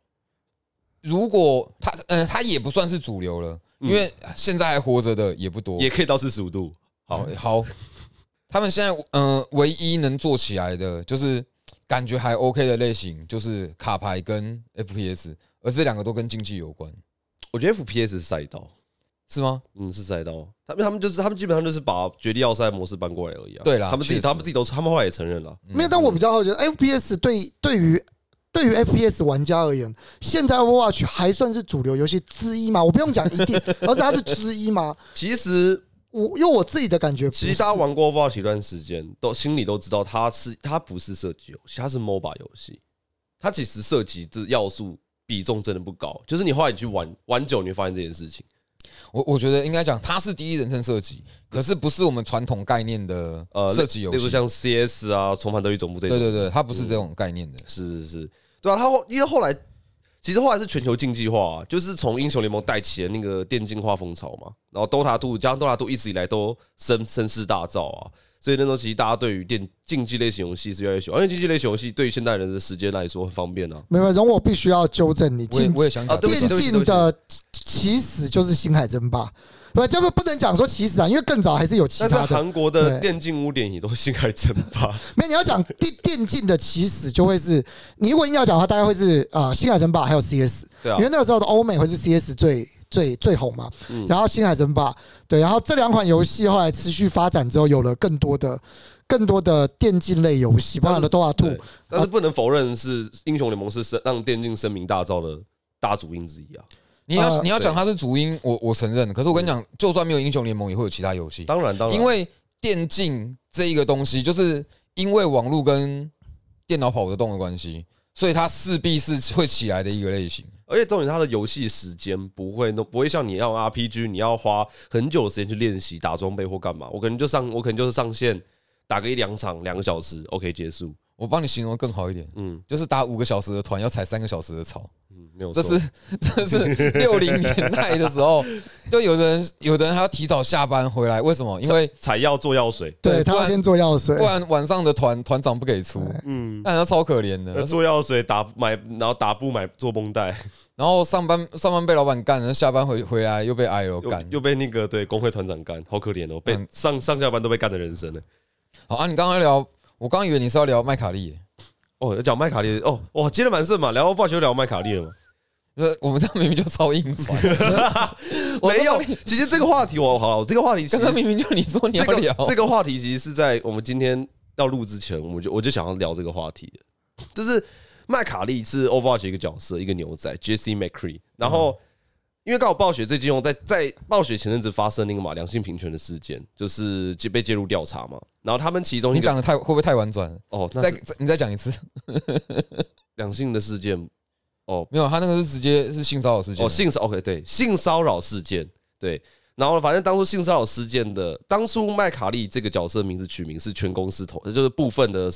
Speaker 2: 如果它呃它也不算是主流了，因为现在还活着的也不多。
Speaker 3: 嗯也可以到四十五度。
Speaker 2: 好好，他们现在嗯、呃唯一能做起来的就是感觉还 OK 的类型，就是卡牌跟 FPS，而这两个都跟竞技有关，
Speaker 3: 我觉得 FPS 是赛道，
Speaker 2: 是吗？
Speaker 3: 嗯，是赛道。他们他们就是他们基本上就是把绝地要塞模式搬过来而已啊。
Speaker 2: 对啦
Speaker 3: 他们自
Speaker 2: 确
Speaker 3: 己
Speaker 2: 实
Speaker 3: 他们自己都他们后来也承认了，
Speaker 2: 嗯
Speaker 1: 没有，但我比较好奇，FPS 对对于对于 FPS 玩家而言，现在 Overwatch 还算是主流游戏之一吗？我不用讲一 定，而是它是之一吗？
Speaker 3: 其实
Speaker 1: 我因为我自己的感觉不是，
Speaker 3: 其实大家玩过 Overwatch 一段时间，都心里都知道它是它不是射击游戏，它是 MOBA 游戏，它其实射击这要素比重真的不高。就是你后来你去玩玩久，你会发现这件事情。
Speaker 2: 我我觉得应该讲它是第一人称射击，可是不是我们传统概念的
Speaker 3: 呃，
Speaker 2: 射击游
Speaker 3: 例如
Speaker 2: 戏。
Speaker 3: 像 CS 啊、重返德语总部这
Speaker 2: 对
Speaker 3: 种，
Speaker 2: 对对，它不是这种概念的。
Speaker 3: 是是是，对啊。他后因为后来其实后来是全球竞技化、啊就是从英雄联盟带起的那个电竞化风潮嘛。然后 DOTA Two 加上 DOTA Two 一直以来都声声势大噪啊，所以那时候其实大家对于电竞技类型游戏是越来越喜欢，因为竞技类型游戏对于现代人的时间来说很方便啊。
Speaker 1: 没有，容我必须要纠正你，
Speaker 2: 我也
Speaker 1: 禁
Speaker 2: 我也想
Speaker 3: 啊
Speaker 2: 讲这个，
Speaker 3: 对不起
Speaker 1: 电竞的起始就是星海争霸，不，这不不能讲说起始啊，因为更早还是有其
Speaker 3: 但是
Speaker 1: 他的。
Speaker 3: 韩国的
Speaker 1: 对
Speaker 3: 电竞污点也都新海争 霸，
Speaker 1: 没有，你要讲电电竞的起始就会是，你如果硬要讲的话，大概会是啊、呃星海争霸还有 CS，
Speaker 3: 对啊
Speaker 1: 因为，那个时候的欧美会是 CS 最最最红嘛，
Speaker 3: 嗯
Speaker 1: 然后星海争霸，对，然后这两款游戏后来持续发展之后，有了更多的更多的电竞类游戏，
Speaker 2: 呃
Speaker 1: 包含了 DOTA
Speaker 3: 对
Speaker 1: Two，。
Speaker 3: 但是不能否认是英雄联盟是声让电竞声名大噪的大主因之一啊。
Speaker 2: 你要、
Speaker 1: 呃
Speaker 2: 你要讲它是主因，我我承认。可是我跟你讲，就算没有英雄联盟，也会有其他游戏，
Speaker 3: 当然，当然，
Speaker 2: 因为电竞这一个东西，就是因为网络跟电脑跑得动的关系，所以它势必是会起来的一个类型。
Speaker 3: 而且重点，它的游戏时间不会弄，不会像你要 RPG，你要花很久的时间去练习打装备或干嘛。我可能就上，我可能就是上线打个一两场，两个小时，OK 结束。
Speaker 2: 我帮你形容更好一点，
Speaker 3: 嗯
Speaker 2: 就是打五个小时的团要踩三个小时的草，
Speaker 3: 嗯，没有
Speaker 2: 这
Speaker 3: 错。
Speaker 2: 是这是六零年代的时候，就有的人有的人还要提早下班回来，为什么？因为
Speaker 3: 采药做药水，
Speaker 1: 对
Speaker 2: 对
Speaker 1: 他
Speaker 2: 不
Speaker 1: 要
Speaker 2: 然
Speaker 1: 先做药水
Speaker 2: 不，然晚上的团团长不给出，
Speaker 3: 嗯，
Speaker 2: 那人家超可怜的。
Speaker 3: 呃做药水打买，然后打布买做绷带，
Speaker 2: 然后上班上班被老板干，然后下班回回来又被 IL
Speaker 3: 又
Speaker 2: 干。
Speaker 3: 又被那个对工会团长干，好可怜哦，被
Speaker 2: 嗯
Speaker 3: 上上下班都被干的人生呢。
Speaker 2: 好啊，你刚刚聊，我刚以为你是要聊麦卡利耶，
Speaker 3: 哦，要讲麦卡利哦，哇，接的蛮顺嘛，聊到发就聊麦卡利了嘛。
Speaker 2: 呃，我们这样明明就超 硬传，我
Speaker 3: 没有
Speaker 2: 刚刚，
Speaker 3: 其实这个话题我好了，这个话题其
Speaker 2: 刚
Speaker 3: 实
Speaker 2: 刚明明就你说你要
Speaker 3: 这个
Speaker 2: 聊，
Speaker 3: 这个话题其实是在我们今天要录之前，我就我就想要聊这个话题了，就是麦卡利是 Overwatch 一个角色，一个牛仔 Jesse McCree，然后。
Speaker 2: 嗯
Speaker 3: 因为刚好暴雪最近用在在暴雪前阵子发生那个嘛两性平权的事件，就是介被介入调查嘛，然后他们其中一
Speaker 2: 你
Speaker 3: 个
Speaker 2: 讲的太会不会太婉转了？
Speaker 3: 哦，那
Speaker 2: 再
Speaker 3: 是
Speaker 2: 再你再讲一次，
Speaker 3: 两性的事件哦，
Speaker 2: 没有，他那个是直接是性骚扰事件
Speaker 3: 哦，，性骚 OK 对，性骚扰事件对。然后反正当初性骚扰事件的，当初麦卡利这个角色名字取名是全公司投，就是部分的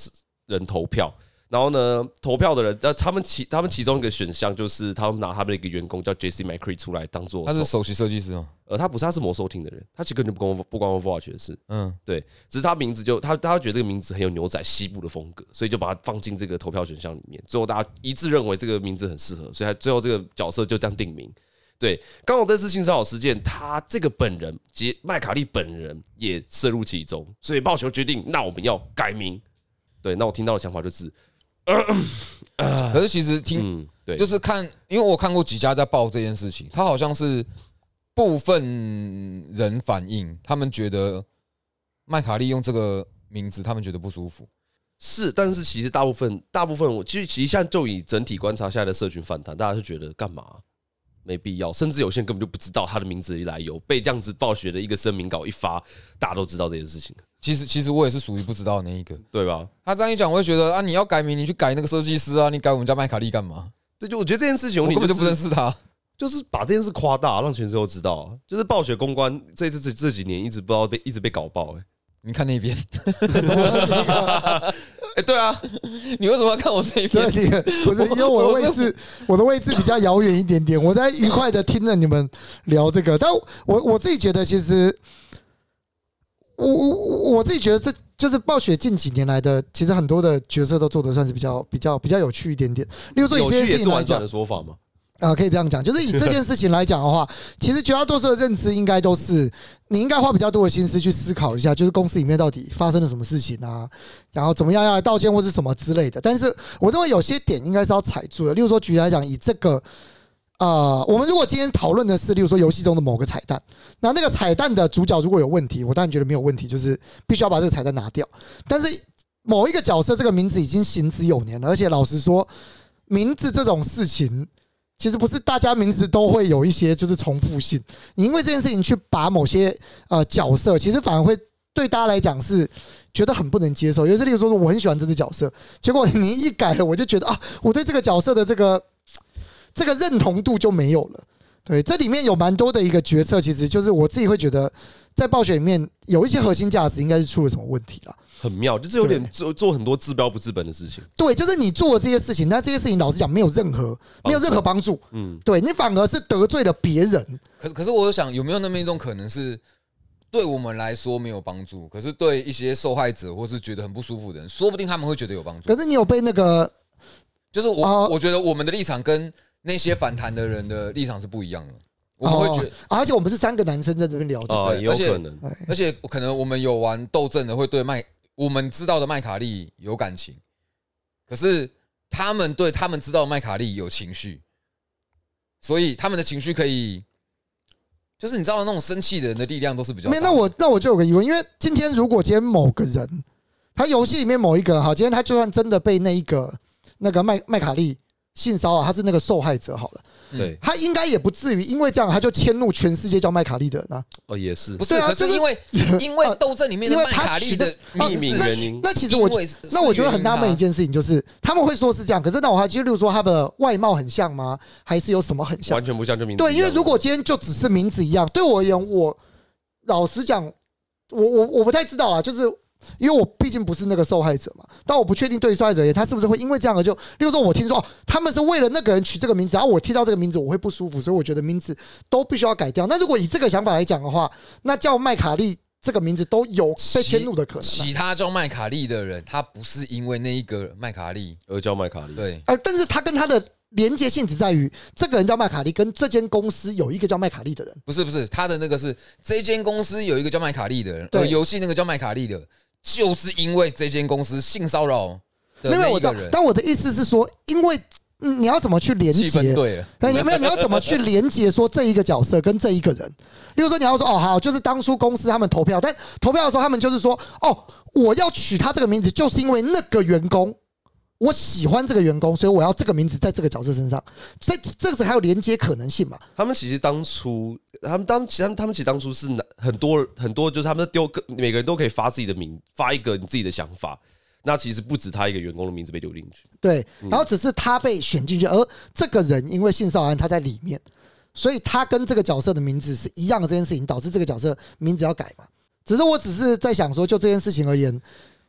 Speaker 3: 人投票。然后呢，投票的人，呃，他们其他们其中一个选项就是他们拿他们的一个员工叫 J.C. McCree 出来当做
Speaker 2: 他是首席设计师嘛，
Speaker 3: 呃，他不是，他是魔兽厅的人，他其实根本就不关我不关 Overwatch 的事，
Speaker 2: 嗯，
Speaker 3: 对，只是他名字就他他觉得这个名字很有牛仔西部的风格，所以就把它放进这个投票选项里面。最后大家一致认为这个名字很适合，所以他最后这个角色就这样定名。对，刚好这次性骚扰事件，他这个本人杰麦卡利本人也涉入其中，所以暴球决定，那我们要改名。对，那我听到的想法就是，
Speaker 2: 可是其实听
Speaker 3: 嗯，对，
Speaker 2: 就是是看，因为我看过几家在报这件事情，他好像是部分人反映，他们觉得麦卡利用这个名字，他们觉得不舒服。
Speaker 3: 是，但是其实大部分大部分我其实其实现在就以整体观察下来的社群反弹，大家就觉得干嘛没必要，甚至有些人根本就不知道他的名字的来由，被这样子暴雪的一个声明稿一发，大家都知道这件事情，
Speaker 2: 其实，其实我也是属于不知道的那一个。
Speaker 3: 对吧？
Speaker 2: 他这样一讲，我会觉得啊，你要改名，你去改那个设计师啊，你改我们家麦卡利干嘛？
Speaker 3: 这就我觉得这件事情
Speaker 2: 我
Speaker 3: 有
Speaker 2: 根
Speaker 3: 点
Speaker 2: 本就不认
Speaker 3: 是
Speaker 2: 识他。
Speaker 3: 就是把这件事夸大，让全世界都知道啊，就是暴雪公关这这这这几年一直不知道被一直被搞爆、欸，
Speaker 2: 你看那边，
Speaker 3: 哎、对啊，
Speaker 2: 你为什么要看我这一
Speaker 1: 对，
Speaker 2: 边？
Speaker 1: 你不是因为我的位置，我的位置比较遥远一点点，我在愉快的听着你们聊这个，但我我自己觉得，其实我我我自己觉得这就是暴雪近几年来的，其实很多的角色都做的算是比较比较比较有趣一点点。例如说，以
Speaker 3: 有
Speaker 1: 这件
Speaker 3: 趣
Speaker 1: 事
Speaker 3: 也是
Speaker 1: 情来
Speaker 3: 婉转
Speaker 1: 讲
Speaker 3: 的，说法嘛，
Speaker 1: 啊，可以这样讲，就是以这件事情来讲的话，其实绝大多数的认知应该都是，你应该花比较多的心思去思考一下，就是公司里面到底发生了什么事情啊，然后怎么样要来道歉或是什么之类的。但是我认为有些点应该是要踩住的，例如说举例来讲，以这个。啊，我们如果今天讨论的是，例如说游戏中的某个彩蛋，那那个彩蛋的主角如果有问题，我当然觉得没有问题，就是必须要把这个彩蛋拿掉。但是某一个角色这个名字已经行之有年了，而且老实说，名字这种事情，其实不是大家名字都会有一些就是重复性。你因为这件事情去把某些呃角色，其实反而会对大家来讲是觉得很不能接受。尤其例如说，我很喜欢这只角色，结果你一改了，我就觉得啊，我对这个角色的这个这个认同度就没有了。对，这里面有蛮多的一个决策，其实就是我自己会觉得，在暴雪里面有一些核心价值应该是出了什么问题了。
Speaker 3: 很妙，就是有点
Speaker 1: 对
Speaker 3: 做做很多治标不治本的事情，
Speaker 1: 对，就是你做了这些事情，但这些事情老实讲没有任何没有任何帮助，
Speaker 3: 嗯，
Speaker 1: 对你反而是得罪了别人。
Speaker 2: 可是，可是我有想，有没有那么一种可能是，对我们来说没有帮助，可是对一些受害者或是觉得很不舒服的人，说不定他们会觉得有帮助
Speaker 1: 可。是你有被那个
Speaker 2: 就是我，
Speaker 1: 哦
Speaker 2: 我觉得我们的立场跟那些反弹的人的立场是不一样的。我们会觉得，
Speaker 1: 哦而且我们是三个男生在这边聊这
Speaker 3: 啊、
Speaker 1: 个，
Speaker 2: 对
Speaker 3: 也有
Speaker 2: 而且
Speaker 3: 可能，
Speaker 2: 而且可能我们有玩斗阵的，会对麦我们知道的麦卡利有感情，可是他们对他们知道的麦卡利有情绪，所以他们的情绪可以，就是你知道那种生气的人的力量都是比较大
Speaker 1: 没
Speaker 2: 的。
Speaker 1: 有那我那我就有个疑问，因为今天如果今天某个人，他游戏里面某一个好，今天他就算真的被那一个那个麦麦卡利性骚扰，他是那个受害者好了，
Speaker 2: 嗯
Speaker 3: 对，
Speaker 1: 他应该也不至于因为这样他就迁怒全世界叫麦卡利的人 啊，
Speaker 3: 哦，也是
Speaker 2: 不，是，
Speaker 1: 对啊
Speaker 2: 可是
Speaker 1: 就是
Speaker 2: 因为因为斗阵里面的
Speaker 1: 因为
Speaker 2: 麦
Speaker 1: 他
Speaker 2: 卡利
Speaker 1: 取
Speaker 2: 的
Speaker 1: 哦
Speaker 2: 命名
Speaker 3: 命名
Speaker 2: 字
Speaker 3: 原因
Speaker 1: 那那其实我
Speaker 2: 因为是
Speaker 1: 那我觉得很纳闷一
Speaker 2: 是源于
Speaker 1: 件事情就是，他们会说是这样，可是那我还就例如说他的外貌很像吗？还是有什么很像？
Speaker 3: 完全不像这名字一样的，
Speaker 1: 对，因为如果今天就只是名字一样，对我而言，我老实讲，我我我不太知道啊，就是因为我毕竟不是那个受害者嘛，但我不确定对于受害者而言，他是不是会因为这样而就，例如说，我听说哦，他们是为了那个人取这个名字，然后我听到这个名字我会不舒服，所以我觉得名字都必须要改掉。那如果以这个想法来讲的话，那叫麦卡利这个名字都有
Speaker 2: 他
Speaker 1: 被迁怒的可能啊、
Speaker 2: 其其他叫麦卡利的人，他不是因为那一个麦卡利，
Speaker 3: 而叫麦卡利，
Speaker 2: 对，
Speaker 1: 呃，但是他跟他的连接性只在于，这个人叫麦卡利，跟这间公司有一个叫麦卡利的人。
Speaker 2: 不是不是，他的那个是这间公司有一个叫麦卡利的人，
Speaker 1: 对
Speaker 2: 而游戏那个叫麦卡利的，就是因为这间公司性骚扰的
Speaker 1: 没有
Speaker 2: 那
Speaker 1: 我
Speaker 2: 一
Speaker 1: 知道
Speaker 2: 个，人，
Speaker 1: 但我的意思是说，因为嗯你要怎么去连
Speaker 2: 气氛
Speaker 1: 接？
Speaker 2: 对了，
Speaker 1: 那你没有，你要怎么去连接说这一个角色跟这一个人？例如说，你要说哦好，就是当初公司他们投票，但投票的时候他们就是说哦，我要取他这个名字，就是因为那个员工。我喜欢这个员工，所以我要这个名字在这个角色身上，所以这个是还有连接可能性嘛？
Speaker 3: 他们其实当初，他们当其实他们他们其实当初是拿很多很多，就是他们丢个每个人都可以发自己的名，发一个你自己的想法。那其实不止他一个员工的名字被丢进去，
Speaker 1: 对，然后只是他被选进去，而这个人因为性骚扰案他在里面，所以他跟这个角色的名字是一样的这件事情，导致这个角色名字要改嘛。只是我只是在想说，就这件事情而言，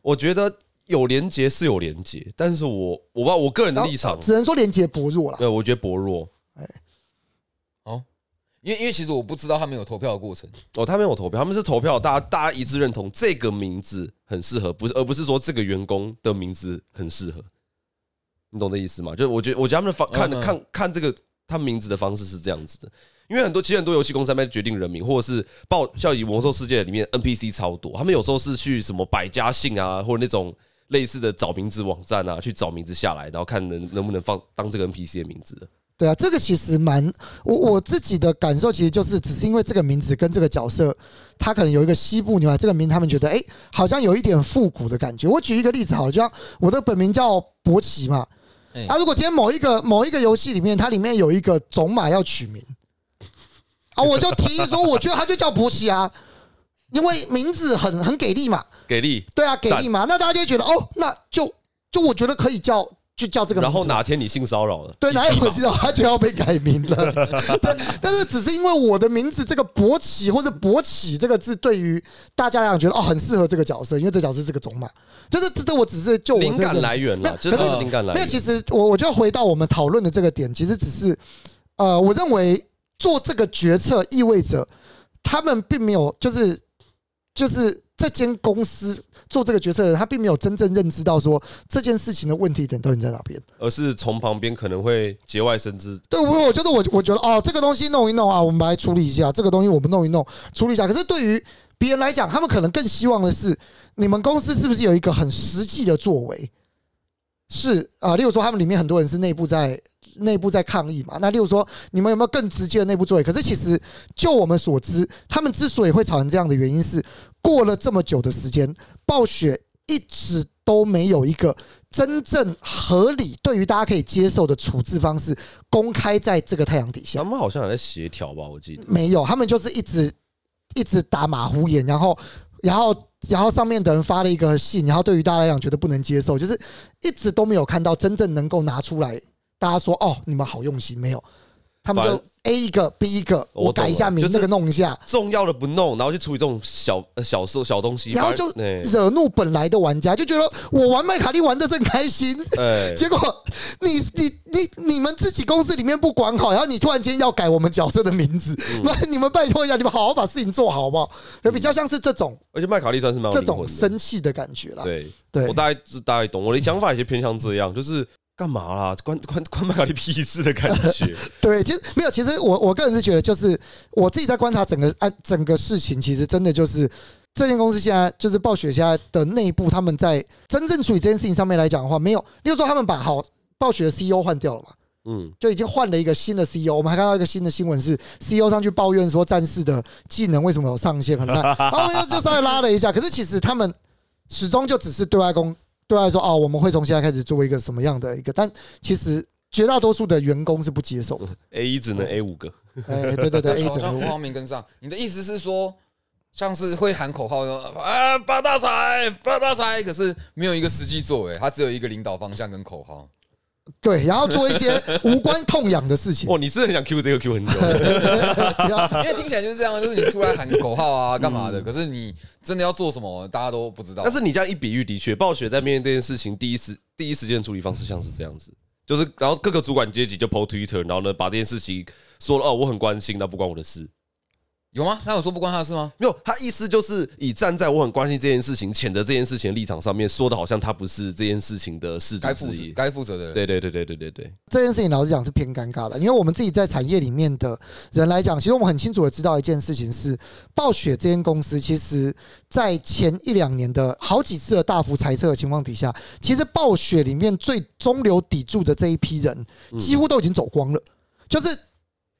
Speaker 3: 我觉得有连接是有连接，但是我我不知道我个人的立场，
Speaker 1: 只能说连接薄弱了。
Speaker 3: 对，我觉得薄弱。
Speaker 2: 因为因为其实我不知道他们有投票的过程，
Speaker 3: 哦，他们有投票，他们是投票，大家大家一致认同这个名字很适合，不是而不是说这个员工的名字很适合，你懂这意思吗？就是我觉得，我觉得他们的方看
Speaker 2: 嗯嗯
Speaker 3: 看看这个他名字的方式是这样子的，因为很多其实很多游戏公司他们在决定人名，或者是报像以魔兽世界里面 NPC 超多，他们有时候是去什么百家姓啊，或者那种类似的找名字网站啊，去找名字下来，然后看能能不能放当这个 NPC 的名字的。
Speaker 1: 对啊，这个其实蛮我我自己的感受，其实就是只是因为这个名字跟这个角色，他可能有一个西部女孩这个名，他们觉得哎、诶好像有一点复古的感觉。我举一个例子好了，就像我的本名叫博奇嘛
Speaker 2: 哎，
Speaker 1: 啊，如果今天某一个某一个游戏里面，它里面有一个种马要取名， 啊，我就提议说，我觉得他就叫博奇啊，因为名字很很给力嘛，
Speaker 3: 给力，
Speaker 1: 对啊，给力嘛，那大家就会觉得哦，那就就我觉得可以叫就叫这个名
Speaker 3: 然
Speaker 1: 字嘛，啊
Speaker 3: 后哪天你性骚扰了，
Speaker 1: 对，哪有
Speaker 3: 一匹
Speaker 1: 鬼
Speaker 3: 马
Speaker 1: 知道他就要被改名 了？对，但是只是因为我的名字这个“勃起”或者“勃起”这个字，对于大家来讲觉得哦很适合这个角色，因为这角色是个种马，就是这这我只是就我
Speaker 3: 灵
Speaker 1: 这
Speaker 3: 感
Speaker 1: 个
Speaker 3: 来源
Speaker 1: 没
Speaker 3: 啦
Speaker 1: 有，
Speaker 3: 就是
Speaker 1: 可
Speaker 3: 它
Speaker 1: 是
Speaker 3: 是灵感来
Speaker 1: 没有，
Speaker 3: 源。
Speaker 1: 其实我我就回到我们讨论的这个点，其实只是呃，我认为做这个决策意味着他们并没有就是就是这间公司做这个决策的人，他并没有真正认知到说这件事情的问题点到底在哪边。
Speaker 3: 而是从旁边可能会节外生枝。
Speaker 1: 对，我我觉得我我觉得哦，这个东西弄一弄啊，我们把它处理一下，这个东西我们弄一弄，处理一下。可是对于别人来讲，他们可能更希望的是，你们公司是不是有一个很实际的作为？是啊、例如说他们里面很多人是内部在内部在抗议嘛，那例如说你们有没有更直接的内部作为？可是其实就我们所知，他们之所以会吵成这样的原因是，过了这么久的时间，暴雪一直都没有一个真正合理、对于大家可以接受的处置方式公开在这个太阳底下
Speaker 3: 他。们好像还在协调吧，我记得。
Speaker 1: 没有，他们就是一直一直打马虎眼，然后然后然后上面的人发了一个信，然后对于大家来讲觉得不能接受，就是一直都没有看到真正能够拿出来，大家说哦你们好用心没有，他们
Speaker 3: 反
Speaker 1: 就 A 一个 B 一个，
Speaker 3: 我
Speaker 1: 我改一下
Speaker 3: 懂了
Speaker 1: 名，
Speaker 3: 就是
Speaker 1: 那个弄一下。
Speaker 3: 重要的不弄，然后去处理这种小呃小事小东西，
Speaker 1: 然后
Speaker 3: 反而
Speaker 1: 就
Speaker 3: 哎
Speaker 1: 惹怒本来的玩家，就觉得我玩麦卡利玩的正开心，
Speaker 3: 哎，
Speaker 1: 结果你你你你们自己公司里面不管好，然后你突然间要改我们角色的名字，
Speaker 3: 嗯
Speaker 1: 那、你们拜托一下，你们好好把事情做好，好不好？比较像是这种
Speaker 3: 而且麦卡利算是蛮有
Speaker 1: 这
Speaker 3: 嗯灵魂
Speaker 1: 种
Speaker 3: 的。
Speaker 1: 生气的感觉啦。
Speaker 3: 对，
Speaker 1: 对
Speaker 3: 我，大概知大概懂。我的想法也是偏向这样，就是干嘛啦？ 关关关麦卡利屁事的感 觉。
Speaker 1: 对，其实没有，其实我我个人是觉得，就是我自己在观察整个案、整个事情，其实真的就是这间公司现在就是暴雪现在的内部，他们在真正处理这件事情上面来讲的话，没有，例如说他们把好暴雪的 CEO 换掉了嘛，
Speaker 3: 嗯，
Speaker 1: 就已经换了一个新的 CEO。我们还看到一个新的新闻是 CEO 上去抱怨说战士的技能为什么有上限很烂，然后我们又就稍微拉了一下。可是其实他们始终就只是对外公对外说哦，我们会从现在开始做一个什么样的一个，但其实绝大多数的员工是不接受的。
Speaker 3: A 一只能 A 五个，
Speaker 1: 哎，对对对，A
Speaker 2: 好像
Speaker 1: 整
Speaker 2: 我
Speaker 1: 个
Speaker 2: 好像没跟上。你的意思是说，像是会喊口号说啊发大财发大财，可是没有一个实际作为，他只有一个领导方向跟口号。
Speaker 1: 对，然后做一些无关痛痒的事情。
Speaker 3: 哇，你是很想 Q 这个 Q 很久，
Speaker 2: 因为听起来就是这样，就是你出来喊口号啊，干
Speaker 1: 嗯
Speaker 2: 嘛的？可是你真的要做什么，大家都不知道
Speaker 3: 但。是你这样一比喻，的确，暴雪在面对这件事情第一时第一时间的处理方式像是这样子，就是然后各个主管阶级就 PO Twitter，然后呢把这件事情说了哦，我很关心，那不关我的事。
Speaker 2: 有吗？他有说不关他的事吗？
Speaker 3: 没有，他意思就是以站在我很关心这件事情、谴责这件事情的立场上面，说的好像他不是这件事情的事主
Speaker 2: 该负
Speaker 3: 之
Speaker 2: 责
Speaker 3: 一。
Speaker 2: 该负责的人。
Speaker 3: 对对对对对对对，
Speaker 1: 这件事情老实讲是偏尴尬的，因为我们自己在产业里面的人来讲，其实我们很清楚的知道一件事情是，暴雪这间公司其实在前一两年的好几次的大幅裁撤的情况底下，其实暴雪里面最中流砥柱的这一批人，几乎都已经走光了，就是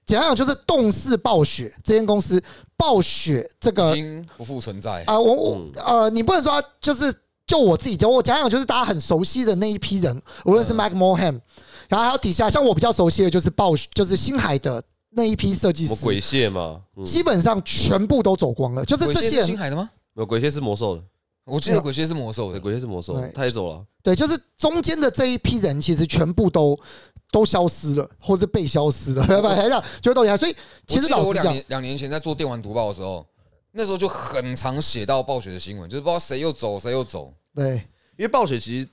Speaker 1: 简单讲就是动视暴雪这间公司，暴雪这个
Speaker 2: 已经不复存在。
Speaker 1: 啊，我我
Speaker 2: 嗯
Speaker 1: 呃，你不能说他就是就我自己讲，我讲讲就是大家很熟悉的那一批人，无论是
Speaker 2: 嗯
Speaker 1: Mike Moham，然后还有底下像我比较熟悉的就是暴雪，就是星海的那一批设计
Speaker 3: 什么
Speaker 1: 师
Speaker 3: 鬼，蟹嘛，嗯，
Speaker 1: 基本上全部都走光了，就是
Speaker 2: 鬼
Speaker 1: 这
Speaker 2: 蟹
Speaker 1: 些
Speaker 2: 是星
Speaker 1: 人
Speaker 2: 海的吗？
Speaker 3: 没有鬼蟹是魔兽的，
Speaker 2: 我记得鬼蟹是魔兽
Speaker 3: 对，
Speaker 2: 的。
Speaker 3: 鬼蟹是魔兽的
Speaker 1: 对，
Speaker 3: 他也走了。
Speaker 1: 对，就是中间的这一批人其实全部都。都消失了，或是被消失 了，不然讲就会到底下。所以其实
Speaker 2: 哦我记得
Speaker 1: 老实
Speaker 2: 我两
Speaker 1: 讲，
Speaker 2: 年两年前在做电玩读报的时候，那时候就很常写到暴雪的新闻，就是不知道谁又走谁又走。
Speaker 1: 对，
Speaker 3: 因为暴雪其实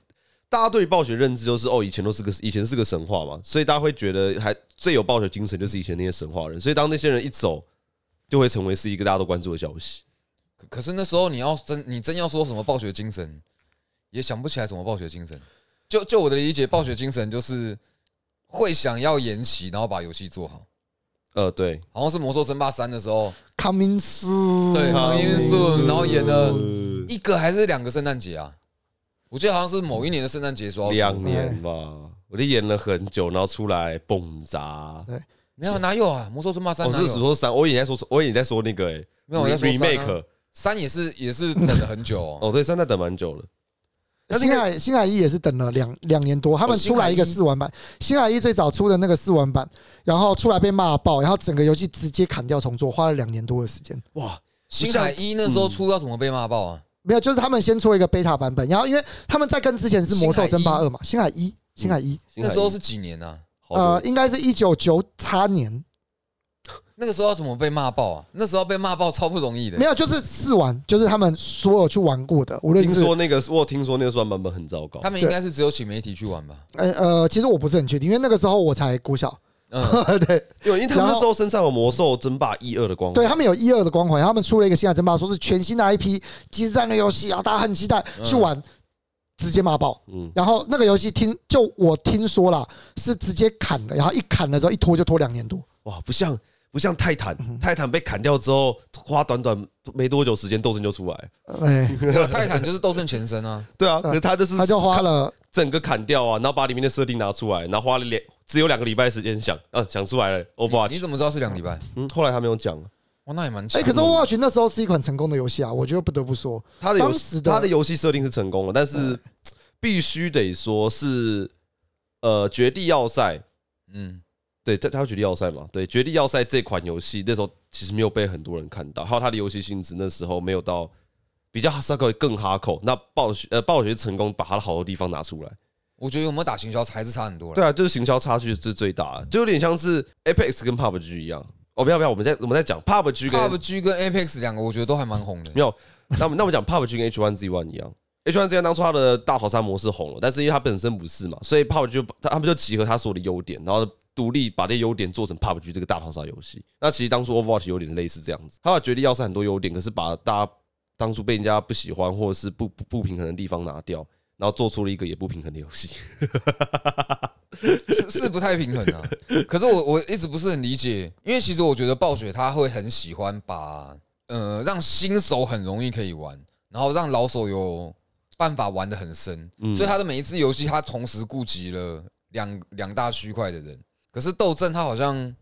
Speaker 3: 大家对暴雪认知就是哦，以前都是个以前是个神话嘛，所以大家会觉得还最有暴雪精神就是以前那些神话人，所以当那些人一走，就会成为是一个大家都关注的消息。
Speaker 2: 可可是那时候你要真你真要说什么暴雪精神，也想不起来什么暴雪精神。就就我的理解，暴雪精神就是会想要延期，然后把游戏做好。
Speaker 3: 呃，对，
Speaker 2: 好像是《魔兽争霸三》的时候，
Speaker 1: 康明斯，
Speaker 2: 对
Speaker 3: 好
Speaker 2: 康明斯然后演了
Speaker 3: 呃
Speaker 2: 一个还是两个圣诞节啊？我记得好像是某一年的圣诞节说要
Speaker 3: 两
Speaker 2: 出
Speaker 3: 年吧，我就演了很久，然后出来蹦砸。
Speaker 2: 没有哪有啊？《魔兽争霸三
Speaker 3: 我、》
Speaker 2: 哪
Speaker 3: 哦是
Speaker 2: 有？
Speaker 3: 说三，我以前在说，我以前在说那个、欸，
Speaker 2: 没有我在说三啊
Speaker 3: remake。
Speaker 2: 三也是也是等了很久哦。
Speaker 3: 哦，对，三代等蛮久了。
Speaker 1: 新海新海一也是等了两两年多，他们
Speaker 2: 哦
Speaker 1: 出来一个
Speaker 2: 新海一
Speaker 1: 试玩版。新海一最早出的那个试玩版，然后出来被骂爆，然后整个游戏直接砍掉重做，花了两年多的时间。
Speaker 3: 哇，
Speaker 2: 新海一那时候出要怎么被骂爆啊？
Speaker 1: 没有，就是他们先出了一个 beta 版本，然后因为他们在跟之前是魔兽争霸二嘛，新海一，新海一，
Speaker 3: 新
Speaker 2: 那
Speaker 3: 海一嗯
Speaker 2: 时候是几年啊？
Speaker 3: 好久
Speaker 1: 呃，应该是一九九叉年，
Speaker 2: 那个时候要怎么被骂爆啊？那时候被骂爆超不容易的
Speaker 1: 没。有，就是试玩，就是他们所有去玩过的，无论
Speaker 3: 听
Speaker 1: 是
Speaker 3: 说那个，我有听说那个算版本很糟糕
Speaker 2: 他。们应该是只有请媒体去玩吧？
Speaker 1: 呃呃，其实我不是很确定，因为那个时候我才国小，
Speaker 2: 嗯，
Speaker 1: 对
Speaker 3: 因为因为他们
Speaker 1: 然后
Speaker 3: 那时候身上有魔兽争霸一二的光
Speaker 1: 对，啊
Speaker 3: 环，
Speaker 1: 他们有一二的光环，然后他们出了一个新海争霸，说是全新的 IP 即时战略游戏啊，大家很期待
Speaker 2: 嗯
Speaker 1: 去玩，直接骂爆。
Speaker 3: 嗯，
Speaker 1: 然后那个游戏听就我听说啦，是直接砍的，然后一砍了之后一拖就拖两年多，
Speaker 3: 哇，不像不像泰坦，
Speaker 1: 嗯
Speaker 3: 泰坦被砍掉之后，花短短没多久时间，斗争就出来。
Speaker 1: 哎，
Speaker 2: 没有泰坦就是斗阵前身 啊。
Speaker 3: 对啊，
Speaker 1: 对
Speaker 3: 可是他就是
Speaker 1: 他就花了
Speaker 3: 整个砍掉啊，然后把里面的设定拿出来，然后花了两只有两个礼拜时间想，嗯，想出来了
Speaker 2: 你
Speaker 3: Overwatch，
Speaker 2: 怎么知道是两礼拜？
Speaker 3: 嗯，后来他没有讲，
Speaker 2: 哇，那也蛮
Speaker 1: 哎、
Speaker 2: 强的。
Speaker 1: 可是 Overwatch 那时候是一款成功的游戏啊，我觉得不得不说，
Speaker 3: 他的游
Speaker 1: 当时
Speaker 3: 戏
Speaker 1: 的
Speaker 3: 他的游戏设定是成功了，但是必须得说是呃绝地要塞。
Speaker 2: 嗯，
Speaker 3: 对，他他要绝地要塞嘛？对，绝地要塞这款游戏那时候其实没有被很多人看到，还有它的游戏性质那时候没有到比较稍微更哈口。那暴雪呃暴雪成功把它的好的地方拿出来，
Speaker 2: 我觉得有没有打行销还是差很多了。
Speaker 3: 对啊，就是行销差距是最大的，就有点像是 Apex 跟 PUBG 一样。哦，不要不要，我们在我们在讲 PUBG 跟
Speaker 2: PUBG 跟 Apex 两个，我觉得都还蛮红的
Speaker 3: 没。有，那我们那我们讲 PUBG 跟 H1Z1 一样。H1Z1 当初它的大逃杀模式红了，但是因为它本身不是嘛，所以 PUBG 就他们就集合它所有的优点，然后独立把这些优点做成 PUBG 这个大逃杀游戏。那其实当初 Overwatch 有点类似这样子，它把绝地要塞很多优点，可是把大家当初被人家不喜欢或者是不不不平衡的地方拿掉，然后做出了一个也不平衡的游戏。
Speaker 2: 是是不太平衡 啊。可是我我一直不是很理解，因为其实我觉得暴雪他会很喜欢把呃让新手很容易可以玩，然后让老手有办法玩的很深，
Speaker 3: 嗯
Speaker 2: 所以他的每一次游戏他同时顾及了两两大区块的人。可是斗阵他好像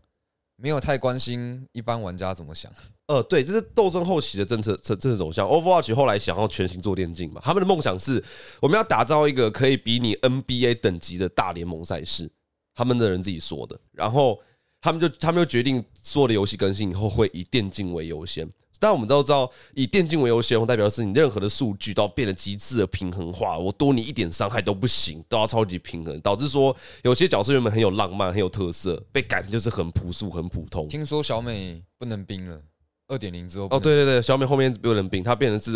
Speaker 2: 没有太关心一般玩家怎么想，
Speaker 3: 呃，对，这是斗争后期的政策政政策走向。Overwatch 后来想要全新做电竞嘛，他们的梦想是我们要打造一个可以比拟 NBA 等级的大联盟赛事，他们的人自己说的。然后他们就他们就决定所有的游戏更新以后会以电竞为优先。但我们都知道，以电竞为优先，代表是你任何的数据都要变得极致的平衡化，我多你一点伤害都不行，都要超级平衡，导致说有些角色原本很有浪漫、很有特色，被改成就是很朴素、很普通。
Speaker 2: 听说小美不能冰了，二点零之后不
Speaker 3: 嗯哦，
Speaker 2: 能，
Speaker 3: 对对对，小美后面有人病，她变成是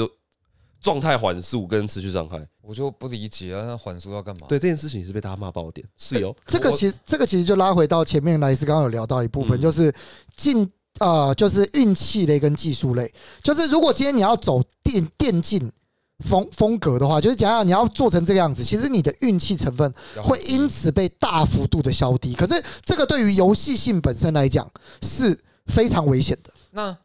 Speaker 3: 状态缓速跟持续伤害。
Speaker 2: 我就不理解啊，那缓速要干嘛？
Speaker 3: 对这件事情也是被大家骂爆点，是哦有
Speaker 1: 这个
Speaker 2: 我嗯
Speaker 1: 其实这个其实就拉回到前面莱斯刚刚有聊到一部分，就是进呃就是运气类跟技术类，就是如果今天你要走电电竞风风格的话，就是假讲你要做成这个样子，其实你的运气成分
Speaker 2: 要很
Speaker 1: 会因此被大幅度的消低。可是这个对于游戏性本身来讲是非常危险的。
Speaker 2: 那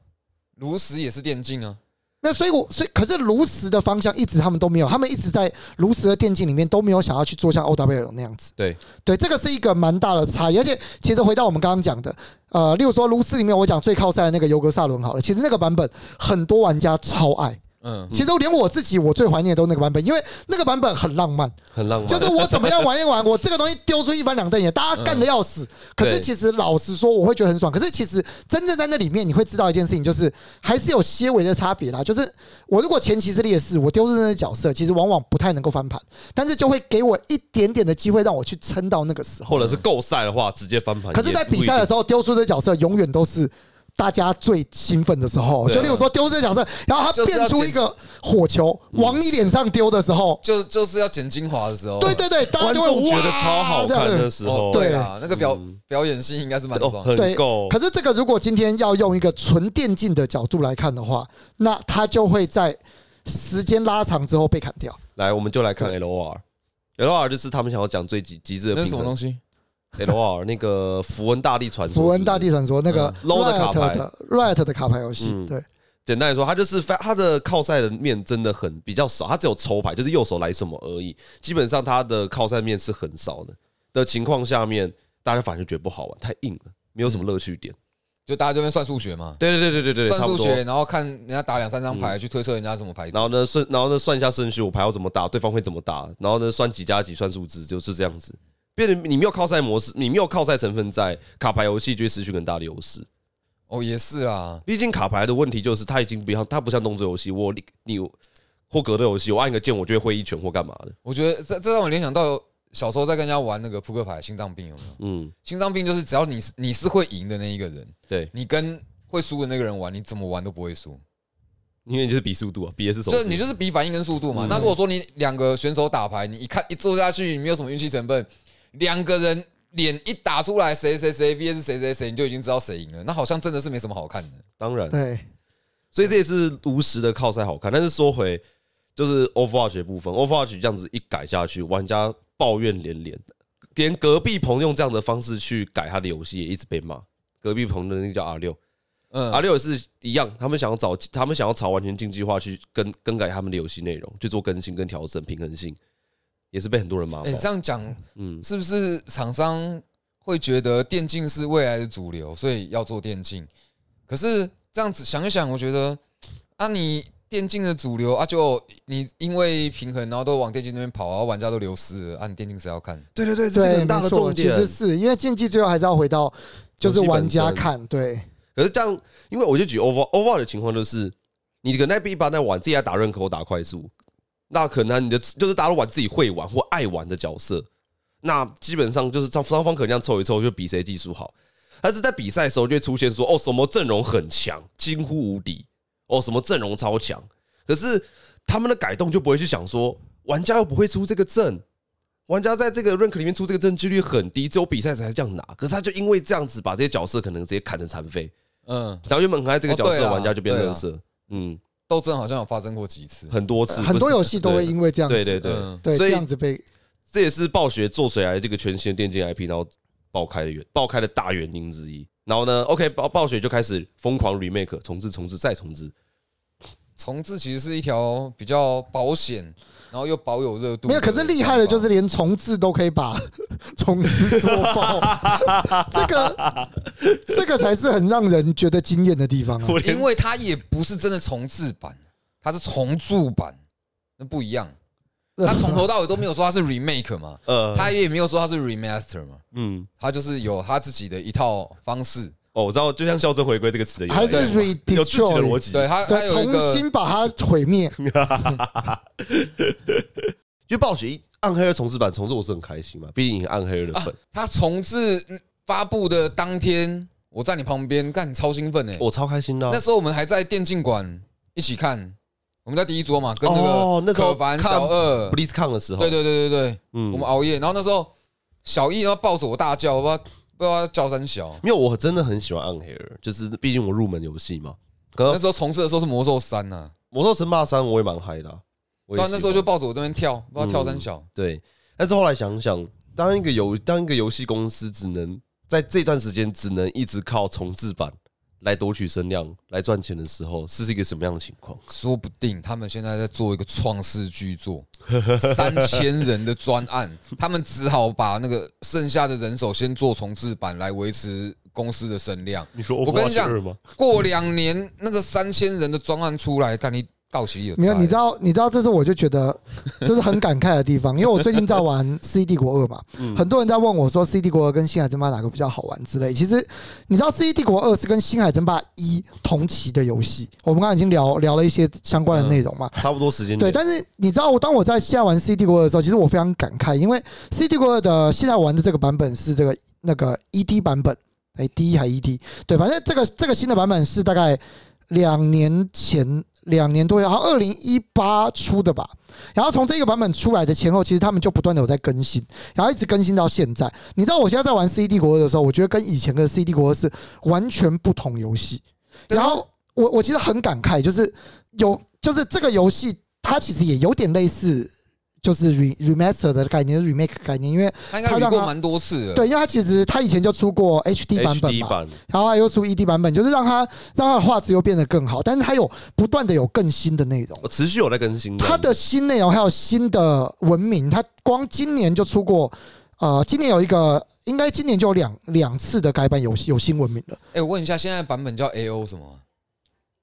Speaker 2: 炉石也是电竞啊，
Speaker 1: 那所以我，所以可是炉石的方向一直他们都没有，他们一直在炉石的电竞里面都没有想要去做像 O W L 那样子。
Speaker 3: 对
Speaker 1: 对，这个是一个蛮大的差异。而且，其实回到我们刚刚讲的，呃，例如说炉石里面我讲最靠赛的那个尤格萨伦好了，其实那个版本很多玩家超爱，
Speaker 2: 嗯，
Speaker 1: 其实连我自己我最怀念的都是那个版本，因为那个版本很浪漫，
Speaker 3: 很浪漫，
Speaker 1: 就是我怎么样玩一玩，我这个东西丢出一翻两瞪眼，大家干的要死。可是
Speaker 3: 对
Speaker 1: 其实老实说，我会觉得很爽。可是其实真正在那里面，你会知道一件事情，就是还是有些微的差别啦。就是我如果前期是劣势，我丢出那些角色，其实往往不太能够翻盘，但是就会给我一点点的机会让我去撑到那个时候。
Speaker 3: 或者是够赛的话直接翻盘也不
Speaker 1: 可
Speaker 3: 一定。
Speaker 1: 是，在比赛的时候丢出的角色永远都是大家最兴奋的时候，
Speaker 3: 对啊
Speaker 1: 就例如说丢这个角色，然后他
Speaker 2: 就是要
Speaker 1: 变出一个火球
Speaker 3: 嗯
Speaker 1: 往你脸上丢的时候，
Speaker 2: 就就是要剪精华的时候，
Speaker 1: 对对对，大家
Speaker 3: 哦观
Speaker 1: 就会
Speaker 3: 众觉得
Speaker 1: 哇
Speaker 3: 超好
Speaker 1: 这样
Speaker 3: 看
Speaker 1: 子
Speaker 3: 的时
Speaker 2: 哦
Speaker 3: 候，
Speaker 2: 对
Speaker 1: 对
Speaker 2: 啊，那个表表演性应该是蛮
Speaker 3: 嗯哦，
Speaker 2: 爽。
Speaker 3: 很
Speaker 1: 对
Speaker 3: 够。
Speaker 1: 可是这个如果今天要用一个纯电竞的角度来看的话，那它就会在时间拉长之后被砍掉。
Speaker 3: 来，我们就来看 L O R。L O R 就是他们想要讲最极极致的
Speaker 2: 那
Speaker 3: 平
Speaker 2: 是什么
Speaker 3: 衡
Speaker 2: 东。西？
Speaker 3: L O R 那个符文大地传说，
Speaker 1: 符文大地
Speaker 3: 是不是
Speaker 1: 传说那个
Speaker 2: 嗯
Speaker 3: low 的
Speaker 1: Riot
Speaker 3: 卡牌
Speaker 1: 的 Riot 的卡牌游戏
Speaker 3: 嗯，
Speaker 1: 对
Speaker 3: 简单来说，它就是非它的靠赛的面真的很比较少，它只有抽牌，就是右手来什么而已。基本上它的靠赛面是很少的的情况下面，大家反而觉得不好玩，太硬了，没有什么乐趣点。
Speaker 2: 就大家这边算数学嘛，
Speaker 3: 对对对对对对，
Speaker 2: 算
Speaker 3: 差不
Speaker 2: 数
Speaker 3: 多。嗯
Speaker 2: 学，然后看人家打两三张牌去推测人家什么牌子
Speaker 3: 然。后呢，顺然后呢算一下顺序，我牌要怎么打，对方会怎么打，然后呢算几加几算数字，就是这样子。变成你没有靠赛模式，你没有靠赛成分在卡牌游戏，就会失去很大的优势。
Speaker 2: 哦，也是啦，
Speaker 3: 毕竟卡牌的问题就是，它已经不像它不像动作游戏，我你或格斗游戏，我按个键我就会挥一拳或干嘛的。
Speaker 2: 我觉得这这让我联想到小时候在跟人家玩那个扑克牌，心脏病有没有？
Speaker 3: 嗯，
Speaker 2: 心脏病就是只要你是你是会赢的那一个人，
Speaker 3: 对，
Speaker 2: 你跟会输的那个人玩，你怎么玩都不会输。
Speaker 3: 因为你就是比速度啊，比的是手
Speaker 2: 就
Speaker 3: 速。
Speaker 2: 你就是比反应跟速度嘛。那如果说你两个选手打牌，你一看一坐下去，你没有什么运气成分，两个人脸一打出来，谁谁谁 VS 谁谁谁，你就已经知道谁赢了。那好像真的是没什么好看的。
Speaker 3: 当然，
Speaker 1: 对，
Speaker 3: 所以这也是无实的靠赛好看。但是说回就是 Overwatch 的部分，Overwatch 这样子一改下去，玩家抱怨连连，连隔壁棚用这样的方式去改他的游戏，也一直被骂。隔壁棚的那个叫 R 六，R
Speaker 2: 嗯，
Speaker 3: 六也是一样，他们想要找他们想要朝完全竞技化去更更改他们的游戏内容，去做更新跟调整平衡性，也是被很多人骂爆
Speaker 2: 哎，。这样讲
Speaker 3: 嗯，
Speaker 2: 是不是厂商会觉得电竞是未来的主流，所以要做电竞？可是这样子想一想，我觉得啊，你电竞的主流啊，就你因为平衡，然后都往电竞那边跑，然后玩家都流失了啊，你电竞谁要看？
Speaker 3: 对对对，这是一个
Speaker 1: 对，
Speaker 3: 很大
Speaker 1: 没
Speaker 3: 的
Speaker 1: 错，
Speaker 3: 重
Speaker 1: 其
Speaker 3: 点。
Speaker 1: 实是因为竞技最后还是要回到就是玩家看，对
Speaker 3: 可是这样，因为我就举 over over 的情况就是，你可能在一般在玩自己在打认可或打快速，那可能你的就是大家都玩自己会玩或爱玩的角色，那基本上就是双双方可能这样凑一凑就比谁技术好。但是在比赛的时候就会出现说哦什么阵容很强，惊呼无敌，哦什么阵容超强，可是他们的改动就不会去想说玩家又不会出这个阵。玩家在这个 rank 里面出这个阵几率很低，只有比赛才这样拿。可是他就因为这样子，把这些角色可能直接砍成残废。
Speaker 2: 嗯，
Speaker 3: 然后原本很爱这个角
Speaker 2: 哦
Speaker 3: 色
Speaker 2: 对
Speaker 3: 的
Speaker 2: 啊
Speaker 3: 玩家就变乐色，嗯，
Speaker 2: 斗争好像有发生过几次。
Speaker 3: 很多次，
Speaker 1: 很多
Speaker 3: 不是
Speaker 1: 游戏都会因为这样子，
Speaker 3: 对对对
Speaker 2: 嗯
Speaker 1: 对
Speaker 3: 所以
Speaker 1: 这样子被
Speaker 3: 这也是暴雪做水来这个全新的电竞 IP，然后爆开的原爆开的大原因之一。然后呢，OK，暴暴雪就开始疯狂 remake 重置、重置再重置，
Speaker 2: 重置其实是一条比较保险，然后又保有热度。
Speaker 1: 没有。可是厉害的就是，连重置都可以把 重置做 爆，这个这个才是很让人觉得惊艳的地方 啊。
Speaker 3: 我
Speaker 2: 嗯
Speaker 3: 连
Speaker 2: 因为它也不是真的重置版，它是重铸版，那不 一样。它从头到尾都没有说它是 remake 嘛，
Speaker 3: 呃，
Speaker 2: 它也没有说它是 remaster 嘛，
Speaker 3: 嗯，
Speaker 2: 它就是有它自己的一套方式。
Speaker 1: 嗯
Speaker 3: 哦，我知道，就像校正回归这个词的由来，
Speaker 1: 还是
Speaker 3: 有自己的逻
Speaker 1: redestroy，
Speaker 3: 辑，
Speaker 2: 对它，它
Speaker 1: 对，
Speaker 2: 有一
Speaker 1: 重
Speaker 2: 个
Speaker 1: 新把它毁灭。
Speaker 3: 就暴雪一暗黑的重置版重置，我是很开心嘛，毕竟你暗黑的
Speaker 2: 啊
Speaker 3: 粉，，
Speaker 2: 它重置嗯发布的当天，我在你旁边，干你超兴奋哎！
Speaker 3: 我超开心的啊
Speaker 2: 那。时候我们还在电竞馆一起看，我们在第一桌嘛，跟那
Speaker 3: 哦那
Speaker 2: 个
Speaker 3: 时候
Speaker 2: 可凡、
Speaker 3: 看
Speaker 2: 小二
Speaker 3: BlizzCon 的时候，
Speaker 2: 对对对对对，
Speaker 3: 嗯
Speaker 2: 我们熬夜，然后那时候小易要抱着我大叫，我不知道不知道他叫三小。
Speaker 3: 因为我真的很喜欢暗黑尔，就是毕竟我入门游戏嘛。可
Speaker 2: 那
Speaker 3: 能
Speaker 2: 时候重置的时候是魔兽三呐，
Speaker 3: 魔兽争霸三我也蛮嗨的啊、我也嗯
Speaker 2: 对啊，
Speaker 3: 喜欢
Speaker 2: 那时候就抱着我那边跳，不知道跳三小。
Speaker 3: 对。但是后来想想，当一个游当一个游戏公司只能在这段时间只能一直靠重置版来夺取声量、来赚钱的时候，是一个什么样的情况？
Speaker 2: 说不定他们现在在做一个创世巨作， 三千人的专案，他们只好把那个剩下的人手先做重置版来维持公司的声量。
Speaker 3: 你说
Speaker 2: 我跟你
Speaker 3: Overwatch
Speaker 2: 讲
Speaker 3: 二吗？
Speaker 2: 过两年那个三千人的专案出来，看你到期有
Speaker 1: 没有，
Speaker 2: 在
Speaker 1: 你知道，你知道，这是我就觉得这是很感慨的地方，因为我最近在玩《C D 国二》 嘛，
Speaker 2: 嗯
Speaker 1: 很多人在问我说《C D 国二》跟《星海争霸》哪个比较好玩之类。其实你知道，《C D 国二》是跟《星海争霸一》同期的游戏，我们刚刚已经聊聊了一些相
Speaker 2: 嗯
Speaker 1: 关的内容嘛。
Speaker 3: 差不多时间
Speaker 1: 对，
Speaker 3: 点，
Speaker 1: 但是你知道，我当我在现在玩《C D 国二》的时候，其实我非常感慨，因为《C D 国二》的现在玩的这个版本是这个那个 E D 版本，哎，D 还 ED，对，反正这个这个新的版本是大概两年前两年多，然后二零一八出的吧。然后从这个版本出来的前后，其实他们就不断的有在更新，然后一直更新到现在。你知道我现在在玩《C D 国二》的时候，我觉得跟以前的《C D 国二》是完全不同游戏。
Speaker 2: 真的
Speaker 1: 然
Speaker 2: 吗
Speaker 1: 后我我其实很感慨，就是有就是这个游戏它其实也有点类似。就是 re remaster 的概念就是，remake 概念，因为
Speaker 2: 他应该捋过蛮多次的。
Speaker 1: 对，因为它其实它以前就出过 HD 版本
Speaker 3: HD
Speaker 1: 嘛，
Speaker 3: 版，
Speaker 1: 然后它又出 ED 版本，就是让它让它的画质又变得更好，但是它有不断的有更新的内容。
Speaker 3: 我哦持续有在更新
Speaker 1: 它的新内容还有新的文明，它光今年就出过，呃，今年有一个，应该今年就有两两次的改版有有新文明了。
Speaker 2: 哎，我问一下，现在版本叫 A O 什么？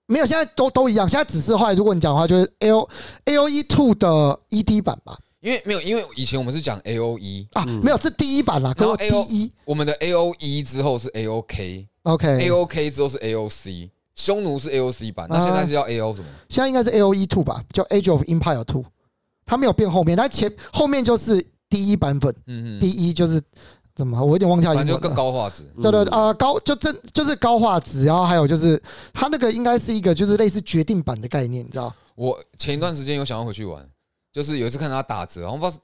Speaker 1: 没有，现在都都一样。现在只是后来，如果你讲的话，就是 L A O E Two 的 E D 版吧？
Speaker 2: 因为没有，因为以前我们是讲 A O E，
Speaker 1: 啊，没有，这第一版啦，跟
Speaker 2: 然后
Speaker 1: D
Speaker 2: AO
Speaker 1: 一
Speaker 2: 我们的 A O E 之后是 A O K，A
Speaker 1: OK，
Speaker 2: O K 之后是 A O C，匈奴是 A O C 版，那
Speaker 1: 啊
Speaker 2: 现在是叫 A O 什么？
Speaker 1: 现在应该是 A O E Two 吧，叫 Age of Empire Two，它没有变后面，但前后面就是第一版本，
Speaker 2: 嗯
Speaker 1: 第
Speaker 2: 嗯，
Speaker 1: 一就是怎么，我有点忘记它
Speaker 2: 反
Speaker 1: 英
Speaker 2: 正
Speaker 1: 文
Speaker 2: 就更
Speaker 1: 了。
Speaker 2: 高嗯画质。
Speaker 1: 对对啊、呃高就真就是高画质，然后还有就是它那个应该是一个就是类似决定版的概念，你知道？
Speaker 2: 我前一段时间有想要回去玩，就是有一次看它打折，然后不知道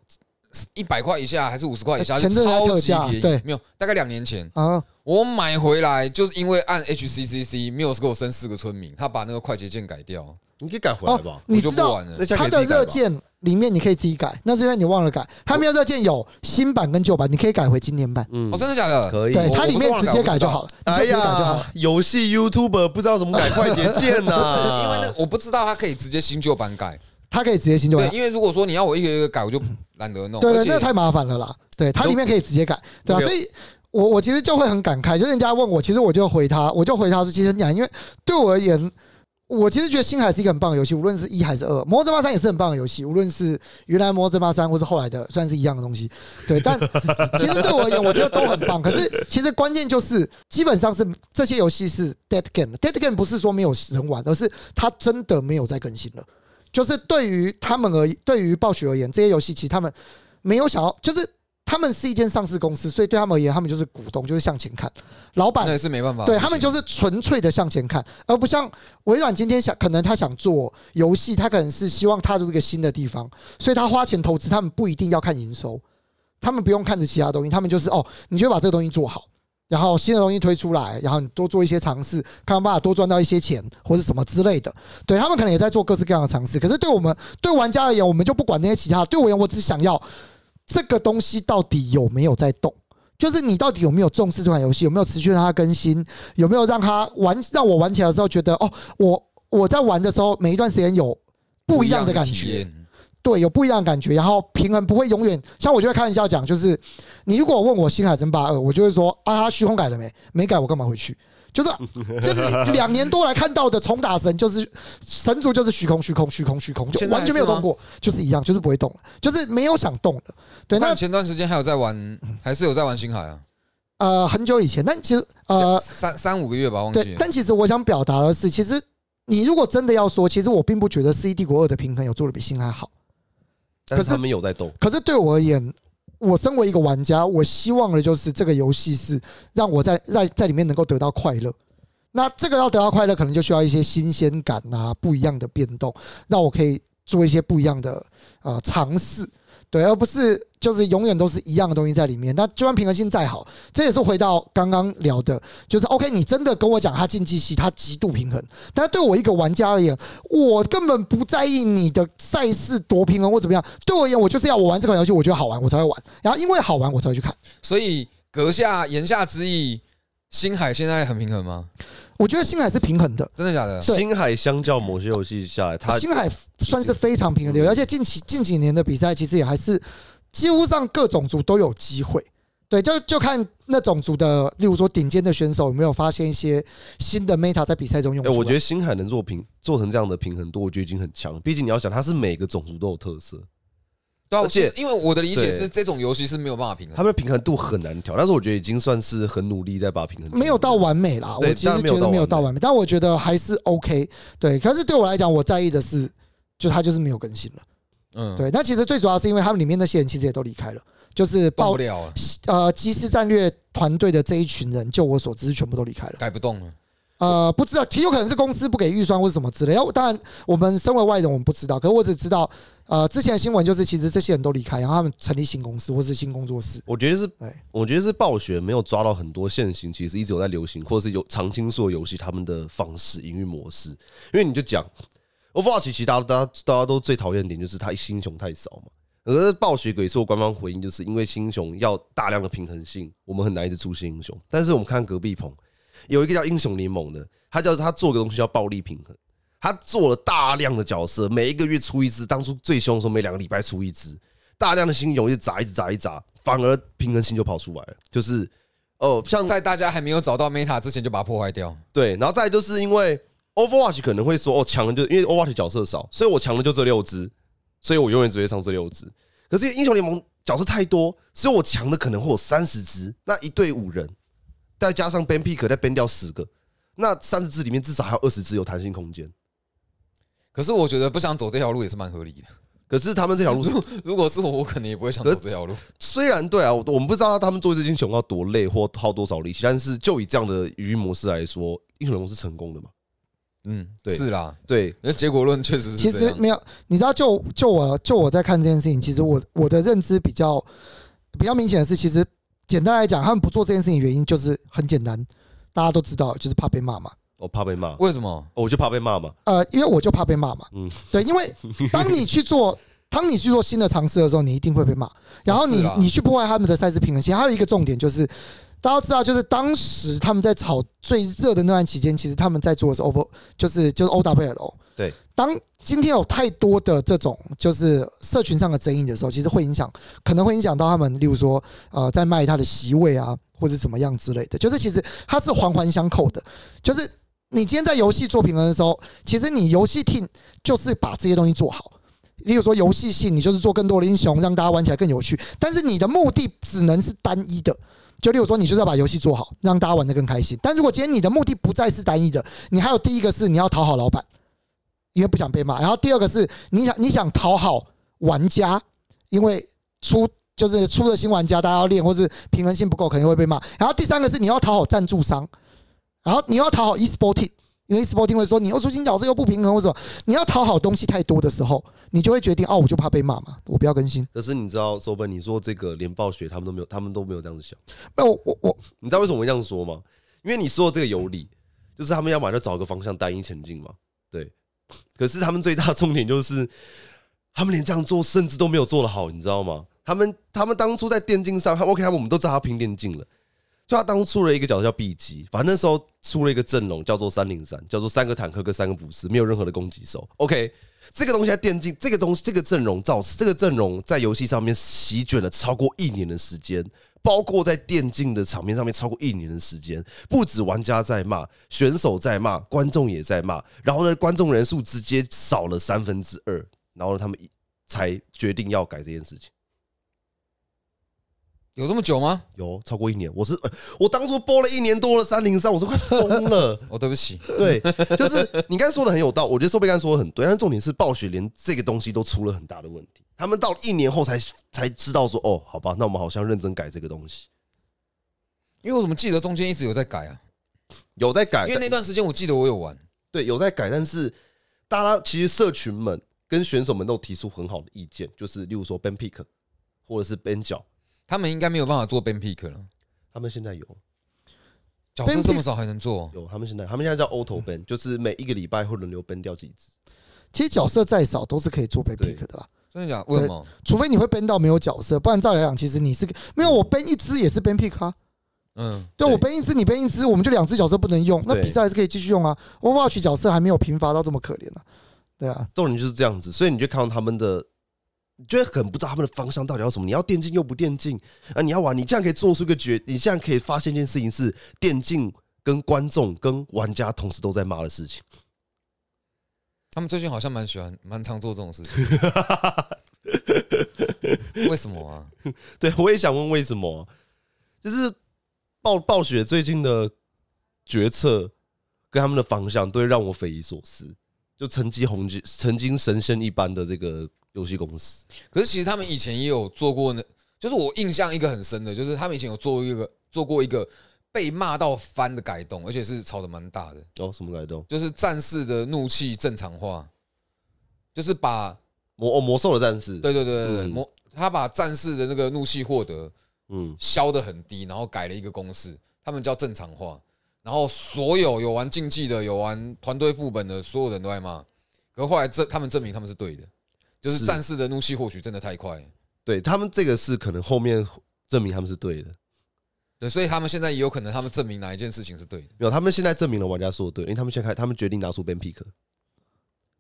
Speaker 2: 一百块以下还是五十块以下，
Speaker 1: 前阵子还
Speaker 2: 超
Speaker 1: 特
Speaker 2: 级
Speaker 1: 价
Speaker 2: 便宜。
Speaker 1: 对
Speaker 2: 没有，大概两年前
Speaker 1: 啊，
Speaker 2: 我买回来，就是因为按 HCCC 没有给我升四个村民，他把那个快捷键改掉，
Speaker 3: 你可以改回来
Speaker 1: 哦
Speaker 3: 吧，？
Speaker 1: 你
Speaker 2: 我就
Speaker 1: 知
Speaker 2: 不
Speaker 1: 道
Speaker 2: 玩了
Speaker 3: 那。下可
Speaker 1: 它
Speaker 3: 以自
Speaker 1: 的
Speaker 3: 己改
Speaker 1: 热
Speaker 3: 吧
Speaker 1: 键里面你可以自己改，那是因为你忘了改。它没有热键有新版跟旧版，你可以改回今年版。
Speaker 3: 嗯
Speaker 2: 哦，真的假的？
Speaker 3: 可以。
Speaker 1: 对，
Speaker 2: 我
Speaker 1: 它里面直接改就好了，你就
Speaker 3: 哎
Speaker 1: 直接改就好
Speaker 3: 呀
Speaker 1: 了。，
Speaker 3: 游戏 YouTuber 不知道怎么改快捷键啊呐、
Speaker 2: 不是因为那个我不知道它可以直接新旧版改，
Speaker 1: 它可以直接新旧版
Speaker 2: 对，。因为如果说你要我一个一个改，我就懒得
Speaker 1: 啊
Speaker 2: 弄。
Speaker 1: 对
Speaker 2: 而
Speaker 1: 对，那
Speaker 2: 且
Speaker 1: 太麻烦了啦。对，它里面可以直接改，对啊，
Speaker 3: OK
Speaker 1: 所以我我其实就会很感慨，就是人家问我，其实我就回他，我就回他说，其实很难，因为对我而言，我其实觉得星海是一个很棒的游戏，无论是一还是二，魔兽争霸三也是很棒的游戏，无论是原来魔兽争霸三或是后来的，虽然是一样的东西，对，但 其实对我而言，我觉得都很棒。可是其实关键就是，基本上是这些游戏是 dead game，dead game 不是说没有人玩，而是它真的没有在更新了。就是对于他们而言，对于暴雪而言，这些游戏其实他们没有想要，就是他们是一间上市公司，所以对他们而言，他们就是股东，就是向前看，老板
Speaker 2: 那也是没办法的事
Speaker 1: 对
Speaker 2: 情。
Speaker 1: 他们就是纯粹的向前看，而不像微软今天想，可能他想做游戏，他可能是希望踏入一个新的地方，所以他花钱投资，他们不一定要看营收，他们不用看着其他东西，他们就是哦，你就把这个东西做好，然后新的东西推出来，然后你多做一些尝试，看有没有办法多赚到一些钱或者什么之类的。对他们可能也在做各式各样的尝试，可是对我们对玩家而言，我们就不管那些其他的，对我而言，我只想要这个东西到底有没有在动。就是你到底有没有重视这款游戏，有没有持续让它更新，有没有让他玩，让我玩起来的时候觉得哦，我我在玩的时候每一段时间有不一样的感
Speaker 2: 体
Speaker 1: 觉，
Speaker 2: 验。
Speaker 1: 对，有不一样的感觉，然后平衡不会永远像我就会开玩笑讲，就是你如果问我《星海争霸二》，我就会说啊，它虚空改了没？没改，我干嘛回去？就是这两两年多来看到的重打神，就是神族就是虚空虚空虚空虚空，就
Speaker 2: 现在还
Speaker 1: 完全没有
Speaker 2: 是吗
Speaker 1: 动过，就是一样，就是不会动了，就是没有想动的。对，那
Speaker 2: 但前段时间还有在玩，还是有在玩星海啊，
Speaker 1: 呃很久以前，但其实呃
Speaker 2: 三三五个月吧，忘记
Speaker 1: 对，
Speaker 2: 了。
Speaker 1: 但其实我想表达的是，其实你如果真的要说，其实我并不觉得《C 帝国二》的平衡有做的比星海好。
Speaker 3: 但
Speaker 1: 可
Speaker 3: 是
Speaker 1: 是
Speaker 3: 他们有在动，
Speaker 1: 可是对我而言，我身为一个玩家，我希望的就是这个游戏是让我在在在里面能够得到快乐。那这个要得到快乐，可能就需要一些新鲜感啊，不一样的变动，让我可以做一些不一样的呃尝试，对，而不是就是永远都是一样的东西在里面。那就算平衡性再好，这也是回到刚刚聊的，就是 OK，你真的跟我讲它竞技系它极度平衡，但对我一个玩家而言，我根本不在意你的赛事多平衡或怎么样。对我而言，我就是要我玩这款游戏，我觉得好玩，我才会玩。然后因为好玩，我才会去看。
Speaker 2: 所以阁下言下之意，星海现在很平衡吗？
Speaker 1: 我觉得星海是平衡的，
Speaker 2: 真的假的？
Speaker 1: 对
Speaker 3: 星海相较某些游戏下来，它
Speaker 1: 星海算是非常平
Speaker 3: 嗯
Speaker 1: 衡的游戏，而且近期近几年的比赛其实也还是几乎上各种组都有机会。对，就就看那种组的，例如说顶尖的选手有没有发现一些新的 meta 在比赛中用
Speaker 3: 哎、
Speaker 1: 出来。
Speaker 3: 我觉得星海能做平做成这样的平衡度，我觉得已经很强了。毕竟你要想，它是每个种族都有特色，
Speaker 2: 对啊，
Speaker 3: 而且
Speaker 2: 就是因为我的理解
Speaker 3: 对
Speaker 2: 是，这种游戏是没有办法平衡
Speaker 3: 他。们的平衡度很难调，但是我觉得已经算是很努力在把平衡度
Speaker 1: 啊没有到完美啦，我
Speaker 3: 对
Speaker 1: 其实觉得
Speaker 3: 当然
Speaker 1: 没
Speaker 3: 没
Speaker 1: 有
Speaker 3: 有
Speaker 1: 到
Speaker 3: 到完美
Speaker 1: 完美，但我觉得还是 OK。对，可是对我来讲，我在意的是，就它就是没有更新了。
Speaker 2: 嗯，
Speaker 1: 对，那其实最主要是因为他们里面那些人其实也都离开了，就是
Speaker 2: 动
Speaker 1: 暴
Speaker 2: 不了了，
Speaker 1: 呃即时战略团队的这一群人，就我所知，全部都离开了。
Speaker 2: 改不动了。
Speaker 1: 呃，不知道，也有可能是公司不给预算或是什么之类。要当然，我们身为外人，我们不知道。可是我只知道，呃，之前的新闻就是，其实这些人都离开，然后他们成立新公司或是新工作室。
Speaker 3: 我觉得是
Speaker 1: 对，
Speaker 3: 我觉得是暴雪没有抓到很多现行，其实一直有在流行，或者是有常青树的游戏他们的方式、营运模式。因为你就讲 Overwatch，其实大家大家大家都最讨厌的点就是它英雄太少嘛。可是暴雪给出的官方回应，就是因为新英雄要大量的平衡性，我们很难一直出新英雄。但是我们看隔壁棚有一个叫英雄联盟的，他叫他做个东西叫暴力平衡，他做了大量的角色，每一个月出一只，当初最凶的时候每两个礼拜出一只，大量的新英雄一直砸一直砸一直砸，反而平衡性就跑出来了，就是哦，像
Speaker 2: 在大家还没有找到 Meta 之前就把它破坏掉，
Speaker 3: 对，然后再来就是因为 Overwatch 可能会说哦，强的就因为 Overwatch 角色少，所以我强的就这六只，所以我永远只会上这六只。可是英雄联盟角色太多，所以我强的可能会有三十只，那一队五人，再加上 ban pick 再 ban 掉十个，那三十只里面至少还有二十只有弹性空间。
Speaker 2: 可是我觉得不想走这条路也是蛮合理的。
Speaker 3: 可是他们这条路是
Speaker 2: 如果是我，我可能也不会想走这条路。
Speaker 3: 虽然对啊，我我们不知道他们做这只英雄要多累或耗多少力气，但是就以这样的语音模式来说，英雄联盟是成功的嘛？
Speaker 2: 嗯，
Speaker 3: 对
Speaker 2: 是啦，
Speaker 3: 对，
Speaker 2: 那结果论确实
Speaker 1: 其
Speaker 2: 是这
Speaker 1: 实
Speaker 2: 样。
Speaker 1: 没有，你知道就，就我就我在看这件事情，其实我我的认知比较比较明显的是，其实简单来讲，他们不做这件事情的原因就是很简单，大家都知道，就是怕被骂嘛。
Speaker 3: 我怕被骂，哦
Speaker 2: 为什么？
Speaker 3: 我就怕被骂嘛。
Speaker 1: 呃，因为我就怕被骂嘛。
Speaker 3: 嗯
Speaker 1: 对，因为当你去做。当你去做新的尝试的时候，你一定会被骂。然后
Speaker 2: 是
Speaker 1: 你
Speaker 2: 啊
Speaker 1: 你去破坏他们的赛事平衡性，还有一个重点就是，大家都知道，就是当时他们在炒最热的那段期间，其实他们在做的是 over，就是就是 OWL。
Speaker 3: 对，
Speaker 1: 当今天有太多的这种就是社群上的争议的时候，其实会影响，可能会影响到他们，例如说呃，在卖他的席位啊，或者怎么样之类的。就是其实它是环环相扣的，就是你今天在游戏做平衡的时候，其实你游戏 team 就是把这些东西做好。例如说游戏性，你就是做更多的英雄，让大家玩起来更有趣。但是你的目的只能是单一的，就例如说你就是要把游戏做好，让大家玩得更开心。但如果今天你的目的不再是单一的，你还有第一个是你要讨好老板，因为不想被骂；然后第二个是你想你想讨好玩家，因为出就是出了新玩家，大家要练，或是平衡性不够，肯定会被骂。然后第三个是你要讨好赞助商，然后你要讨好 e-sport team，因为 e-sport team 会说你又出新角色又不平衡，或者什么你要讨好东西太多的时候，你就会决定哦，我就怕被骂嘛，我不要更新。
Speaker 3: 可是你知道，周本，你说这个连暴雪他们都没有，他们都没有这样子想。
Speaker 1: 那我我我
Speaker 3: 你知道为什么我会这样说吗？因为你说的这个有理，就是他们要么就找个方向单一前进嘛。对，可是他们最大的重点就是，他们连这样做甚至都没有做得好，你知道吗？他们他们当初在电竞上他们，OK，他们我们都知道他拼电竞了，就他当初出了一个角色叫 B 级，反正那时候出了一个阵容叫做三零三，叫做三个坦克跟三个捕士，没有任何的攻击手。OK，这个东西在电竞，这个东西这个阵容造这个阵容在游戏上面席卷了超过一年的时间，包括在电竞的场面上面超过一年的时间，不止玩家在骂，选手在骂，观众也在骂，然后呢，观众人数直接少了三分之二，然后呢，他们一才决定要改这件事情。
Speaker 2: 有这么久吗？
Speaker 3: 有超过一年，我是、呃我当初播了一年多了三零三，我都快疯了。
Speaker 2: 哦，对不起，
Speaker 3: 对，就是你刚才说的很有道，我觉得寿贝刚才说的很对，但是重点是暴雪连这个东西都出了很大的问题，他们到一年后才才知道说，哦，好吧，那我们好像认真改这个东西，
Speaker 2: 因为我怎么记得中间一直有在改啊？
Speaker 3: 有在改，
Speaker 2: 因为那段时间我记得我有玩，
Speaker 3: 对有在改，但是大家其实社群们跟选手们都提出很好的意见，就是例如说 Ben Pick 或者是 Ben 角，
Speaker 2: 他们应该没有办法做 Ben Pick 了，
Speaker 3: 他们现在有
Speaker 2: 角色
Speaker 1: Ben
Speaker 2: 这么少还能做，
Speaker 3: 有，他们现在他们现在叫 Auto Ben，就是每一个礼拜会轮流 Ben 掉几只，
Speaker 1: 其实角色再少都是可以做被
Speaker 3: 对
Speaker 1: pick 的啦，
Speaker 2: 真的假的？为什么？
Speaker 1: 除非你会 ban 到没有角色，不然照来讲，其实你是没有我 ban 一只也是 ban pick 啊。
Speaker 2: 嗯，
Speaker 1: 对
Speaker 3: 对
Speaker 1: 我 ban 一只，你 ban 一只，我们就两只角色不能用，那
Speaker 3: 对
Speaker 1: 比赛还是可以继续用啊。Overwatch 角色还没有贫乏到这么可怜啊，对啊。
Speaker 3: 重点就是这样子，所以你就看到他们的，你就会很不知道他们的方向到底要什么。你要电竞又不电竞啊，你要玩，你这样可以做出一个决，你这样可以发现一件事情是电竞跟观众跟玩家同时都在骂的事情。
Speaker 2: 他们最近好像蛮喜欢，蛮常做这种事情。为什么啊？
Speaker 3: 对，我也想问为什么，啊就是暴暴雪最近的决策跟他们的方向，都会让我匪夷所思。就曾经红极曾经神仙一般的这个游戏公司，
Speaker 2: 可是其实他们以前也有做过呢，就是我印象一个很深的，就是他们以前有做一个做过一个被骂到翻的改动，而且是吵得蛮大的，
Speaker 3: 哦，什么改动？
Speaker 2: 就是战士的怒气正常化，就是把
Speaker 3: 魔哦，魔兽的战士，
Speaker 2: 对对对对对
Speaker 3: 嗯
Speaker 2: 魔、他把战士的那个怒气获得
Speaker 3: 嗯，
Speaker 2: 消得很低，然后改了一个公式，他们叫正常化。然后所有有玩竞技的、有玩团队副本的，所有人都在骂。可是后来这他们证明他们是对的，就是
Speaker 3: 是
Speaker 2: 战士的怒气获取真的太快了，
Speaker 3: 对他们这个是可能后面证明他们是对的，
Speaker 2: 对，所以他们现在也有可能他们证明哪一件事情是对的。
Speaker 3: 没有，他们现在证明了玩家说的对，因为他们现在开，他们决定拿出 Ben Pick。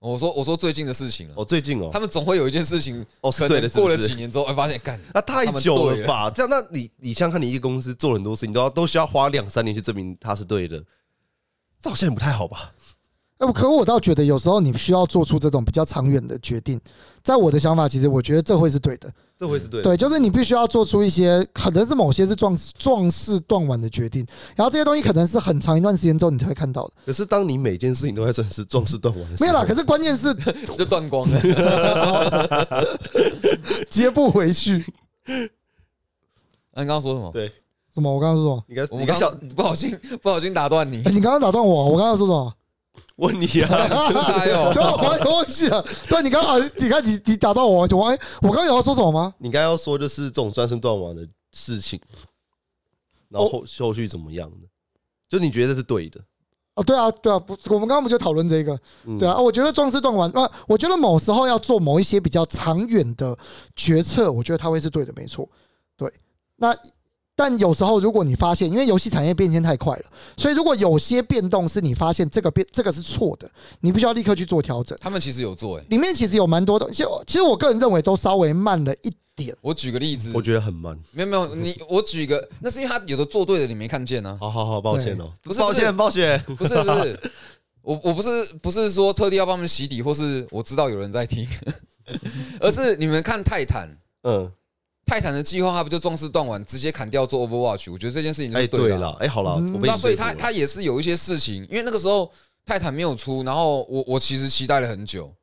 Speaker 2: 我说我说最近的事情了，
Speaker 3: 哦，最近哦，
Speaker 2: 他们总会有一件事情，
Speaker 3: 哦是
Speaker 2: 可
Speaker 3: 对的
Speaker 2: 能
Speaker 3: 是不
Speaker 2: 过
Speaker 3: 是
Speaker 2: 了几年之后，哎，发现干
Speaker 3: 那太久了吧？这样，那你你想想看，你一个公司做了很多事情，你都要都需要花两三年去证明它是对的，这好像也不太好吧？
Speaker 1: 那呃可我倒觉得有时候你需要做出这种比较长远的决定。在我的想法，其实我觉得这会是对的。
Speaker 3: 这回是对的，
Speaker 1: 对，就是你必须要做出一些，可能是某些是壮壮士断腕的决定，然后这些东西可能是很长一段时间之后你才会看到的。
Speaker 3: 可是当你每件事情都在算是壮士断腕的时候，
Speaker 1: 没有啦，可是关键是
Speaker 2: 就断光 了。
Speaker 1: 接不回去。
Speaker 2: 那你刚刚说什么？
Speaker 3: 对，
Speaker 1: 什么？我刚刚说什 么？
Speaker 3: 你刚
Speaker 2: 我
Speaker 3: 你
Speaker 2: 们
Speaker 3: 刚
Speaker 2: 刚
Speaker 3: 想
Speaker 2: 不小心不小心打断你
Speaker 1: 哎、，你刚刚打断我，我刚刚说什么？
Speaker 3: 问你啊，
Speaker 2: 痴 呆
Speaker 1: 对，啊
Speaker 2: 哦。
Speaker 1: 我完全忘记了。对，你刚好，你看你你打断我，我我哎我刚刚有要说什么吗？
Speaker 3: 你刚要说就是这种专身断腕的事情，然后后后续怎么样呢？就你觉得这是对的？
Speaker 1: 哦，对啊，对啊，不，我们刚刚不就讨论这个？
Speaker 3: 嗯
Speaker 1: 对啊，，我觉得壮士断腕，那我觉得某时候要做某一些比较长远的决策，我觉得它会是对的，没错。对，那但有时候如果你发现，因为游戏产业变迁太快了，所以如果有些变动是你发现这个变这个是错的，你必须要立刻去做调整。
Speaker 2: 他们其实有做哎，
Speaker 1: 里面其实有蛮多的，其实其实我个人认为都稍微慢了一点。
Speaker 2: 我举个例子
Speaker 3: 我，觉得很慢。
Speaker 2: 没有没有，你我举一个，那是因为他有的做对的你没看见啊，
Speaker 3: 好好好，抱歉哦，
Speaker 2: 不是
Speaker 3: 抱
Speaker 2: 不是
Speaker 3: 歉抱歉，
Speaker 2: 不是不是，我我不是不是说特地要帮他们洗底，或是我知道有人在听，而是你们看泰坦。
Speaker 3: 嗯，
Speaker 2: 泰坦的计划，他不就壮士断腕，直接砍掉做 Overwatch？我觉得这件事情
Speaker 3: 哎
Speaker 2: 是
Speaker 3: 对
Speaker 2: 的啊、
Speaker 3: 了，哎好了，我被
Speaker 2: 那
Speaker 3: 你
Speaker 2: 所以
Speaker 3: 说服
Speaker 2: 他
Speaker 3: 了
Speaker 2: 他也是有一些事情，因为那个时候泰坦没有出，然后我我其实期待了很久。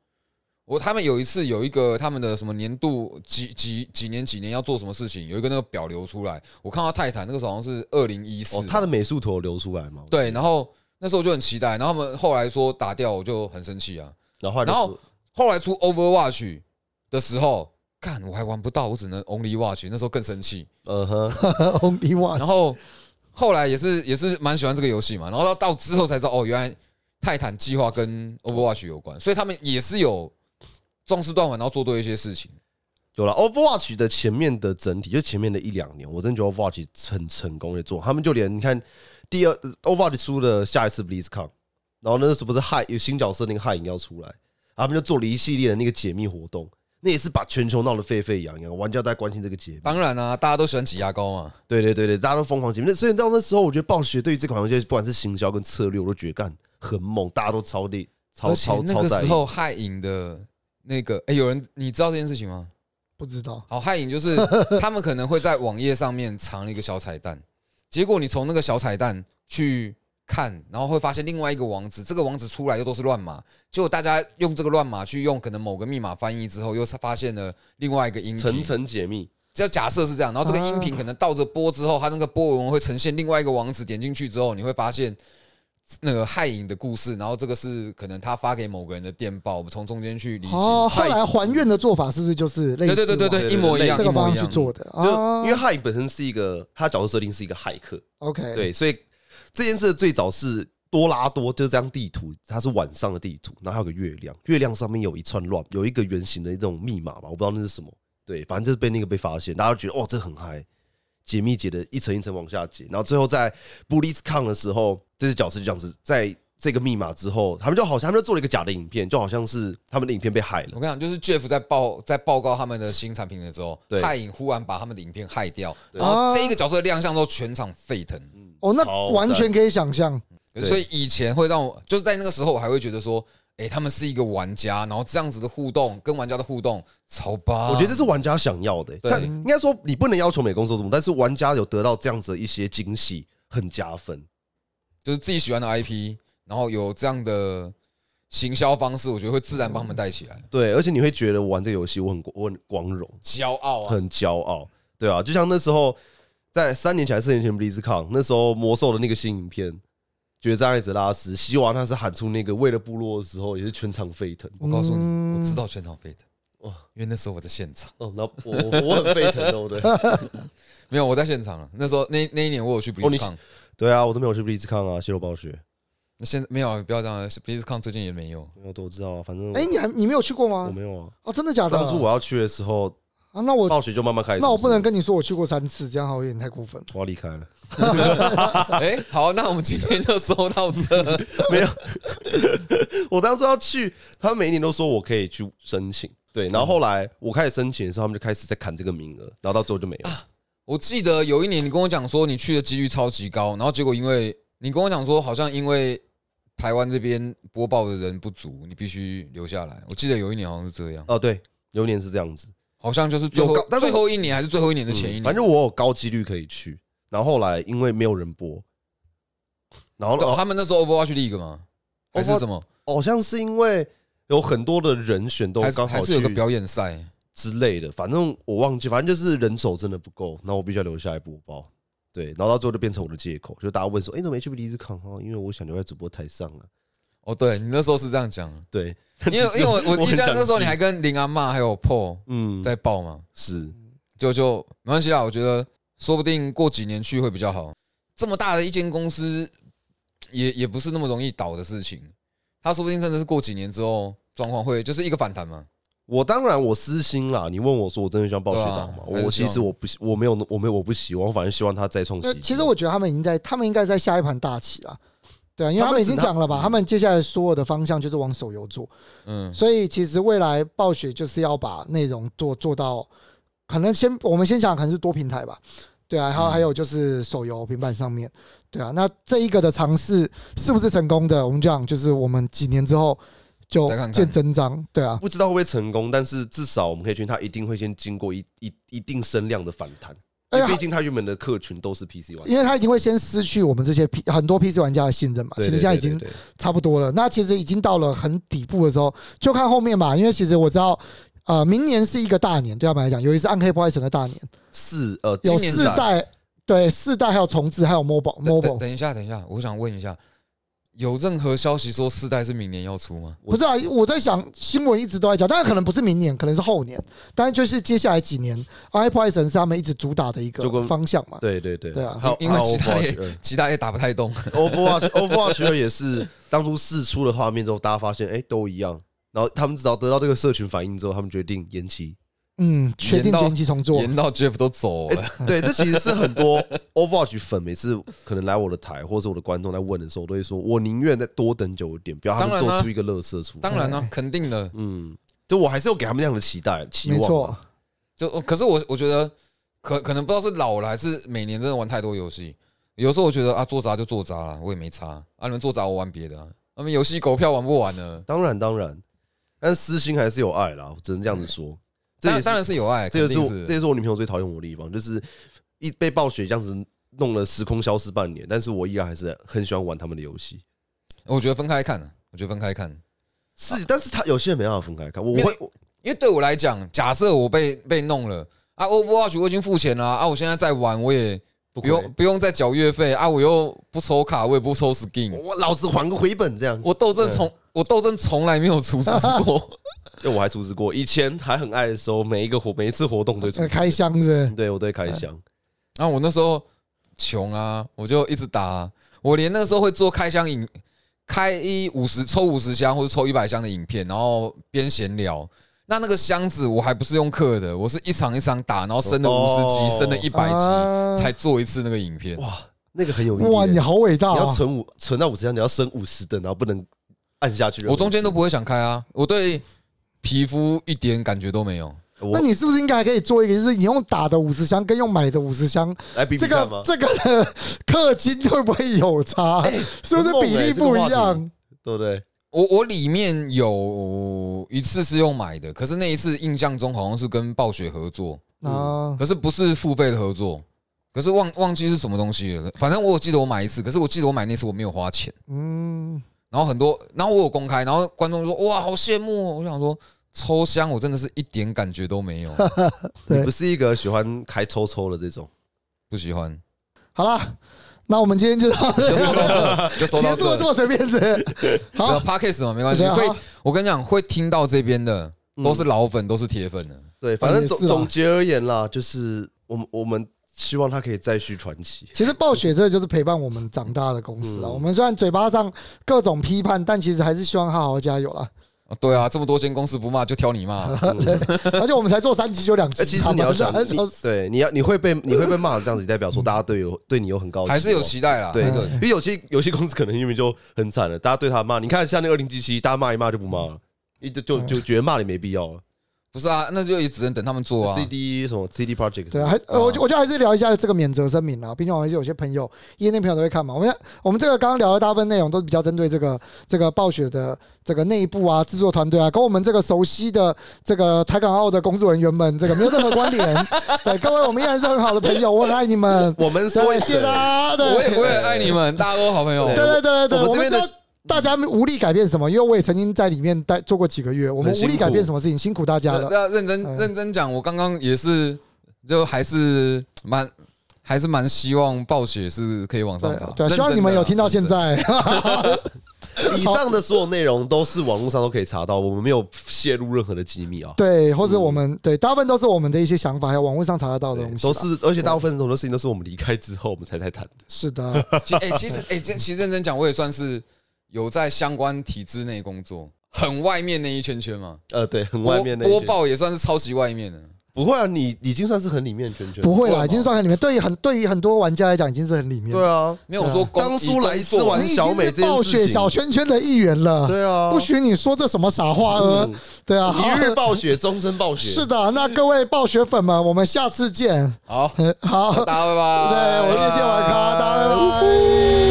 Speaker 2: 我他们有一次有一个他们的什么年度几几几年几年要做什么事情，有一个那个表流出来，我看到泰坦那个时候好像是二零一四
Speaker 3: 哦，，他的美术图有流出来嘛？
Speaker 2: 对，然后那时候我就很期待，然后他们后来说打掉，我就很生气啊。
Speaker 3: 然后他就
Speaker 2: 然后
Speaker 3: 说
Speaker 2: 后来出 Overwatch 的时候，看我还玩不到，我只能 Only Watch，那时候更生气。
Speaker 3: 嗯哼，
Speaker 1: 哦 Only one，
Speaker 2: 然后后来也是也是蛮喜欢这个游戏嘛，然后到到之后才知道哦，原来泰坦计划跟 Overwatch 有关，所以他们也是有壮士断腕，然后做对一些事情。
Speaker 3: 有了 Overwatch 的前面的整体，就前面的一两年，我真的觉得 Overwatch 很成功的做，他们就连你看第二 Overwatch 出的下一次 BlizzCon，然后那是不是害有新角色那个害影要出来，他们就做了一系列的那个解密活动，那也是把全球闹得沸沸扬扬，玩家都在关心这个解密。
Speaker 2: 当然啊，大家都喜欢挤牙膏嘛，
Speaker 3: 对对对对，大家都疯狂解密。那所以到那时候，我觉得暴雪对于这款游戏，不管是行销跟策略，我都觉得干很猛，大家都超厉超
Speaker 2: 而且
Speaker 3: 超
Speaker 2: 那
Speaker 3: 超
Speaker 2: 个
Speaker 3: 在
Speaker 2: 时
Speaker 3: 意。
Speaker 2: 候害影的那个，哎，有人你知道这件事情吗？
Speaker 1: 不知道。
Speaker 2: 好，害影就是 他们可能会在网页上面藏了一个小彩蛋，结果你从那个小彩蛋去看，然后会发现另外一个网址，这个网址出来又都是乱码，结果大家用这个乱码去用可能某个密码翻译之后，又是发现了另外一个音
Speaker 3: 层
Speaker 2: 频。
Speaker 3: 层解密，
Speaker 2: 就假设是这样，然后这个音频可能倒着播之后，它那个波纹会呈现另外一个网址，点进去之后，你会发现那个害影的故事，然后这个是可能他发给某个人的电报，我们从中间去理解。
Speaker 1: 哦，后来还愿的做法是不是就是类似
Speaker 2: 对对对对
Speaker 1: 往
Speaker 2: 对，一模一样，
Speaker 1: 这
Speaker 2: 一
Speaker 1: 个
Speaker 2: 模
Speaker 1: 方
Speaker 2: 一
Speaker 1: 向
Speaker 2: 样
Speaker 1: 去。做的
Speaker 3: 就
Speaker 1: 啊？
Speaker 3: 因为骇本身是一个，他角色设定是一个骇客，
Speaker 1: 哦 OK，
Speaker 3: 对，所以这件事最早是多拉多，就是这张地图，它是晚上的地图，然后还有个月亮，月亮上面有一串乱，有一个圆形的这种密码吧，我不知道那是什么，对，反正就是被那个被发现，大家就觉得哦，这很嗨，解密解的一层一层往下解，然后最后在 b l i z c o n 的时候，这只角色就这样子，在这个密码之后，他们就好像他们就做了一个假的影片，就好像是他们的影片被害了
Speaker 2: 我。跟你讲，就是 Jeff 在报在报告他们的新产品的时候
Speaker 3: 对，
Speaker 2: 害影忽然把他们的影片害掉，
Speaker 3: 对
Speaker 2: 然后这一个角色亮相之后，全场沸腾。
Speaker 1: 哦，那
Speaker 3: 超赞
Speaker 1: 完全可以想象。
Speaker 3: 对
Speaker 2: 所以以前会让我就是在那个时候，我还会觉得说，哎，他们是一个玩家，然后这样子的互动跟玩家的互动超棒。
Speaker 3: 我觉得这是玩家想要的、欸，
Speaker 2: 啊对
Speaker 3: 但应该说你不能要求每公司都这么，但是玩家有得到这样子的一些惊喜，很加分。
Speaker 2: 就是自己喜欢的 IP，然后有这样的行销方式，我觉得会自然
Speaker 3: 嗯
Speaker 2: 帮他们带起来，
Speaker 3: 对，而且你会觉得我玩这个游戏我很我很光荣，
Speaker 2: 骄傲啊！
Speaker 3: 很骄傲。对啊，就像那时候在三年前还是四年前 BlizzCon，那时候魔兽的那个新影片《决战艾泽拉斯》，希娃他是喊出那个为了部落的时候，也是全场沸腾。
Speaker 2: 我告诉你，我
Speaker 1: 嗯
Speaker 2: 知道全场沸腾，
Speaker 3: 哇
Speaker 2: 因为那时候我在现场，
Speaker 3: 哦，那我我我很沸腾哦，对
Speaker 2: 没有我在现场了。那时候那那一年我有去 b
Speaker 3: 哦
Speaker 2: l
Speaker 3: 你
Speaker 2: i z c o n
Speaker 3: 对啊，我都没有去 BlizzCon 啊，血肉暴雪，
Speaker 2: 那现在没有啊，不要这样 b l i z c o n 最近也没有。
Speaker 3: 没有都知道啊，反正我
Speaker 1: 哎，你还你没有去过
Speaker 3: 我
Speaker 1: 吗？
Speaker 3: 没有啊。
Speaker 1: 哦，真的假的？
Speaker 3: 当初我要去的时候，
Speaker 1: 啊，那我
Speaker 3: 暴雪就慢慢开始。
Speaker 1: 那我不能，跟你说我去过三次，这样好像有点太过分了。
Speaker 3: 我要离开了。
Speaker 2: 哎，好，那我们今天就说到这。
Speaker 3: 没有， 我当初要去，他每一年都说我可以去申请，对，
Speaker 2: 嗯
Speaker 3: 然后后来我开始申请的时候，他们就开始在砍这个名额，然后到最后就没有。
Speaker 2: 啊我记得有一年你跟我讲说你去的几率超级高，然后结果因为你跟我讲说好像因为台湾这边播报的人不足，你必须留下来。我记得有一年好像是这样，
Speaker 3: 哦，对，有一年是这样子，
Speaker 2: 好像就是最后
Speaker 3: 有高但是
Speaker 2: 最后一年还是最后一年的前一
Speaker 3: 嗯
Speaker 2: 年，
Speaker 3: 反正我有高几率可以去，然后后来因为没有人播，然后
Speaker 2: 对
Speaker 3: 哦
Speaker 2: 他们那时候 Overwatch League 嘛，还是什么，
Speaker 3: 好像是因为有很多的人选都
Speaker 2: 还是
Speaker 3: 刚好
Speaker 2: 还是有个
Speaker 3: 去
Speaker 2: 表演赛。
Speaker 3: 之类的，反正我忘记，反正就是人手真的不够，然后我必须要留下来播报。对，然后到最后就变成我的借口，就大家问说：“哎、你怎么没去比利时康？”哦，因为我想留在主播台上啊。
Speaker 2: 哦，对你那时候是这样 讲，
Speaker 3: 对，
Speaker 2: 因为因为 我我
Speaker 3: 很
Speaker 2: 印象
Speaker 3: 想
Speaker 2: 那时候你
Speaker 3: 去
Speaker 2: 还跟林阿妈还有 Paul
Speaker 3: 嗯，
Speaker 2: 在报嘛，
Speaker 3: 是
Speaker 2: 就就没关系啦，我觉得说不定过几年去会比较好。这么大的一间公司，也也不是那么容易倒的事情。他说不定真的是过几年之后状况会就是一个反弹嘛。
Speaker 3: 我当然我私心啦。你问我说我真的希望暴雪打吗？
Speaker 2: 对啊还是
Speaker 3: 我其
Speaker 2: 希
Speaker 3: 实
Speaker 2: 望
Speaker 3: 我不我没有我没有我不希望，我反正希望他再创
Speaker 1: 那
Speaker 3: 新。
Speaker 1: 其实我觉得他们已经在，他们应该在下一盘大棋了。对啊，因为他们已经讲了吧，
Speaker 3: 他们只
Speaker 1: 他们接下来所有的方向就是往手游做，
Speaker 2: 嗯，
Speaker 1: 所以其实未来暴雪就是要把内容做做到，可能先我们先想可能是多平台吧，对啊，还有
Speaker 2: 嗯
Speaker 1: 还有就是手游平板上面，对啊，那这一个的尝试是不是成功的？我们讲就是我们几年之后就
Speaker 2: 再看看
Speaker 1: 见真章，对啊，
Speaker 3: 不知道会不会成功，但是至少我们可以确定，他一定会先经过一一一定声量的反弹。
Speaker 1: 哎
Speaker 3: 因
Speaker 1: 呀
Speaker 3: 为毕竟他原本的客群都是 PC 玩家，
Speaker 1: 因为他一定会先失去我们这些 P 很多 PC 玩家的信任嘛，其
Speaker 3: 对
Speaker 1: 实
Speaker 3: 对
Speaker 1: 现在已
Speaker 3: 对
Speaker 1: 经
Speaker 3: 对对
Speaker 1: 差不多了。那其实已经到了很底部的时候，就看后面吧。因为其实我知道，呃，明年是一个大年，对他们来讲，有一次暗黑破坏神的大年，
Speaker 3: 四呃
Speaker 1: 有
Speaker 3: 今年
Speaker 1: 四
Speaker 3: 是啊
Speaker 1: 代，对四代还有重置，还有 mobile
Speaker 2: 等等
Speaker 1: mobile。
Speaker 2: 等一下，等一下，我想问一下，有任何消息说四代是明年要出吗？
Speaker 1: 不是啊，我在想新闻一直都在讲，当然可能不是明年，可能是后年，但是就是接下来几年，《暗黑破坏神》是他们一直主打的一个
Speaker 3: 就跟
Speaker 1: 方向嘛。
Speaker 3: 对对对
Speaker 1: 对啊
Speaker 3: 还有
Speaker 2: 因为
Speaker 3: 还有
Speaker 2: 其他
Speaker 3: Overwatch
Speaker 2: 也其他也打不太动。
Speaker 3: 二 Overwatch Overwatch 二也是当初试出了画面之后，大家发现哎、都一样，然后他们只要得到这个社群反应之后，他们决定延期。
Speaker 1: 嗯，确定
Speaker 2: 延到
Speaker 1: 前期重做，
Speaker 2: 延到 Jeff 都 走了，
Speaker 3: 对，这其实是很多 Overwatch 粉每次可能来我的台或者是我的观众来问的时候，我都会说我宁愿再多等久一点，不要他们
Speaker 2: 当然啊
Speaker 3: 做出一个乐色出来。
Speaker 2: 当然了、
Speaker 1: 哎
Speaker 2: 肯定的。
Speaker 3: 嗯，就我还是有给他们那样的期待期
Speaker 1: 没
Speaker 3: 望
Speaker 1: 错
Speaker 3: 啊。。
Speaker 2: 就哦可是我我觉得可可能不知道是老了还是每年真的玩太多游戏，有时候我觉得啊做砸就做砸了，我也没差啊你们做砸我玩别的啊，他们游戏狗票玩不完呢？
Speaker 3: 当然当然，但私心还是有爱啦，我只能这样子说。 这
Speaker 2: 当
Speaker 3: 也
Speaker 2: 然
Speaker 3: 是
Speaker 2: 当然是有爱，
Speaker 3: 这也
Speaker 2: 肯
Speaker 3: 是
Speaker 2: 定
Speaker 3: 我
Speaker 2: 是
Speaker 3: 这也是我女朋友最讨厌我的地方，就是一被暴雪这样子弄了时空消失半年，但是我依然还是很喜欢玩他们的游戏。
Speaker 2: 我觉得分开看啊，我觉得分开看，
Speaker 3: 是，但是他有些人没办法分开看，我
Speaker 2: 啊没有
Speaker 3: 会我
Speaker 2: 因为对我来讲，假设我被被弄了啊，Overwatch 我已经付钱了啊，啊我现在在玩我也不
Speaker 3: 不亏
Speaker 2: 用不用再缴月费啊，我又不抽卡，我也不抽 skin，
Speaker 3: 我老子还个回本这样。
Speaker 2: 我斗阵从我斗阵从来没有出资过。
Speaker 3: 因为我还出资过，以前还很爱的时候，每一个活每一次活动都会出
Speaker 1: 呃
Speaker 3: 资，
Speaker 1: 开箱子，
Speaker 3: 对我都会开箱。
Speaker 1: 哎
Speaker 2: 然后我那时候穷啊，我就一直打啊、我连那时候会做开箱影，开一五十抽五十箱或者抽一百箱的影片，然后边闲聊。那那个箱子我还不是用刻的，我是一场一场打，然后升了五十
Speaker 3: 哦
Speaker 2: 级，升了一百级，
Speaker 1: 啊
Speaker 2: 才做一次那个影片。
Speaker 3: 哇，那个很有意义。
Speaker 1: 哇，你好伟大
Speaker 3: 你
Speaker 1: 啊
Speaker 3: 要！存五存到五十箱，你要升五十等，然后不能按下去。
Speaker 2: 我中间都不会想开啊，我对皮肤一点感觉都没有。
Speaker 1: 那
Speaker 3: 我
Speaker 1: 你是不是应该还可以做一个，就是你用打的五十箱跟用买的五十箱
Speaker 3: 来比比
Speaker 1: 这
Speaker 3: 看吗
Speaker 1: 个？这个的氪金会不会有差？ 是不是比例不一
Speaker 3: 很猛欸这个话
Speaker 1: 样？
Speaker 3: 对不对？
Speaker 2: 我我里面有一次是用买的，可是那一次印象中好像是跟暴雪合作，
Speaker 1: 啊，
Speaker 2: 可是不是付费的合作，可是忘忘记是什么东西了。反正我有记得我买一次，可是我记得我买那次我没有花钱。
Speaker 1: 嗯，
Speaker 2: 然后很多，然后我有公开，然后观众就说哇好羡慕哦。我想说抽香我真的是一点感觉 都没有，
Speaker 1: 对
Speaker 3: 你不是一个喜欢开抽抽的这种，
Speaker 2: 不喜欢，
Speaker 1: 好啦，那我们今天就到这
Speaker 2: 就，收到这，就收
Speaker 1: 结
Speaker 2: 到
Speaker 1: 束了这
Speaker 2: 这。
Speaker 1: 么随便这，
Speaker 2: 对
Speaker 1: 好
Speaker 2: 啊，，Parkes 嘛，没关系，
Speaker 1: 对啊
Speaker 2: 会
Speaker 1: 好，
Speaker 2: 我跟你讲，会听到这边的
Speaker 3: 嗯
Speaker 2: 都是老粉，都是铁粉的。
Speaker 3: 对，反正总
Speaker 1: 也是啊
Speaker 3: 总结而言啦，就是我们我们希望他可以再续传奇。
Speaker 1: 其实暴雪这就是陪伴我们长大的公司啊。
Speaker 3: 嗯
Speaker 1: 我们虽然嘴巴上各种批判，但其实还是希望他好好加油啦。
Speaker 2: 啊对啊，这么多间公司不骂就挑你骂，啊
Speaker 1: 而且我们才做三集就两
Speaker 3: 哎，
Speaker 1: 集，
Speaker 3: 其实你要想，
Speaker 1: 他们
Speaker 3: 你
Speaker 1: 笑死
Speaker 3: 对，你要你会被你会被骂成这样子，代表说大家对有对你有很高的
Speaker 2: 还是有
Speaker 1: 哦
Speaker 3: 望
Speaker 2: 期待啦。
Speaker 3: 对，
Speaker 2: 还是有
Speaker 3: 因为有些
Speaker 5: 有些公司可能因为就很惨了，大家对他骂，你看像那个二零七七，大家骂一骂就不骂了，一就
Speaker 3: 嗯
Speaker 5: 就就觉得骂你没必要了。
Speaker 2: 不是啊，那就也只能等他们做啊。
Speaker 3: CD 什么 CD Project，
Speaker 1: 对啊，还呃
Speaker 2: 啊
Speaker 1: 我觉我觉得还是聊一下这个免责声明啊，毕竟我还是有些朋友，业内朋友都会看嘛。我们我们这个刚刚聊的大部分内容都是比较针对这个这个暴雪的这个内部啊、制作团队啊，跟我们这个熟悉的这个台港澳的工作人员们，这个没有任何关 联。对，各位，我们依然是很好的朋友，我很爱你们。
Speaker 3: 我们所
Speaker 1: 对，
Speaker 3: 以
Speaker 1: 谢谢大家。对，
Speaker 2: 我也我也爱你们，大家都好朋友
Speaker 1: 对。对对对对，
Speaker 3: 我们
Speaker 1: 我
Speaker 3: 这
Speaker 1: 们
Speaker 3: 边
Speaker 1: 知
Speaker 3: 的
Speaker 1: 道大家无力改变什么，因为我也曾经在里面待做过几个月，我
Speaker 5: 很
Speaker 1: 们无
Speaker 5: 辛
Speaker 1: 力改
Speaker 5: 苦
Speaker 1: 变什么事情，辛苦大家
Speaker 2: 对
Speaker 1: 了。
Speaker 2: 那认真
Speaker 1: 嗯
Speaker 2: 认真讲，我刚刚也是，就还是蛮还是蛮希望暴雪是可以往上
Speaker 1: 对
Speaker 2: 爬。
Speaker 1: 对啊，
Speaker 2: 认真的
Speaker 1: 希望你们有听到现。
Speaker 2: 认真
Speaker 1: 在。
Speaker 3: 以上的所有内容都是网络上都可以查到，我们没有泄露任何的机密啊。
Speaker 1: 对，或者我们、对，大部分都是我们的一些想法，还有网络上查得到的
Speaker 3: 对
Speaker 1: 东西啦。
Speaker 3: 都是，而且大部分很多事情都是我们离开之后我们才在谈。
Speaker 1: 是 的，
Speaker 2: 其哎、其实哎、这其实认真讲，我也算是有在相关体制内工作，很外面那一圈圈嘛。
Speaker 3: 呃，对，很
Speaker 2: 播
Speaker 3: 外面那一
Speaker 2: 播
Speaker 3: 些
Speaker 2: 报也算是超级外面的。
Speaker 3: 不会啊，你已经算是很里面圈圈了，
Speaker 1: 不会啦，
Speaker 3: 吗
Speaker 1: 已 经。算很里面。对于很对于很多玩家来讲，已经是很里面。
Speaker 3: 哦对啊，
Speaker 2: 没有我
Speaker 1: 嗯
Speaker 2: 说公
Speaker 3: 当
Speaker 2: 以
Speaker 3: 初
Speaker 2: 工
Speaker 3: 莱斯
Speaker 2: 作
Speaker 3: 玩
Speaker 1: 你已
Speaker 3: 小美
Speaker 1: 经是
Speaker 3: 这件
Speaker 1: 暴
Speaker 3: 事
Speaker 1: 雪
Speaker 3: 情
Speaker 1: 小，圈圈的一员了。
Speaker 3: 对啊
Speaker 1: 不，许你说这什么傻话呃，
Speaker 3: 嗯
Speaker 1: 对啊，好
Speaker 3: 一日暴雪，终身暴雪。
Speaker 1: 是的，那各位暴雪粉们，我们下次见。
Speaker 2: 好，
Speaker 1: 好，对
Speaker 2: 大家拜拜。
Speaker 1: 我是电玩咖，大家拜拜。